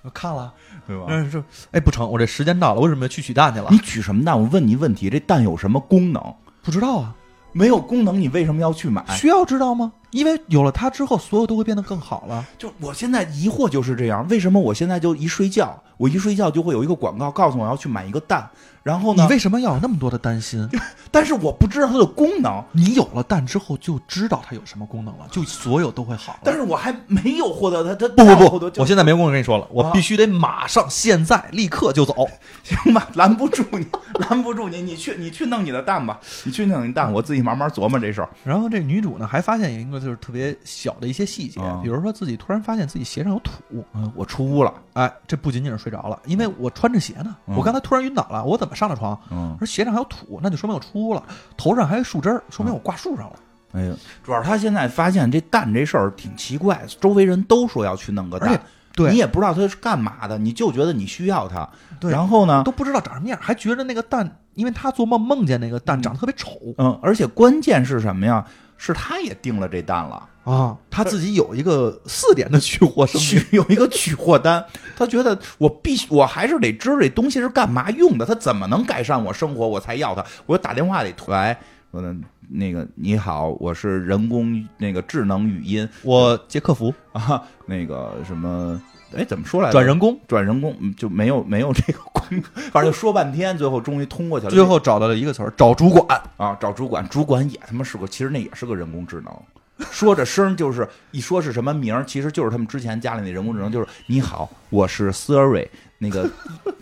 S3: 我看了，
S2: 对吧？
S3: 然后说：“哎，不成，我这时间到了，我准备去取蛋去了
S2: 你。取什么蛋？我问你问题，这蛋有什么功能？”
S3: 不知道啊，
S2: 没有功能，你为什么要去买？
S3: 需要知道吗？因为有了它之后，所有都会变得更好了。
S2: 就我现在疑惑就是这样，为什么我现在就一睡觉，我一睡觉就会有一个广告告诉我要去买一个蛋，然后呢
S3: 你，为什么要有那么多的担心？
S2: 但是我不知道它的功能，
S3: 你有了蛋之后就知道它有什么功能了，就所有都会好了。
S2: 但是我还没有获得它，它
S3: 不
S2: 它获
S3: 不
S2: 得
S3: 不，
S2: 就
S3: 我现在没工夫跟你说了，我
S2: 啊
S3: 必须得马上现在立刻就走。
S2: 行吧，拦不住你，拦不住你，你去你去弄你的蛋吧，你去弄你蛋，我自己慢慢琢磨这事儿。
S3: 然后这女主呢还发现一个就是特别小的一些细节
S2: 啊，
S3: 比如说自己突然发现自己鞋上有土，
S2: 嗯，我出屋了，
S3: 哎，这不仅仅是睡着了，因为我穿着鞋呢，
S2: 嗯
S3: 我刚才突然晕倒了，我怎么上的床？
S2: 嗯，
S3: 而鞋上还有土，那就说明我出屋了，头上还有树枝儿，说明我挂树上了。
S2: 哎呀，主要是他现在发现这蛋这事儿挺奇怪，周围人都说要去弄个
S3: 而且
S2: 蛋，
S3: 对
S2: 你也不知道它是干嘛的，你就觉得你需要它，
S3: 对
S2: 然后呢，
S3: 都不知道长什么样，还觉得那个蛋，因为他做梦梦见那个蛋长得特别丑
S2: 嗯，而且关键是什么呀？是他也订了这蛋 了，
S3: 啊，他自己有一个四点的取货声明，
S2: 取有一个取货单，他觉得我必须，我还是得知道这东西是干嘛用的，它怎么能改善我生活，我才要它。我打电话得喂，我的那个你好，我是人工那个智能语音
S3: 我接客服
S2: 啊，那个什么，哎，怎么说来着？
S3: 转人工，
S2: 转人工嗯就没有没有这个工，反正说半天，最后终于通过去了。
S3: 最后找到了一个词儿，找主管。
S2: 啊，找主管，主管也他妈是个，其实那也是个人工智能。说着声儿就是一说是什么名儿，其实就是他们之前家里那人工智能，就是你好，我是 Siri，那个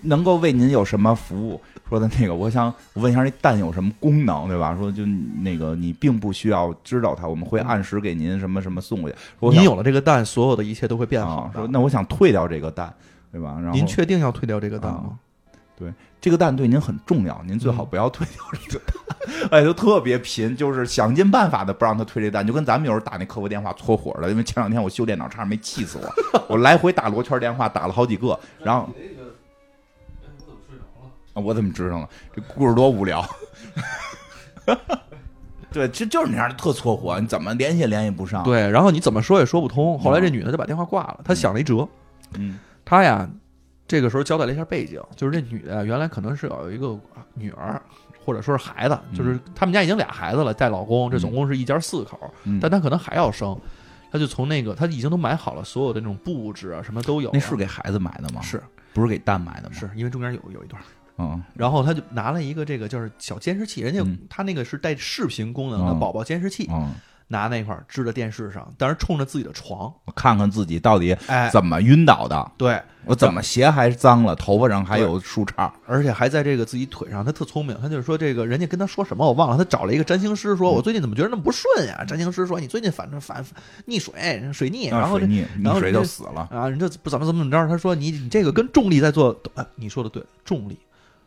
S2: 能够为您有什么服务？说的那个，我想问一下，这蛋有什么功能，对吧？说就那个你并不需要知道它，我们会按时给您什么什么送过去。说我
S3: 您
S2: 想
S3: 有了这个蛋，所有的一切都会变
S2: 啊，
S3: 好的。
S2: 说那我想退掉这个蛋，对吧？然后
S3: 您确定要退掉这个蛋
S2: 啊
S3: 吗？
S2: 这个蛋对您很重要，您最好不要退掉这个蛋。 哎，就特别贫，就是想尽办法的不让他退这蛋，就跟咱们有时候打那客服电话搓火了。因为前两天我修电脑，差点没气死 我，我来回打罗圈电话打了好几 个，然后啊我怎么知道了？这故事多无聊。 对，这就是那样的特搓火，你怎么联系也联系不上。，
S3: 啊对，然后你怎么说也说不通。后来这
S2: 嗯
S3: 女的就把电话挂了，她想了一辙，
S2: 嗯
S3: 她呀，这个时候交代了一下背景，就是这女的原来可能是有一个女儿，或者说是孩子，就是他们家已经俩孩子了，带老公，这总共是一家四口，
S2: 嗯，
S3: 但她可能还要生，她就从那个她已经都买好了所有的那种布置啊，什么都有了，
S2: 那
S3: 啊
S2: 是给孩子买的吗？，
S3: 是
S2: 不是给蛋买的吗？，
S3: 是因为中间有有一段。
S2: 嗯
S3: 然后她就拿了一个这个就是小监视器，人家
S2: 嗯
S3: 她那个是带视频功能的
S2: 哦
S3: 宝宝监视器，
S2: 嗯，
S3: 拿那块儿支在电视上，当时冲着自己的床，
S2: 我看看自己到底
S3: 哎，
S2: 怎么晕倒的。
S3: 对，
S2: 我怎么鞋还脏了，头发上还有树杈儿，
S3: 而且还在这个自己腿上，他特聪明，他就是说这个人家跟他说什么我忘了，他找了一个占星师说，
S2: 嗯
S3: 我最近怎么觉得那么不顺呀？占星师说你最近反正反溺水水逆，然后
S2: 啊水
S3: 这
S2: 逆，
S3: 然
S2: 溺
S3: 后
S2: 水
S3: 这
S2: 就死了。
S3: 啊人家不怎么怎么怎么着，他说你你这个跟重力在做，啊、你说的对，重力。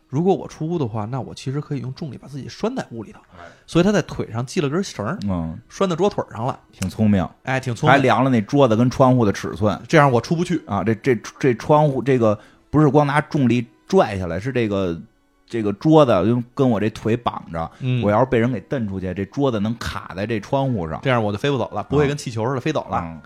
S3: 如果我出屋的话，那我其实可以用重力把自己拴在屋里头，
S2: 哎
S3: 所以他在腿上系了根绳儿，
S2: 嗯，
S3: 拴在桌腿上了，
S2: 挺聪明，
S3: 哎，挺聪
S2: 还
S3: 明。
S2: 量了那桌子跟窗户的尺寸
S3: 这样我出不去，
S2: 啊。这这这窗户这个不是光拿重力拽下来，是这个这个桌子用跟我这腿绑着，
S3: 嗯
S2: 我要是被人给蹬出去，这桌子能卡在这窗户上。
S3: 这样我就飞不走了，不会跟气球似的飞走了。
S2: 嗯，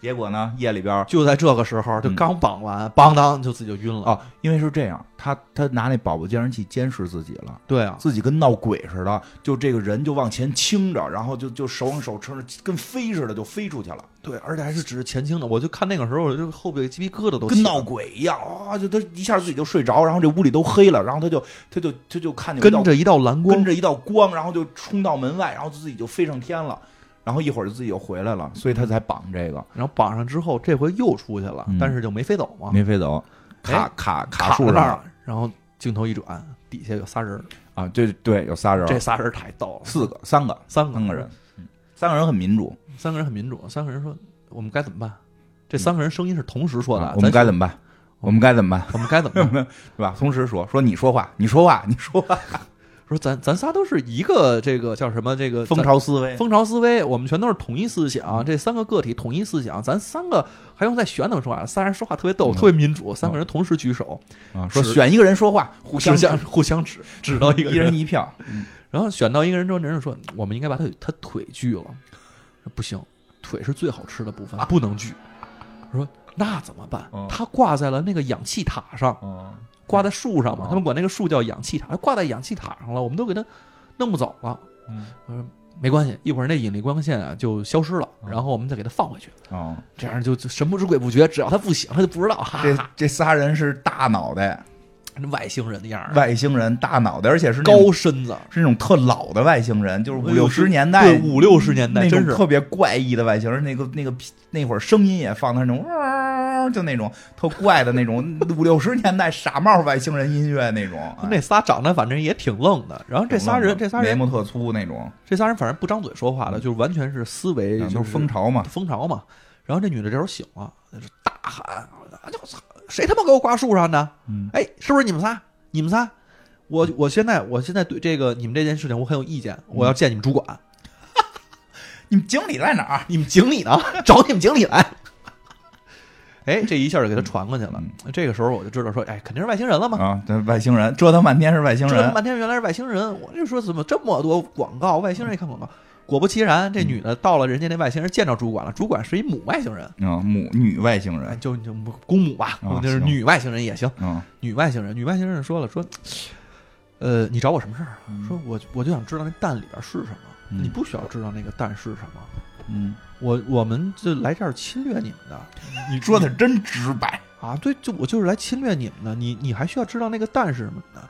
S2: 结果呢，夜里边儿
S3: 就在这个时候，就
S2: 嗯
S3: 刚绑完，邦当就自己就晕了。
S2: 哦，因为是这样，他他拿那宝宝监视器监视自己了。
S3: 对啊，
S2: 自己跟闹鬼似的，就这个人就往前倾着，然后就就手往手撑着，跟飞似的就飞出去了，
S3: 对，而且还是只是前倾的。我就看那个时候，我就后背鸡皮疙瘩都起
S2: 跟
S3: 来
S2: 闹
S3: 了
S2: 鬼一样啊！就他一下自己就睡着，然后这屋里都黑了，然后他就他就他就看见有一道
S3: 跟着一道蓝光，
S2: 跟着一道光，然后就冲到门外，然后自己就飞上天了，然后一会儿就自己又回来了，所以他才绑这个，
S3: 然后绑上之后，这回又出去了，
S2: 嗯
S3: 但是就没飞走嘛，
S2: 没飞走，卡
S3: 啊哎
S2: 卡
S3: 卡
S2: 树
S3: 在
S2: 上
S3: 那儿
S2: 了
S3: 了。然后镜头一转，底下有仨人儿，
S2: 啊！对对，有仨人，
S3: 这仨人太逗了，
S2: 四个三个
S3: 三个
S2: 三个人，，嗯三个人很民主，
S3: 三个人很民主，三个人说我们该怎么办？这三个人声音是同时说的，
S2: 啊我们
S3: 咱
S2: 该怎么办？我们该怎么办？
S3: 我们该怎么办？
S2: 对吧？同时说说你说话，你说话，你说话，
S3: 说咱咱仨都是一个这个叫什么这个
S2: 风。潮思维
S3: 呃咱。蜂巢思维，我们全都是统一思想，这三个个体统一思想，咱三个还用再选怎么说啊？仨人说话特别逗，
S2: 嗯
S3: 特别民主，三个人同时举手，
S2: 啊，说
S3: 是
S2: 选一个人说话，互
S3: 互
S2: 相
S3: 相互相指 指到一个嗯
S2: 一人一 票，
S3: 然后选到一个人之后，那人说我们应该把他他腿锯了，说不行，腿是最好吃的部分，不能锯。我说那怎么办
S2: 嗯？
S3: 他挂在了那个氧气塔上，
S2: 嗯，
S3: 挂在树上嘛
S2: 嗯，
S3: 他们管那个树叫氧气塔，他挂在氧气塔上了，我们都给他弄不走了。
S2: 嗯
S3: 我说没关系，一会儿那引力光线啊就消失了，然后我们再给它放回去，
S2: 哦，
S3: 这样就就神不知鬼不觉，只要它不醒，它就不知道，哈
S2: 这
S3: 哈，
S2: 这仨人是大脑袋，
S3: 外星人的样儿，
S2: 外星人大脑袋，而且是那种
S3: 高身子，
S2: 是那种特老的外星人，就是五六十年代
S3: 对，五六十年代
S2: 那
S3: 真
S2: 种
S3: 是
S2: 特别怪异的外星人，那个那个那会儿声音也放的那种，哇就那种特怪的那种五六十年代傻帽外星人音乐那种。哎
S3: 那仨长得反正也挺愣的，嗯然后这仨人，这仨
S2: 眉
S3: 人，
S2: 毛特粗那种，
S3: 这仨人反正不张嘴说话的，就是完全是思维
S2: 啊
S3: 就
S2: 都
S3: 是
S2: 是风潮嘛。
S3: 风潮嘛。然后这女的这时候醒了，就是大喊：“啊，我操，谁他妈给我挂树上的？
S2: 嗯
S3: 哎，是不是你们仨？你们仨？我我现在我现在对这个你们这件事情我很有意见，我要见你们主管。
S2: 你们经理在哪儿？啊
S3: 你们经理呢？ 找你们经理来。”哎，这一下就给他传过去了。这个时候我就知道说，哎，肯定是外星人了嘛。
S2: 啊，这嗯外星人折腾半天是外星
S3: 折腾
S2: 人，
S3: 半天，原来是外星人。我就说怎么这么多广告，外星人也看广告。果不其然，
S2: 嗯
S3: 这女的到了人家那外星人，见着主管了。主管是一母外星人，
S2: 啊，母女外星
S3: 哎，
S2: 人，
S3: 就就公母吧，
S2: 啊
S3: 就是
S2: 行
S3: 女外星人也行。
S2: 嗯
S3: 女外星人，女外星人说了说，呃，你找我什么事儿啊？说我我就想知道那蛋里边是什么。
S2: 嗯
S3: 你不需要知道那个蛋是什么，
S2: 嗯，
S3: 我我们就来这儿侵略你们的。你
S2: 说的真直白，
S3: 啊，对，就我就是来侵略你们的，你你还需要知道那个蛋是什么呢？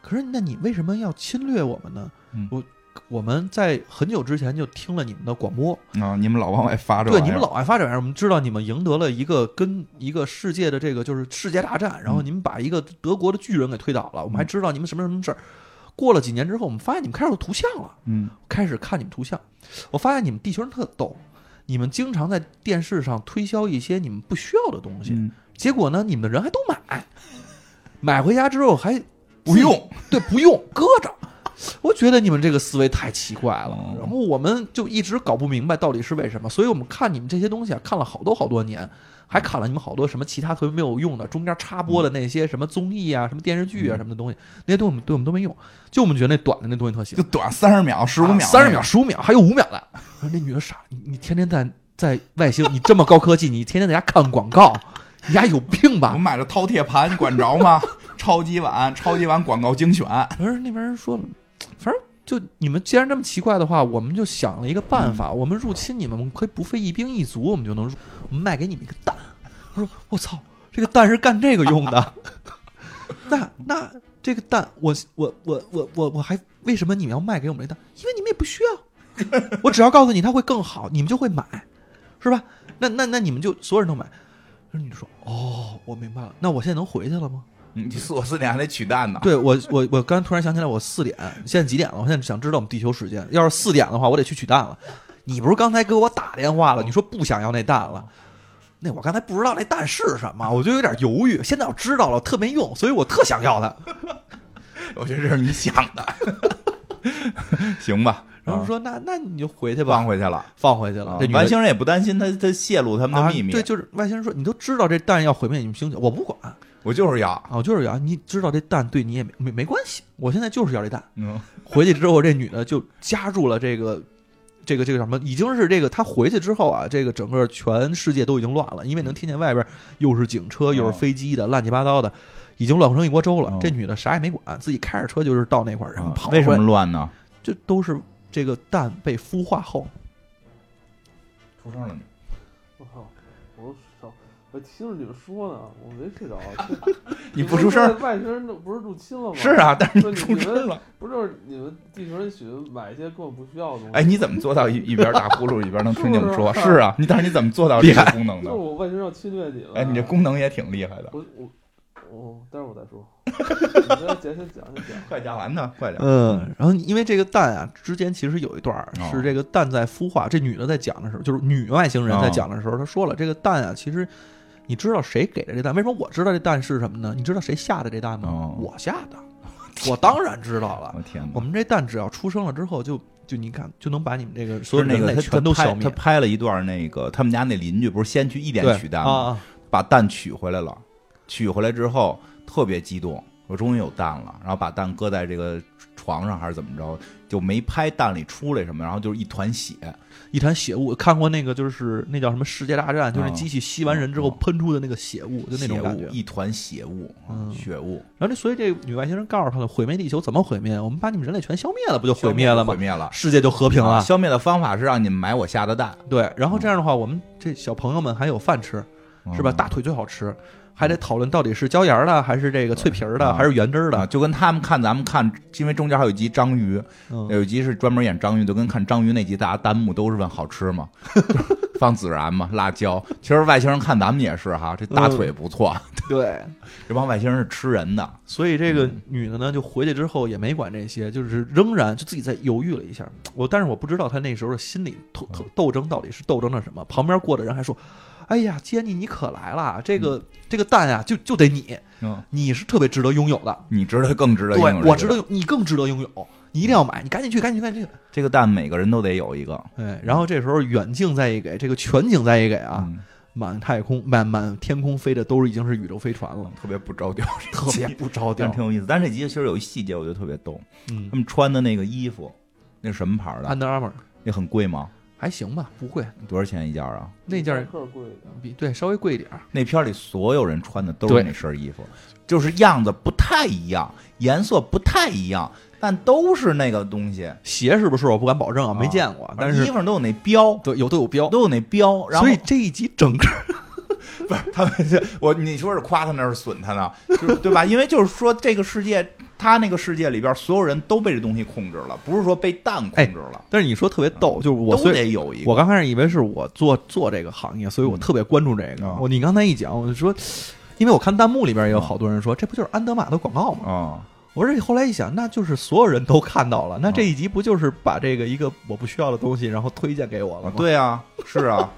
S3: 可是，那你为什么要侵略我们呢？
S2: 嗯
S3: 我我们在很久之前就听了你们的广播，
S2: 啊，你们老往外发这玩意
S3: 对
S2: 儿，
S3: 你们老爱发这玩意儿，我们知道你们赢得了一个跟一个世界的这个就是世界大战，
S2: 嗯
S3: 然后你们把一个德国的巨人给推倒了，我们还知道你们什么什么事儿。过了几年之后，我们发现你们开始有图像了，
S2: 嗯
S3: 开始看你们图像，我发现你们地球人特逗，你们经常在电视上推销一些你们不需要的东西，
S2: 嗯
S3: 结果呢，你们的人还都买，买回家之后还
S2: 不用，
S3: 对不用搁着。我觉得你们这个思维太奇怪了
S2: 哦，
S3: 然后我们就一直搞不明白到底是为什么，所以我们看你们这些东西啊，看了好多好多年，还看了你们好多什么其他特别没有用的，中间插播的那些什么综艺啊、什么电视剧啊、
S2: 嗯
S3: 什么的东西，那些对我们对我们都没用，就我们觉得那短的那东西特行
S2: 就，短三十秒、十五秒、
S3: 啊三十秒、，十五秒，还有五秒的。我说那女的傻，你你天天在在外星，你这么高科技，你天天在家看广告，你家有病吧
S2: 我？买了饕餮盘，你管着吗？ 超级碗，超级碗广告精选，
S3: 而那边人说了，反正就你们既然这么奇怪的话，我们就想了一个办法，我们入侵你们，我们可以不费一兵一卒，我们就能入，我们卖给你们一个蛋。我说我操，这个蛋是干这个用的。 那那这个蛋，我我我我我我还为什么你们要卖给我们这蛋？因为你们也不需要，我只要 告诉你它会更好，你们就会买，是吧？那那那你们就所有人都买。那你说哦，我明白了。那我现在能回去了吗？
S2: 你四我四点还得取蛋呢。
S3: 对我，我我刚突然想起来，我四点，现在几点了？我现在想知道我们地球时间。要是四点的话，我得去取蛋了。你不是刚才给我打电话了？你说不想要那蛋了？那我刚才不知道那蛋是什么，我就有点犹豫。现在我知道了，特没用，所以我特想要它。
S2: 我觉得这是你想的， 行吧？
S3: 然后说，那那你就回去吧
S2: 放，回去了。
S3: 放回去了
S2: 啊。
S3: 这女的
S2: 外星人也不担心他他泄露他们的秘密，
S3: 啊对，就是外星人说，你都知道这蛋要毁灭你们星球，我不管啊，
S2: 我就是要，
S3: 我就是要。你知道这蛋对你也没没没关系，我现在就是要这蛋。
S2: 嗯
S3: 回去之后，这女的就加入了这个这个这个什么，已经是这个她回去之后啊，这个整个全世界都已经乱了，因为能
S2: 嗯
S3: 听见外边又是警车又是飞机的，乱七八糟的，已经乱成一锅粥了
S2: 哦。
S3: 这女的啥也没管，自己开着车就是到那块儿，然后
S2: 啊
S3: 跑。
S2: 为什么？乱呢？
S3: 这都是这个蛋被孵化后，
S2: 出声了你，
S1: 我操！我都少，我听着你们说呢，我没睡着。
S2: 你不出声，
S1: 外星人都不是入侵了吗？
S2: 是，啊，但是
S1: 对你
S2: 你出
S1: 们
S2: 声了。
S1: 不就是你们地球人喜欢买一些根本不需要的东西？
S2: 哎，，你怎么做到一一边打呼噜一边能听见我说？
S1: 是不是
S2: 是啊，你但是你怎么做到这个功能
S1: 就是
S2: 的？
S1: 我外星人要侵略你了。
S2: 哎，你这功能也挺厉害的。
S1: 我我我，待会儿我再说。 你先讲，先讲，先讲。
S2: 快讲完呢，快讲。
S3: 嗯，然后因为这个蛋啊，之间其实有一段儿
S2: 哦
S3: 是这个蛋在孵化。这女的在讲的时候，就是女外星
S2: 哦
S3: 人在讲的时候，她说了，这个蛋啊，其实你知道谁给的这蛋？为什么我知道这蛋是什么呢？你知道谁下的这蛋吗？
S2: 哦
S3: 我下的，我当然知道了
S2: 我。天哪！
S3: 我们这蛋只要出生了之后就，就你看就能把你们这个所
S2: 就是
S3: 有
S2: 那
S3: 人
S2: 个
S3: 类
S2: 他
S3: 全都
S2: 他
S3: 消
S2: 拍
S3: 灭
S2: 他。拍了一段那个他们家那邻居不是先去一
S3: 对
S2: 点取蛋
S3: 啊
S2: 吗？
S3: 啊，
S2: 把蛋取回来了，取回来之后特别激动，我终于有蛋了，然后把蛋搁在这个床上还是怎么着，就没拍蛋里出来什么，然后就是一团血，
S3: 一团血雾。看过那个就是那叫什么《世界大战》，就是
S2: 嗯
S3: 机器吸完人之后
S2: 嗯
S3: 喷出的那个血雾，就那种
S2: 血
S3: 感
S2: 雾
S3: 觉。
S2: 一团血雾，
S3: 嗯
S2: 血雾
S3: 然后这所以这女外星人告诉他了，毁灭地球怎么毁灭？我们把你们人类全消灭了，不就毁灭了吗
S2: 毁？灭了，
S3: 世界就和平
S2: 啊
S3: 了。
S2: 消灭的方法是让你们买我下的蛋，
S3: 对，然后这样的话，我们这小朋友们还有饭吃，是吧？
S2: 嗯
S3: 大腿最好吃，还得讨论到底是椒盐儿的，还是这个脆皮儿的，
S2: 嗯
S3: 还是原汁儿
S2: 啊，
S3: 的。
S2: 就跟他们看咱们看，因为中间还有一集章鱼，
S3: 嗯，
S2: 有一集是专门演章鱼，就跟看章鱼那集，大家弹幕都是问好吃吗？ 放孜然吗？辣椒？其实外星人看咱们也是哈，这大腿不错，
S3: 对。
S2: 这帮外星人是吃人的，
S3: 所以这个女的呢，就回去之后也没管这些，就是仍然就自己在犹豫了一下。我但是我不知道她那时候的心理斗
S2: 嗯
S3: 斗斗争到底是斗争的什么。旁边过的人还说：“哎呀，杰尼你可来了，这个、这个蛋啊呀，就就得你，
S2: 嗯，
S3: 你是特别值得拥有的。
S2: 你值得更值得
S3: 对
S2: 拥有这，个
S3: 我值得，你更值得拥有，你一定要买，你赶紧去，赶紧去，赶紧去。
S2: 这个蛋，每个人都得有一个
S3: 哎，然后这时候远镜再一给，这个全景再一给啊，，
S2: 嗯
S3: 满太空满满天空飞的都已经是宇宙飞船 了，
S2: 特别不着调，
S3: 特别不着
S2: 但
S3: 调
S2: 是。挺有意思。但是这集其实有一细节，我觉得特别逗，
S3: 嗯
S2: 他，们穿的那个衣服，那是什么牌儿的？
S3: 安德 armor
S2: 那很贵吗？
S3: 还行吧，不会。
S2: 多少钱一件啊？
S3: 那件儿
S1: 克贵的，
S3: 比对稍微贵一点儿，
S2: 那片儿里所有人穿的都
S3: 对
S2: 是那身衣服，就是样子不太一样，颜色不太一样，但都是那个东西。
S3: 鞋是不是我不敢保证啊，没见过，但
S2: 衣
S3: 是
S2: 服上都有那标，
S3: 对有都有标，
S2: 都有那标。然后
S3: 所以这一集整个
S2: 他们就我你说是夸他呢，是损他呢，就是对吧？因为就是说这个世界，他那个世界里边所有人都被这东西控制了，不是说被蛋控制了，
S3: 但是你说特别逗，就是哎我
S2: 都
S3: 虽然
S2: 得有一个。
S3: 我刚开始以为是我做做这个行业，所以我特别关注这个。
S2: 嗯啊
S3: 我你刚才一讲，我就说，因为我看弹幕里边也有好多人说，这不就是安德玛的广告吗？
S2: 啊、
S3: 我说后来一想，那就是所有人都看到了，那
S2: 嗯
S3: 这一集不就是把这个一个我不需要的东西，然后推荐给我了吗？，
S2: 对啊，是 啊，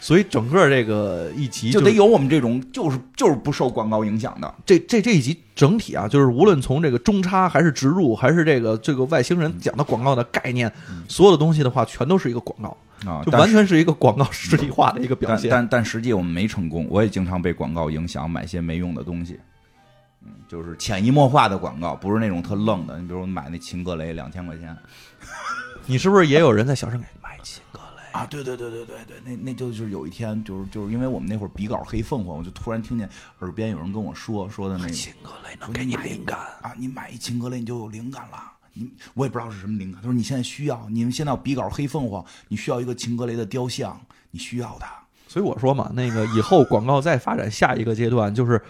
S3: 所以整个这个一集
S2: 就是得有我们这种就是就是不受广告影响的。
S3: 这这这一集整体啊，就是无论从这个中插还是植入，还是这个这个外星人讲的广告的概念，所有的东西的话，全都是一个广告，
S2: 嗯啊，
S3: 就
S2: 但
S3: 完
S2: 是
S3: 全是一个广告实体化的一个表
S2: 但
S3: 现。
S2: 但但实际我们没成功，我也经常被广告影响，买些没用的东西。嗯，就是潜移默化的广告，不是那种特愣的。你比如买那秦格雷两千块钱
S3: 你是不是也有人在小声给买琴哥嘞？
S2: 啊，对对对对对对，那那就是有一天，就是就是因为我们那会儿比稿黑凤凰，我就突然听见耳边有人跟我说说的那个
S3: 秦哥嘞能给你灵感，
S2: 啊，你买一秦格雷你就有灵感了。你我也不知道是什么灵感，他说你现在需要，你们现在有比稿黑凤凰，你需要一个秦格雷的雕像，你需要它。
S3: 所以我说嘛，那个以后广告再发展下一个阶段就是。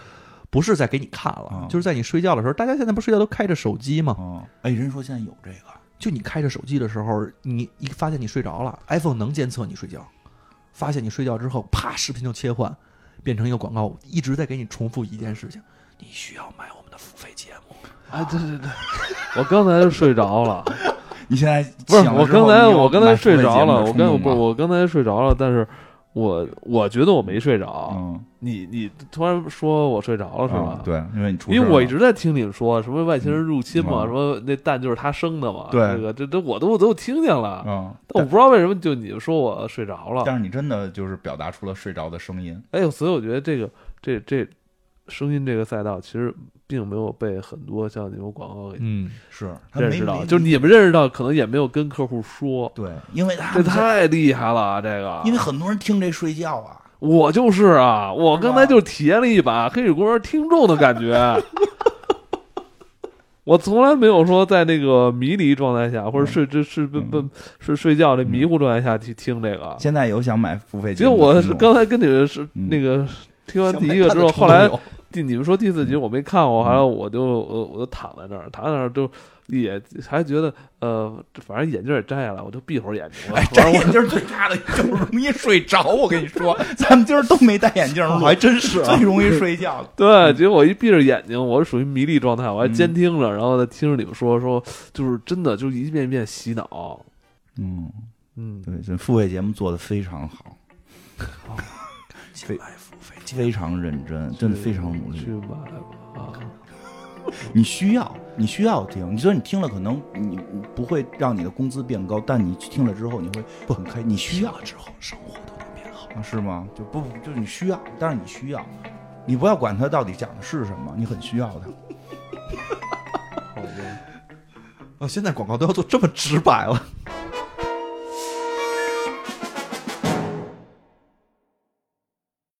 S3: 不是在给你看了
S2: 嗯，
S3: 就是在你睡觉的时候，大家现在不睡觉都开着手机吗？
S2: 哦，哎，人说现在有这个，
S3: 就你开着手机的时候，你一发现你睡着了，iPhone 能监测你睡觉，发现你睡觉之后，啪，视频就切换，变成一个广告，一直在给你重复一件事情。你需要买我们的付费节目，
S2: 啊
S1: 哎，对对对， 我刚才就睡着了，
S2: 你现在
S1: 不是
S2: 醒了
S1: 我
S2: 之后
S1: 刚才
S2: 你有
S1: 我刚才
S2: 买付费
S1: 睡着
S2: 节目
S1: 了，
S2: 的
S1: 我
S2: 冲动
S1: 刚不是
S2: 吗
S1: 我刚才睡着了，但是我我觉得我没睡着，
S2: 嗯
S1: 你你突然啊说我睡着了是吧？
S2: 嗯。对，因为你出
S1: 因为
S2: 事儿
S1: 我
S2: 了
S1: 一直在听你们说什么外星人入侵嘛，
S2: 嗯
S1: 什么那蛋就是他生的嘛，
S2: 对
S1: 这个这这我都我都听见了，
S2: 嗯，
S1: 啊但我啊
S2: 但
S1: 不知道为什么就你们说我睡着了，
S2: 但是你真的就是表达出了睡着的声音，
S1: 哎呦，所以我觉得这个这这声音这个赛道其实并没有被很多像你们广告给
S3: 嗯，
S2: 是他
S1: 认
S2: 没
S1: 识到，
S2: 没
S1: 就是你们认识到，可能也没有跟客户说，
S2: 对，因为他
S1: 这太厉害了，这个，
S2: 因为很多人听这睡觉啊，
S1: 我就是啊，我刚才就体验了一把黑水公园听众的感觉。我从来没有说在那个迷离状态下，或者睡这是不不是睡觉这迷糊状态下去听这个。
S2: 现在有想买付费节
S1: 结果
S2: 目
S1: 啊我
S2: 的
S1: 是
S2: 听
S1: 刚
S2: 众，
S1: 才跟你们是
S2: 嗯
S1: 那个听完
S2: 想
S1: 第
S2: 买
S1: 一个
S2: 他
S1: 之
S2: 的
S1: 后，
S2: 冲
S1: 后来
S2: 动有
S1: 第你们说第四集我没看过，
S2: 嗯
S1: 还有我就我我就躺在那儿，躺在那儿就也还觉得呃，反正眼镜也摘下来，我就闭会儿眼睛了。反
S2: 戴
S1: 正我
S2: 眼镜儿最大的就是容易睡着，我跟你说，咱们今儿都没戴眼镜儿录，
S1: 哦
S2: 还真是
S1: 啊
S2: 最容易睡觉 的。
S1: 对，结果我一闭着眼睛，我是属于迷离状态，我还监听着，然后呢听着你们说说，就是真的，就是一遍一遍洗脑。
S2: 嗯，
S1: 嗯，
S2: 对，这付费节目做的非常好，
S3: 请买付费节目。
S2: 非常认真，真的非常努力
S1: 去。买吧啊！
S2: 你需要，你需要听。你说你听了，可能你不会让你的工资变高，但你听了之后，你会很开。你需要
S3: 之后生活都能变好。
S2: 啊是吗？就不不就是你需要，但是你需要，你不要管它到底讲的是什么，你很需要它。
S1: 好的，
S3: 哦啊，现在广告都要做这么直白了，